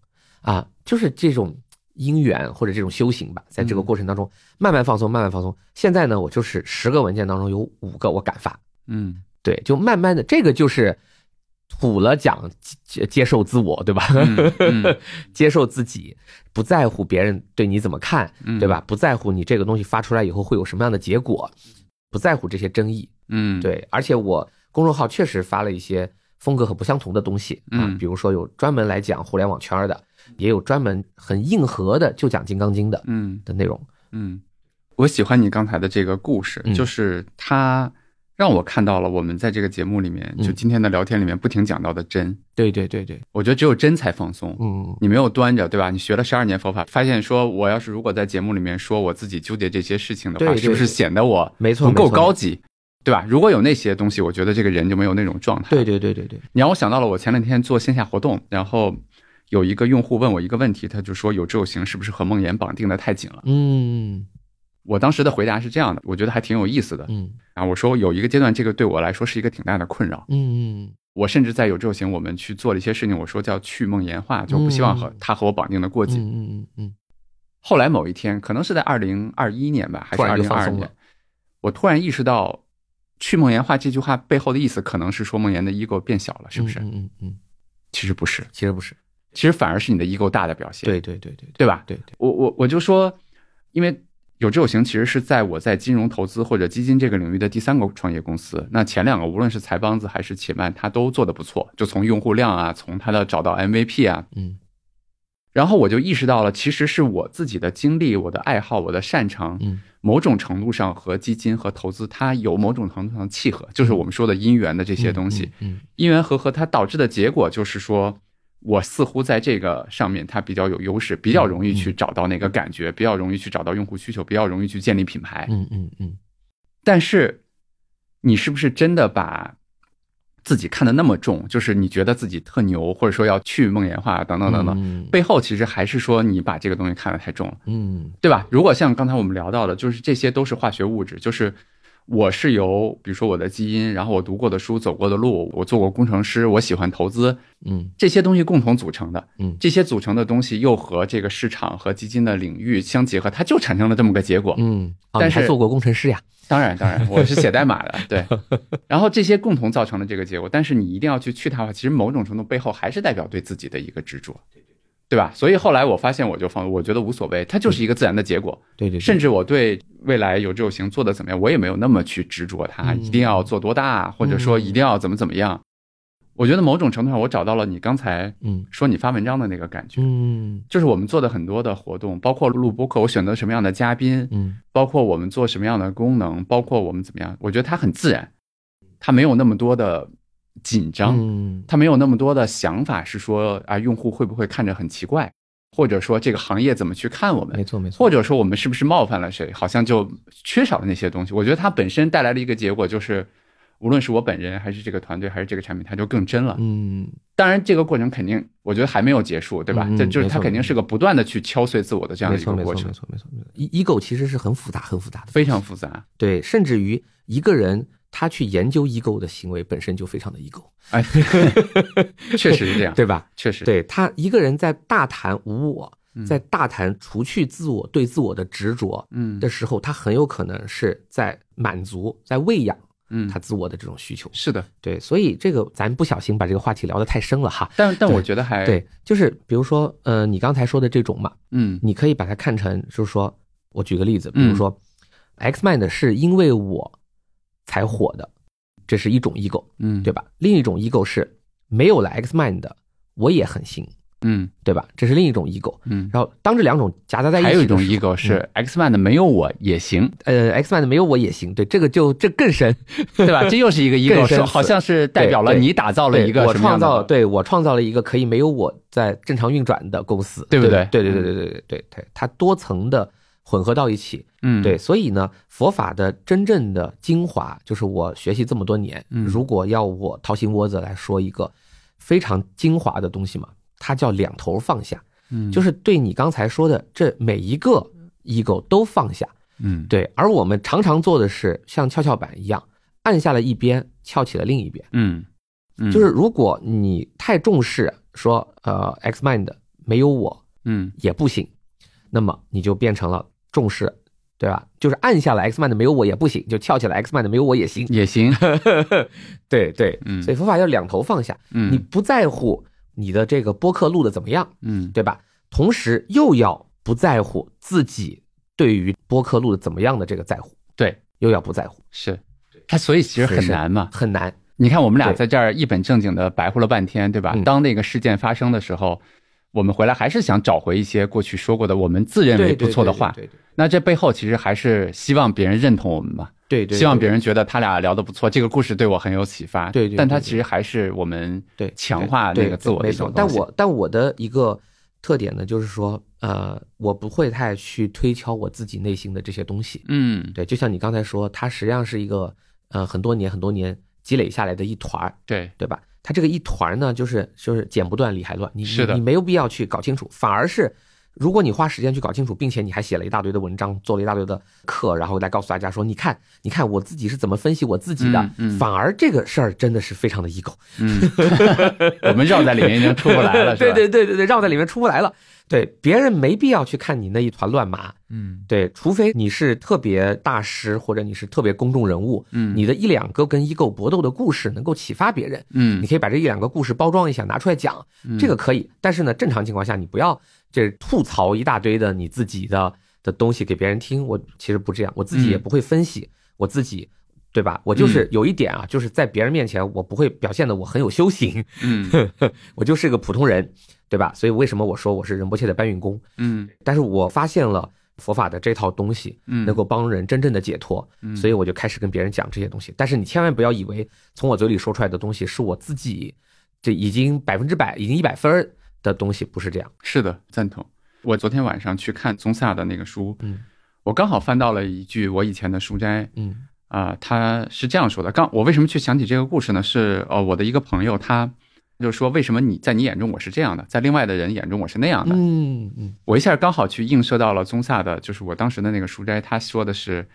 Speaker 2: 啊，就是这种因缘或者这种修行吧，在这个
Speaker 1: 嗯
Speaker 2: 过程当中慢慢放松，慢慢放松。现在呢，我就是十个文件当中有五个我敢发，
Speaker 1: 嗯
Speaker 2: 对，就慢慢的，这个就是土了讲接接受自我，对吧？
Speaker 1: 嗯
Speaker 2: 接受自己，不在乎别人对你怎么看，
Speaker 1: 嗯
Speaker 2: 对吧？不在乎你这个东西发出来以后会有什么样的结果，不在乎这些争议，
Speaker 1: 嗯
Speaker 2: 对。而且我公众号确实发了一些风格很不相同的东西啊，
Speaker 1: 嗯
Speaker 2: 比如说有专门来讲互联网圈的，也有专门很硬核的就讲《金刚经的》的
Speaker 1: 嗯
Speaker 2: 内容。
Speaker 1: 嗯，我喜欢你刚才的这个故事
Speaker 2: 嗯，
Speaker 1: 就是它让我看到了我们在这个节目里面，就
Speaker 2: 嗯
Speaker 1: 今天的聊天里面不停讲到的真，
Speaker 2: 对对对对，
Speaker 1: 我觉得只有真才放松。
Speaker 2: 嗯
Speaker 1: 你没有端着，对吧？你学了十二年佛法，发现说我要是如果在节目里面说我自己纠结这些事情的话，
Speaker 2: 对对
Speaker 1: 是不是
Speaker 2: 对
Speaker 1: 显得我
Speaker 2: 没错
Speaker 1: 不够
Speaker 2: 没错
Speaker 1: 高级，对吧？如果有那些东西，我觉得这个人就没有那种状态。
Speaker 2: 对对对对对，
Speaker 1: 你让我想到了我前两天做线下活动，然后有一个用户问我一个问题，他就说有志有行是不是和梦魇绑定的太紧了？
Speaker 2: 嗯
Speaker 1: 我当时的回答是这样的，我觉得还挺有意思的。
Speaker 2: 嗯
Speaker 1: 然后我说有一个阶段，这个对我来说是一个挺大的困扰。
Speaker 2: 嗯
Speaker 1: 我甚至在有志有行，我们去做了一些事情，我说叫去梦魇化，就不希望和
Speaker 2: 嗯
Speaker 1: 他和我绑定的过
Speaker 2: 嗯
Speaker 1: 紧。
Speaker 2: 嗯嗯嗯，
Speaker 1: 后来某一天，可能是在二零二一年吧，还是
Speaker 2: 突
Speaker 1: 二
Speaker 2: 然就
Speaker 1: 零
Speaker 2: 放
Speaker 1: 二
Speaker 2: 松了
Speaker 1: 年，我突然意识到“去梦魇化”这句话背后的意思，可能是说梦魇的 ego 变小了，是不是？
Speaker 2: 嗯嗯嗯，
Speaker 1: 其实不是，
Speaker 2: 其实不是。
Speaker 1: 其实反而是你的 ego 大的表现，
Speaker 2: 对对对对
Speaker 1: 对吧？
Speaker 2: 对对对，
Speaker 1: 我我我就说，因为有志有行其实是在我在金融投资或者基金这个领域的第三个创业公司。那前两个无论是财帮子还是且慢，它都做得不错，就从用户量啊，从它的找到 MVP 啊，
Speaker 2: 嗯
Speaker 1: 然后我就意识到了，其实是我自己的经历、我的爱好、我的擅长，
Speaker 2: 嗯
Speaker 1: 某种程度上和基金和投资它有某种程度上
Speaker 2: 嗯
Speaker 1: 契合，就是我们说的因缘的这些东西。
Speaker 2: 嗯，嗯
Speaker 1: 因缘和合它导致的结果就是说，我似乎在这个上面它比较有优势，比较容易去找到那个感觉，比较容易去找到用户需求，比较容易去建立品牌。
Speaker 2: 嗯嗯嗯，
Speaker 1: 但是你是不是真的把自己看得那么重？就是你觉得自己特牛，或者说要去梦岩化
Speaker 2: 嗯
Speaker 1: 等等等等，
Speaker 2: 等
Speaker 1: 背后其实还是说你把这个东西看得太重了，
Speaker 2: 嗯
Speaker 1: 对吧？如果像刚才我们聊到的，就是这些都是化学物质，就是。我是由，比如说我的基因，然后我读过的书、走过的路，我做过工程师，我喜欢投资，
Speaker 2: 嗯
Speaker 1: 这些东西共同组成的。
Speaker 2: 嗯
Speaker 1: 这些组成的东西又和这个市场和基金的领域相结合，它就产生了这么个结果。
Speaker 2: 嗯，哦
Speaker 1: 但
Speaker 2: 你还
Speaker 1: 是
Speaker 2: 做过工程师呀？
Speaker 1: 当然，当然，我是写代码的，对。然后这些共同造成了这个结果，但是你一定要去去它的话，其实某种程度背后还是代表对自己的一个执着，对吧？所以后来我发现，我就放，我觉得无所谓，它就是一个自然的结果。
Speaker 2: 对对，对
Speaker 1: 甚至我对未来有志有行做的怎么样，我也没有那么去执着它，
Speaker 2: 嗯
Speaker 1: 一定要做多大，或者说一定要怎么怎么样。我觉得某种程度上，我找到了你刚才
Speaker 2: 嗯
Speaker 1: 说你发文章的那个感觉。
Speaker 2: 嗯
Speaker 1: 就是我们做的很多的活动，包括录播客，我选择什么样的嘉宾，
Speaker 2: 嗯
Speaker 1: 包括我们做什么样的功能，包括我们怎么样，我觉得它很自然，它没有那么多的紧张，
Speaker 2: 嗯
Speaker 1: 它没有那么多的想法是说啊，用户会不会看着很奇怪，或者说这个行业怎么去看我
Speaker 2: 没
Speaker 1: 们，
Speaker 2: 错没错，
Speaker 1: 或者说我们是不是冒犯了谁，好像就缺少了那些东西。我觉得它本身带来的一个结果就是，无论是我本人还是这个团队还是这个产品，它就更真了。
Speaker 2: 嗯
Speaker 1: 当然，这个过程肯定，我觉得还没有结束，对吧？
Speaker 2: 嗯
Speaker 1: 这就是
Speaker 2: 没
Speaker 1: 它
Speaker 2: 错
Speaker 1: 肯定是个不断的去敲碎自我的这样
Speaker 2: 没
Speaker 1: 的一个
Speaker 2: 错没错
Speaker 1: 过
Speaker 2: 没错
Speaker 1: 程
Speaker 2: 没，错没错，ego 其实是很复杂很复杂的，
Speaker 1: 非常复杂。
Speaker 2: 对，甚至于一个人他去研究 ego 的行为本身就非常的 ego，
Speaker 1: 哎，确实是这样，
Speaker 2: 对吧？
Speaker 1: 确实，
Speaker 2: 对他一个人在大谈无我，
Speaker 1: 嗯
Speaker 2: 在大谈除去自我对自我的执着
Speaker 1: 嗯
Speaker 2: 的时候，他很有可能是在满足、在喂养
Speaker 1: 嗯
Speaker 2: 他，自我的这种需求。
Speaker 1: 是的，
Speaker 2: 对，所以这个咱不小心把这个话题聊得太深了哈。
Speaker 1: 但但
Speaker 2: 对
Speaker 1: 我觉得还，
Speaker 2: 对，就是比如说，呃，你刚才说的这种嘛，
Speaker 1: 嗯
Speaker 2: 你可以把它看成，就是说我举个例子，比如
Speaker 1: 嗯
Speaker 2: 说、X Mind 是因为我才火的，这是一种 ego，
Speaker 1: 嗯，
Speaker 2: 对吧？另一种 ego 是没有了 X Mind 的我也很行，
Speaker 1: 嗯
Speaker 2: 对吧？这是另一种 ego。
Speaker 1: 嗯。
Speaker 2: 然后当这两种夹杂在一起
Speaker 1: 还
Speaker 2: 的时
Speaker 1: 有
Speaker 2: 候，嗯
Speaker 1: 一种 ego 是 X man 的没有我也行，
Speaker 2: 呃 X Man 的没有我也行，对这个就这更深，
Speaker 1: 对吧？这又是一个 ego，
Speaker 2: 更深
Speaker 1: 是
Speaker 2: 思
Speaker 1: 好像是代表了
Speaker 2: 对对
Speaker 1: 你打造了
Speaker 2: 对
Speaker 1: 一个
Speaker 2: 我
Speaker 1: 什么样
Speaker 2: 创
Speaker 1: 的
Speaker 2: 造，对我创造了一个可以没有我在正常运转的公司，
Speaker 1: 对不
Speaker 2: 不
Speaker 1: 对嗯
Speaker 2: 对对对对对对对对，它多层的混合到一起，
Speaker 1: 嗯
Speaker 2: 对，所以呢，佛法的真正的精华就是我学习这么多年，
Speaker 1: 嗯
Speaker 2: 如果要我掏心窝子来说一个非常精华的东西嘛，它叫两头放下，
Speaker 1: 嗯
Speaker 2: 就是对你刚才说的这每一个 ego 都放下。
Speaker 1: 嗯
Speaker 2: 对，而我们常常做的是像跷跷板一样，按下了一边，翘起了另一边。
Speaker 1: 嗯嗯，
Speaker 2: 就是如果你太重视说，呃，X mind 没有我
Speaker 1: 嗯
Speaker 2: 也不行，那么你就变成了重视，对吧？就是按下了 X mind 没有我也不行，就翘起了 X mind 没有我也行。
Speaker 1: 也行，
Speaker 2: 对对，
Speaker 1: 嗯
Speaker 2: 所以佛法要两头放下，
Speaker 1: 嗯
Speaker 2: 你不在乎你的这个播客录的怎么样，
Speaker 1: 嗯
Speaker 2: 对吧？同时又要不在乎自己对于播客录的怎么样的这个在乎，
Speaker 1: 对啊
Speaker 2: 又要不在乎，
Speaker 1: 是，它所以其实
Speaker 2: 是
Speaker 1: 很
Speaker 2: 是
Speaker 1: 难嘛，
Speaker 2: 很难。
Speaker 1: 你看，我们俩
Speaker 2: 对
Speaker 1: 在这儿一本正经的白活了半天，对吧？
Speaker 2: 嗯
Speaker 1: 当那个事件发生的时候，我们回来还是想找回一些过去说过的我们自认为不错的话。
Speaker 2: 对对对
Speaker 1: 那这背后其实还是希望别人认同我们嘛，
Speaker 2: 对对对，
Speaker 1: 希望别人觉得他俩聊得不错，这个故事对我很有启发。
Speaker 2: 对对对
Speaker 1: 但它
Speaker 2: 对
Speaker 1: 其实还是我们
Speaker 2: 对对
Speaker 1: 强化
Speaker 2: 对
Speaker 1: 那个自我的
Speaker 2: 没
Speaker 1: 一种
Speaker 2: 错。
Speaker 1: 东
Speaker 2: 但
Speaker 1: 西
Speaker 2: 我但我的一个特点呢，就是说，呃，我不会太去推敲我自己内心的这些东西。
Speaker 1: 嗯，
Speaker 2: 对，就像你刚才说，它实际上是一个呃很多年很多年积累下来的一团儿，
Speaker 1: 对，
Speaker 2: 对吧？它这个一团儿呢，就是就是剪不断理还乱，你
Speaker 1: 是的
Speaker 2: 你你没有必要去搞清楚，反而是。如果你花时间去搞清楚，并且你还写了一大堆的文章，做了一大堆的课，然后来告诉大家说，你看，你看我自己是怎么分析我自己的，
Speaker 1: 嗯嗯
Speaker 2: 反而这个事儿真的是非常的 ego，
Speaker 1: 嗯，我们绕在里面已经出不来了， 是
Speaker 2: 对
Speaker 1: 吧？
Speaker 2: 对对对对，绕在里面出不来了。对，别人没必要去看你那一团乱麻。
Speaker 1: 嗯
Speaker 2: 对，除非你是特别大师，或者你是特别公众人物，
Speaker 1: 嗯
Speaker 2: 你的一两个跟 ego 搏斗的故事能够启发别人，
Speaker 1: 嗯
Speaker 2: 你可以把这一两个故事包装一下，拿出来讲，这个可以。但是呢，正常情况下你不要这吐槽一大堆的你自己的的东西给别人听。我其实不这样，我自己也
Speaker 1: 嗯
Speaker 2: 不会分析，我自己。对吧？我就是有一点啊，就是在别人面前，我不会表现的我很有修行，
Speaker 1: 嗯
Speaker 2: 我就是个普通人，对吧？所以为什么我说我是仁波切的搬运工？
Speaker 1: 嗯
Speaker 2: 但是我发现了佛法的这套东西
Speaker 1: 嗯，
Speaker 2: 能够帮人真正的解脱，
Speaker 1: 嗯
Speaker 2: 所以我就开始跟别人讲这些东西。但是你千万不要以为从我嘴里说出来的东西是我自己这已经百分之百，已经一百分儿的东西不是这样。
Speaker 1: 是的，赞同。我昨天晚上去看宗萨的那个书，
Speaker 2: 嗯
Speaker 1: 我刚好翻到了一句我以前的书斋，
Speaker 2: 嗯
Speaker 1: 啊、他是这样说的。刚我为什么去想起这个故事呢？是呃，我的一个朋友他就说，为什么你在你眼中我是这样的，在另外的人眼中我是那样的？
Speaker 2: 嗯嗯
Speaker 1: 我一下刚好去映射到了宗萨的，就是我当时的那个书斋，他说的是，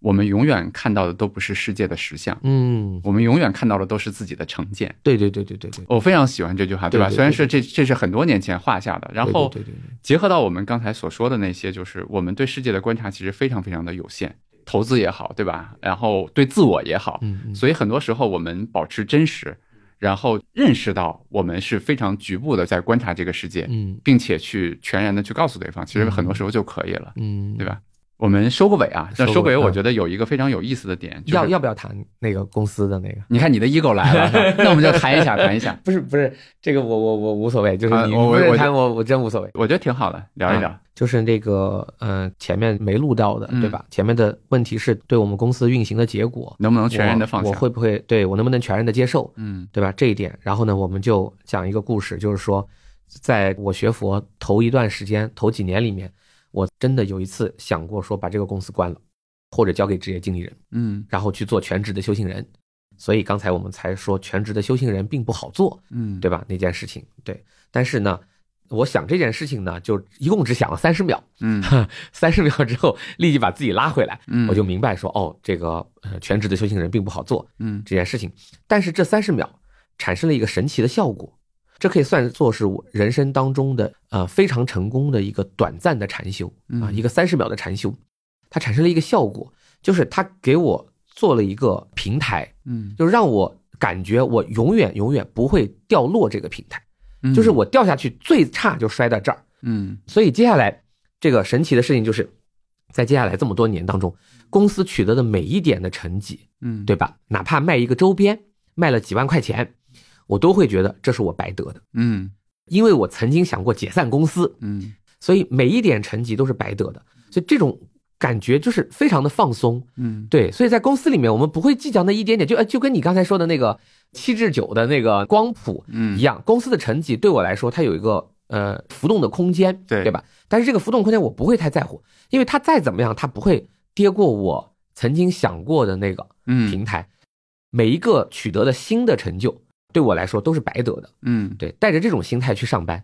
Speaker 1: 我们永远看到的都不是世界的实相，
Speaker 2: 嗯，
Speaker 1: 我们永远看到的都是自己的成见。
Speaker 2: 对对对对对对，
Speaker 1: 我非常喜欢这句话，
Speaker 2: 对
Speaker 1: 吧？
Speaker 2: 对对
Speaker 1: 虽然是这这是很多年前画下的，然后
Speaker 2: 对对对对对
Speaker 1: 结合到我们刚才所说的那些，就是我们对世界的观察其实非常非常的有限，投资也好，对吧？然后对自我也好，
Speaker 2: 嗯嗯
Speaker 1: 所以很多时候我们保持真实，然后认识到我们是非常局部的在观察这个世界，
Speaker 2: 嗯
Speaker 1: 并且去全然的去告诉对方，其实很多时候就可以了，
Speaker 2: 嗯，
Speaker 1: 对？吧？我们收个尾啊，那
Speaker 2: 收
Speaker 1: 收
Speaker 2: 个尾
Speaker 1: 尾，我
Speaker 2: 嗯
Speaker 1: 觉得有一个非常有意思的点，就
Speaker 2: 要
Speaker 1: 是
Speaker 2: 要不要谈那个公司的那个？
Speaker 1: 你看你的 ego 来了，是 吧那我们就谈一下，谈一下，
Speaker 2: 不是不是，这个我我我无所谓，就是
Speaker 1: 啊
Speaker 2: 你
Speaker 1: 我我
Speaker 2: 不是
Speaker 1: 我
Speaker 2: 谈我我真无所谓。
Speaker 1: 我觉得挺好的，聊一聊
Speaker 2: 啊，就是那个嗯、呃前面没录到的，
Speaker 1: 嗯
Speaker 2: 对吧？前面的问题是对我们公司运行的结果，
Speaker 1: 能不能全然的放下？
Speaker 2: 我，我会不会对我能不能全然的接受，
Speaker 1: 嗯
Speaker 2: 对吧？这一点，然后呢，我们就讲一个故事，就是说，在我学佛头一段时间，头几年里面，我真的有一次想过说把这个公司关了，或者交给职业经理人，
Speaker 1: 嗯
Speaker 2: 然后去做全职的修行人。所以刚才我们才说，全职的修行人并不好做，
Speaker 1: 嗯，
Speaker 2: 对吧？那件事情，对。但是呢，我想这件事情呢，就一共只想了三十秒，
Speaker 1: 嗯
Speaker 2: 三十秒之后立即把自己拉回来，
Speaker 1: 嗯，
Speaker 2: 我就明白说，哦，这个呃全职的修行人并不好做
Speaker 1: 嗯
Speaker 2: 这件事情。但是这三十秒产生了一个神奇的效果，这可以算作是我人生当中的呃非常成功的一个短暂的禅修啊，
Speaker 1: 嗯
Speaker 2: 一个三十秒的禅修，它产生了一个效果，就是它给我做了一个平台，
Speaker 1: 嗯，
Speaker 2: 就是让我感觉我永远永远不会掉落这个平台，
Speaker 1: 嗯
Speaker 2: 就是我掉下去最差就摔到这儿。
Speaker 1: 嗯
Speaker 2: 所以接下来这个神奇的事情就是，在接下来这么多年当中，公司取得的每一点的成绩，
Speaker 1: 嗯
Speaker 2: 对吧？哪怕卖一个周边卖了几万块钱，我都会觉得这是我白得的，
Speaker 1: 嗯
Speaker 2: 因为我曾经想过解散公司，
Speaker 1: 嗯
Speaker 2: 所以每一点成绩都是白得的。所以这种感觉就是非常的放松，
Speaker 1: 嗯
Speaker 2: 对。所以在公司里面，我们不会计较那一点点，就呃就跟你刚才说的那个七至九的那个光谱，
Speaker 1: 嗯
Speaker 2: 一样，公司的成绩对我来说，它有一个呃浮动的空间，
Speaker 1: 对
Speaker 2: 对吧？但是这个浮动空间我不会太在乎，因为它再怎么样，它不会跌过我曾经想过的那个
Speaker 1: 嗯
Speaker 2: 平台。每一个取得的新的成就，对我来说都是白得的。
Speaker 1: 嗯
Speaker 2: 对，带着这种心态去上班，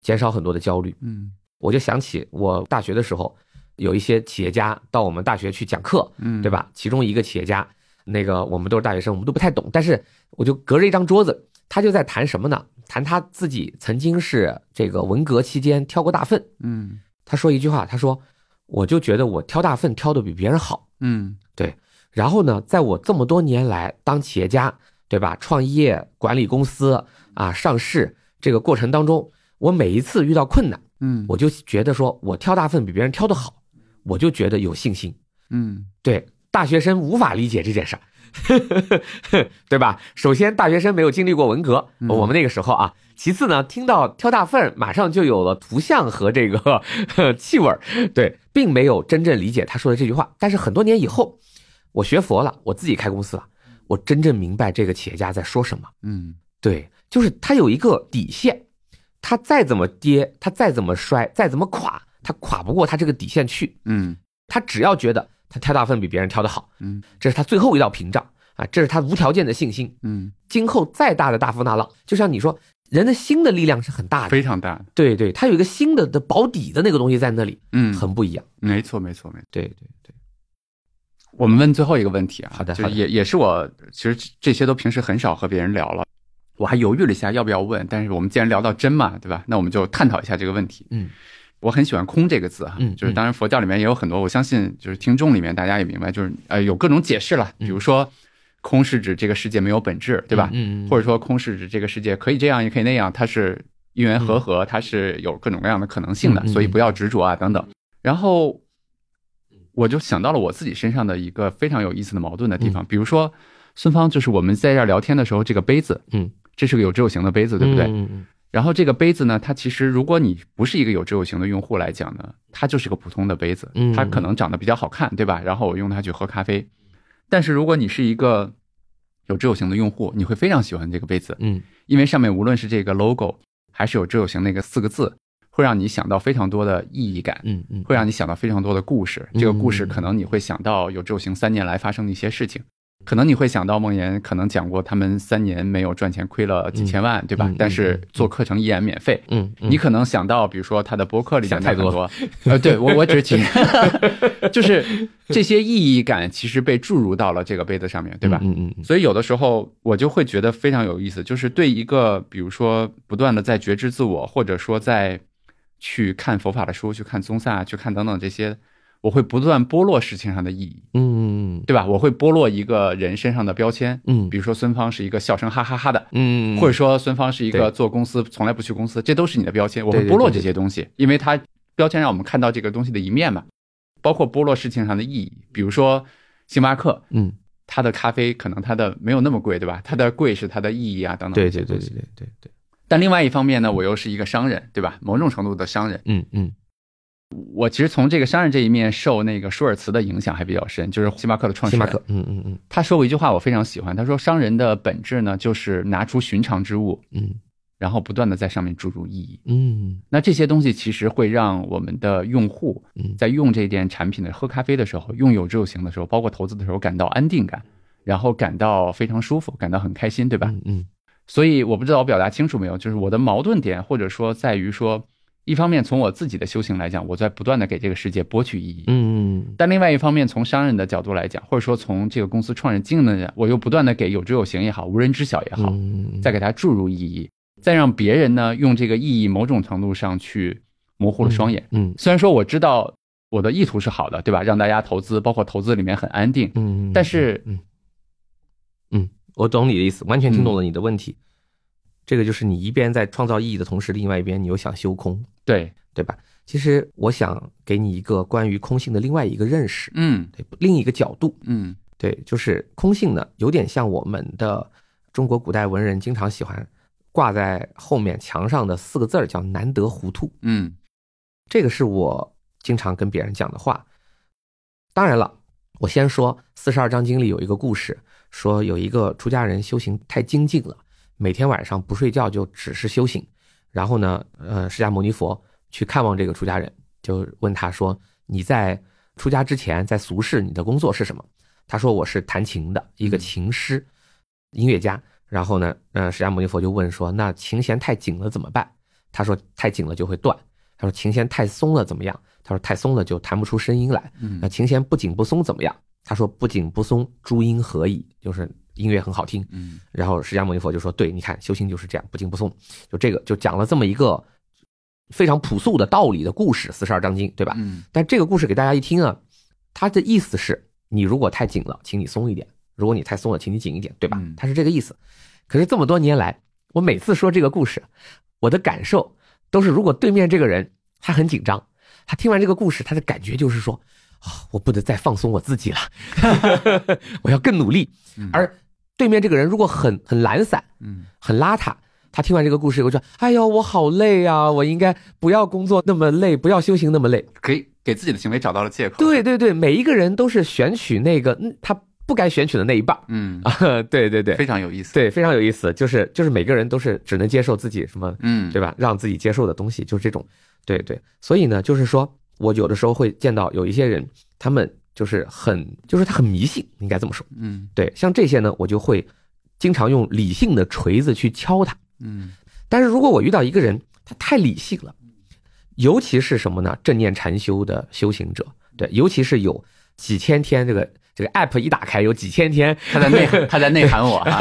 Speaker 2: 减少很多的焦虑。
Speaker 1: 嗯
Speaker 2: 我就想起我大学的时候，有一些企业家到我们大学去讲课，
Speaker 1: 嗯，
Speaker 2: 对？吧？其中一个企业家，那个我们都是大学生，我们都不太懂，但是我就隔着一张桌子，他就在谈什么呢？谈他自己曾经是这个文革期间挑过大粪。
Speaker 1: 嗯
Speaker 2: 他说一句话，他说：“我就觉得我挑大粪挑的比别人好。
Speaker 1: 嗯”
Speaker 2: 然后呢，在我这么多年来当企业家，对吧？创业、管理公司啊、上市这个过程当中，我每一次遇到困难，
Speaker 1: 嗯
Speaker 2: 我就觉得说我挑大粪比别人挑的好，我就觉得有信心。
Speaker 1: 嗯
Speaker 2: 对，大学生无法理解这件事儿， 对吧？首先，大学生没有经历过文革，
Speaker 1: 嗯
Speaker 2: 我们那个时候啊。其次呢，听到挑大粪儿，马上就有了图像和这个 气味儿，对，并没有真正理解他说的这句话。但是很多年以后，我学佛了，我自己开公司了，我真正明白这个企业家在说什么。
Speaker 1: 嗯
Speaker 2: 对，就是他有一个底线，他再怎么跌，他再怎么摔，再怎么垮，他垮不过他这个底线去。
Speaker 1: 嗯
Speaker 2: 他只要觉得他挑大粪比别人挑的好，
Speaker 1: 嗯，
Speaker 2: 这是他最后一道屏障啊，这是他无条件的信心。
Speaker 1: 嗯，
Speaker 2: 今后再大的大风大浪，就像你说，人的心的力量是很大的，
Speaker 1: 非常大的。
Speaker 2: 对对，他有一个新的的保底的那个东西在那里，
Speaker 1: 嗯，
Speaker 2: 很不一样。
Speaker 1: 没错没错没错。
Speaker 2: 对对对，
Speaker 1: 我们问最后一个问题啊，
Speaker 2: 好的
Speaker 1: 就
Speaker 2: 好
Speaker 1: 是
Speaker 2: 的
Speaker 1: 也也是我其实这这些都平时很少和别人聊了，我还犹豫了一下要不要问，但是我们既然聊到真嘛，对吧？那我们就探讨一下这个问题。
Speaker 2: 嗯
Speaker 1: 我很喜欢“空”这个字哈，啊
Speaker 2: 嗯
Speaker 1: 就是当然佛教里面也有很多，我相信就是听众里面大家也明白，就是呃有各种解释了，比如说空是指这个世界没有本质，对吧？
Speaker 2: 嗯嗯，嗯
Speaker 1: 或者说空是指这个世界可以这样也可以那样，它是因缘和合，它是有各种各样的可能性的，
Speaker 2: 嗯嗯嗯
Speaker 1: 所以不要执着啊等等。然后我就想到了我自己身上的一个非常有意思的矛盾的
Speaker 2: 嗯
Speaker 1: 地方，比如说孙芳，就是我们在这儿聊天的时候，这个杯子，
Speaker 2: 嗯，
Speaker 1: 这是个有自由形的杯子，对不对？
Speaker 2: 嗯嗯
Speaker 1: 然后这个杯子呢，它其实如果你不是一个有自由形的用户来讲呢，它就是个普通的杯子
Speaker 2: 嗯，
Speaker 1: 它可能长得比较好看，对吧？然后我用它去喝咖啡。但是如果你是一个有知有行的用户，你会非常喜欢这个杯子，
Speaker 2: 嗯
Speaker 1: 因为上面无论是这个 logo 还是有知有行那个四个字，会让你想到非常多的意义感。
Speaker 2: 嗯嗯，
Speaker 1: 会让你想到非常多的故事，这个故事
Speaker 2: 嗯
Speaker 1: 可能你会想到有志有行三年来发生的一些事情，可能你会想到梦岩可能讲过他们三年没有赚钱，亏了几千万，对吧
Speaker 2: 嗯？
Speaker 1: 但是做课程依然免费，
Speaker 2: 嗯，嗯
Speaker 1: 你可能想到，比如说他的博客里面
Speaker 2: 想太多
Speaker 1: 多，呃，对我我只是举， 就是这些意义感其实被注入到了这个杯子上面，对吧？
Speaker 2: 嗯嗯嗯
Speaker 1: 所以有的时候我就会觉得非常有意思，就是对一个比如说不断的在觉知自我，或者说在去看佛法的书、去看宗萨、去看等等这些，我会不断剥落事情上的意义，
Speaker 2: 嗯
Speaker 1: 对吧？我会剥落一个人身上的标签，
Speaker 2: 嗯
Speaker 1: 比如说孙芳是一个笑声哈哈哈的。
Speaker 2: 嗯，
Speaker 1: 或者说孙芳是一个
Speaker 2: 对
Speaker 1: 做公司从来不去公司，这都是你的标签，我会
Speaker 2: 对对
Speaker 1: 剥落
Speaker 2: 对
Speaker 1: 这些东西，因为它标签让我们看到这个东西的一面嘛，包括剥落事情上的意义，比如说星巴克，
Speaker 2: 嗯，
Speaker 1: 它的咖啡可能它的没有那么贵，对吧？它的贵是它的意义啊等等。
Speaker 2: 对对对对。对对对，
Speaker 1: 但另外一方面呢，我又是一个商人，对吧？某种程度的商人，
Speaker 2: 嗯嗯
Speaker 1: 我其实从这个商人这一面受那个舒尔茨的影响还比较深，就是星巴克的创始
Speaker 2: 星
Speaker 1: 人。
Speaker 2: 巴克，嗯嗯嗯
Speaker 1: 他说过一句话，我非常喜欢。他说：“商人的本质呢，就是拿出寻常之物，
Speaker 2: 嗯
Speaker 1: 然后不断的在上面注入意义。
Speaker 2: 嗯
Speaker 1: 那这些东西其实会让我们的用户
Speaker 2: 嗯，
Speaker 1: 在用这件产品的喝咖啡的时候，用有志有行的时候，包括投资的时候，感到安定感，然后感到非常舒服，感到很开心，对吧？
Speaker 2: 嗯嗯
Speaker 1: 所以我不知道我表达清楚没有，就是我的矛盾点，或者说在于说，一方面从我自己的修行来讲，我在不断的给这个世界剥去意义；
Speaker 2: 嗯
Speaker 1: 但另外一方面，从商人的角度来讲，或者说从这个公司创始人经营的人，我又不断的给有知有行也好，无人知晓也好，
Speaker 2: 嗯，
Speaker 1: 再给它注入意义，再让别人呢用这个意义某种程度上去模糊了双眼。
Speaker 2: 嗯
Speaker 1: 虽然说我知道我的意图是好的，对吧？让大家投资，包括投资里面很安定，
Speaker 2: 嗯，
Speaker 1: 但是
Speaker 2: 嗯嗯，我懂你的意思，完全听
Speaker 1: 嗯
Speaker 2: 懂了你的问题。这个就是你一边在创造意义的同时，另外一边你又想修空，
Speaker 1: 对，
Speaker 2: 对吧？其实我想给你一个关于空性的另外一个认识，
Speaker 1: 嗯
Speaker 2: 对，另一个角度，
Speaker 1: 嗯
Speaker 2: 对，就是空性呢，有点像我们的中国古代文人经常喜欢挂在后面墙上的四个字儿，叫“难得糊涂”。
Speaker 1: 嗯
Speaker 2: 这个是我经常跟别人讲的话。当然了，我先说四十二章经里有一个故事，说有一个出家人修行太精进了，每天晚上不睡觉就只是修行。然后呢，呃，释迦牟尼佛去看望这个出家人，就问他说：“你在出家之前，在俗世你的工作是什么？”他说：“我是弹琴的，一个琴师，音乐家。”然后呢，呃，释迦牟尼佛就问说：“那琴弦太紧了怎么办？”他说：“太紧了就会断。”他说琴弦太松了怎么样？他说太松了就弹不出声音来。
Speaker 1: 嗯
Speaker 2: 那琴弦不紧不松怎么样？他说不紧不松，诸音合矣，就是音乐很好听。
Speaker 1: 嗯
Speaker 2: 然后释迦牟尼佛就说：“对，你看修行就是这样，不紧不松。”就这个就讲了这么一个非常朴素的道理的故事，四十二章经，对吧？
Speaker 1: 嗯
Speaker 2: 但这个故事给大家一听啊，它的意思是你如果太紧了，请你松一点；如果你太松了，请你紧一点，对吧
Speaker 1: 嗯？
Speaker 2: 它是这个意思。可是这么多年来，我每次说这个故事，我的感受都是，如果对面这个人他很紧张，他听完这个故事，他的感觉就是说，啊、我不能再放松我自 己了，我要更努力。
Speaker 1: 嗯
Speaker 2: 而对面这个人如果很很懒散，
Speaker 1: 嗯
Speaker 2: 很邋遢。他听完这个故事以后说：“哎呦，我好累啊！我应该不要工作那么累，不要修行那么累。”
Speaker 1: 可以给自己的行为找到了借口。
Speaker 2: 对，对对，每一个人都是选取那个嗯他不该选取的那一半儿
Speaker 1: 嗯，
Speaker 2: 啊。对对对
Speaker 1: 非，常有意思。
Speaker 2: 对，非常有意思，就是就是每个人都是只能接受自己什么，
Speaker 1: 嗯，
Speaker 2: 对吧？让自己接受的东西就是这种，对对。所以呢，就是说我有的时候会见到有一些人，他们就是很就是他很迷信，应该这么说。
Speaker 1: 嗯
Speaker 2: 对，像这些呢，我就会经常用理性的锤子去敲他。
Speaker 1: 嗯
Speaker 2: 但是如果我遇到一个人，他太理性了，尤其是什么呢？正念禅修的修行者，对，尤其是有几千天这个这个 app 一打开，有几千天
Speaker 1: 他在内 涵他在内涵我啊。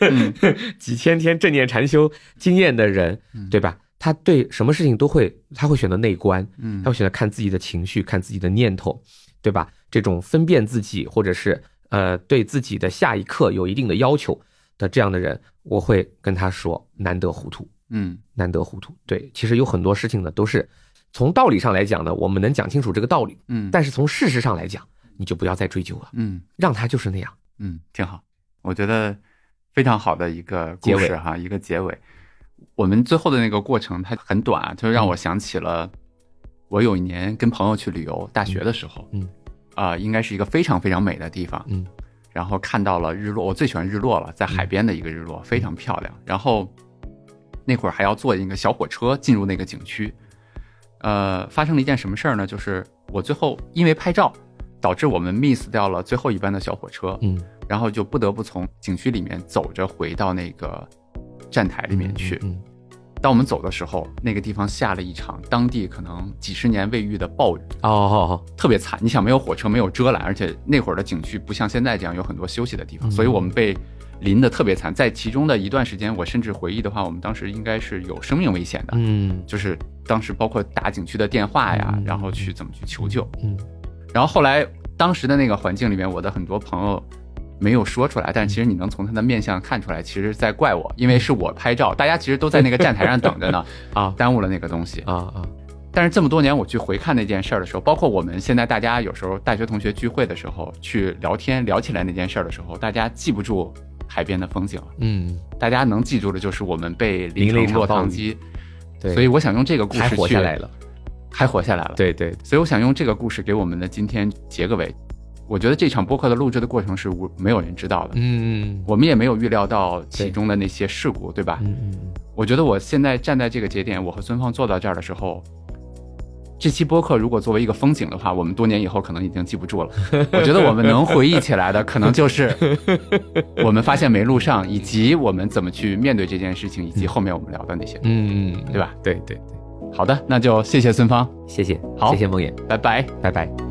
Speaker 1: 嗯
Speaker 2: 几千天正念禅修经验的人，对吧？他对什么事情都会，他会选择内观，
Speaker 1: 嗯
Speaker 2: 他会选择看自己的情绪，看自己的念头，对吧？这种分辨自己，或者是呃对自己的下一刻有一定的要求的这样的人，我会跟他说难得糊涂。
Speaker 1: 嗯
Speaker 2: 难得糊涂。对，其实有很多事情呢，都是从道理上来讲呢，我们能讲清楚这个道理，
Speaker 1: 嗯，
Speaker 2: 但是从事实上来讲，你就不要再追究了，
Speaker 1: 嗯
Speaker 2: 让它就是那样。
Speaker 1: 嗯挺好，我觉得非常好的一个
Speaker 2: 结
Speaker 1: 故
Speaker 2: 尾
Speaker 1: 事哈，一个结尾。我们最后的那个过程它很短啊，就让我想起了我有一年跟朋友去旅游，大学的时候，
Speaker 2: 嗯，
Speaker 1: 啊，应该是一个非常非常美的地方。
Speaker 2: 嗯
Speaker 1: 然后看到了日落，我最喜欢日落了，在海边的一个日
Speaker 2: 嗯
Speaker 1: 落，非常漂亮。然后那会儿还要坐一个小火车进入那个景区，呃，发生了一件什么事儿呢？就是我最后因为拍照，导致我们 miss 掉了最后一班的小火车，
Speaker 2: 嗯，
Speaker 1: 然后就不得不从景区里面走着回到那个站台里面去。
Speaker 2: 嗯，
Speaker 1: 当我们走的时候，那个地方下了一场当地可能几十年未遇的暴雨，
Speaker 2: 哦哦
Speaker 1: 特别惨。你想，没有火车，没有遮拦，而且那会儿的景区不像现在这样有很多休息的地方，
Speaker 2: 嗯
Speaker 1: 所以我们被淋得特别惨。在其中的一段时间，我甚至回忆的话，我们当时应该是有生命危险的，
Speaker 2: 嗯
Speaker 1: 就是当时包括打景区的电话呀
Speaker 2: 嗯，
Speaker 1: 然后去怎么去求救。
Speaker 2: 嗯
Speaker 1: 然后后来当时的那个环境里面，我的很多朋友没有说出来，但是其实你能从他的面相看出来，其实在怪我，因为是我拍照，大家其实都在那个站台上等着 呢，
Speaker 2: 啊
Speaker 1: 耽误了那个东西。
Speaker 2: 啊啊，
Speaker 1: 但是这么多年我去回看那件事儿的时候，包括我们现在大家有时候大学同学聚会的时候去聊天聊起来那件事儿的时候，大家记不住海边的风景了，
Speaker 2: 嗯，
Speaker 1: 大家能记住的就是我们被淋
Speaker 2: 淋了一
Speaker 1: 成
Speaker 2: 场
Speaker 1: 落
Speaker 2: 暴
Speaker 1: 汤
Speaker 2: 雨
Speaker 1: 鸡。
Speaker 2: 对，
Speaker 1: 所以我想用这个故事
Speaker 2: 还活
Speaker 1: 去
Speaker 2: 下来，了，
Speaker 1: 还活下来了。
Speaker 2: 对对，
Speaker 1: 所以我想用这个故事给我们的今天结个尾。我觉得这场播客的录制的过程是无没有人知道的，
Speaker 2: 嗯
Speaker 1: 我们也没有预料到其
Speaker 2: 对
Speaker 1: 中的那些事故，对吧？
Speaker 2: 嗯嗯
Speaker 1: 我觉得我现在站在这个节点，我和孙放坐到这儿的时候，这期播客如果作为一个风景的话，我们多年以后可能已经记不住了。我觉得我们能回忆起来的，可能就是我们发现没录上，以及我们怎么去面对这件事情，以及后面我们聊的那些。
Speaker 2: 嗯嗯，
Speaker 1: 对吧？
Speaker 2: 对对对，
Speaker 1: 好的，那就谢谢孙芳，
Speaker 2: 谢谢，
Speaker 1: 好
Speaker 2: 谢谢梦魇，
Speaker 1: 拜拜。
Speaker 2: 拜拜。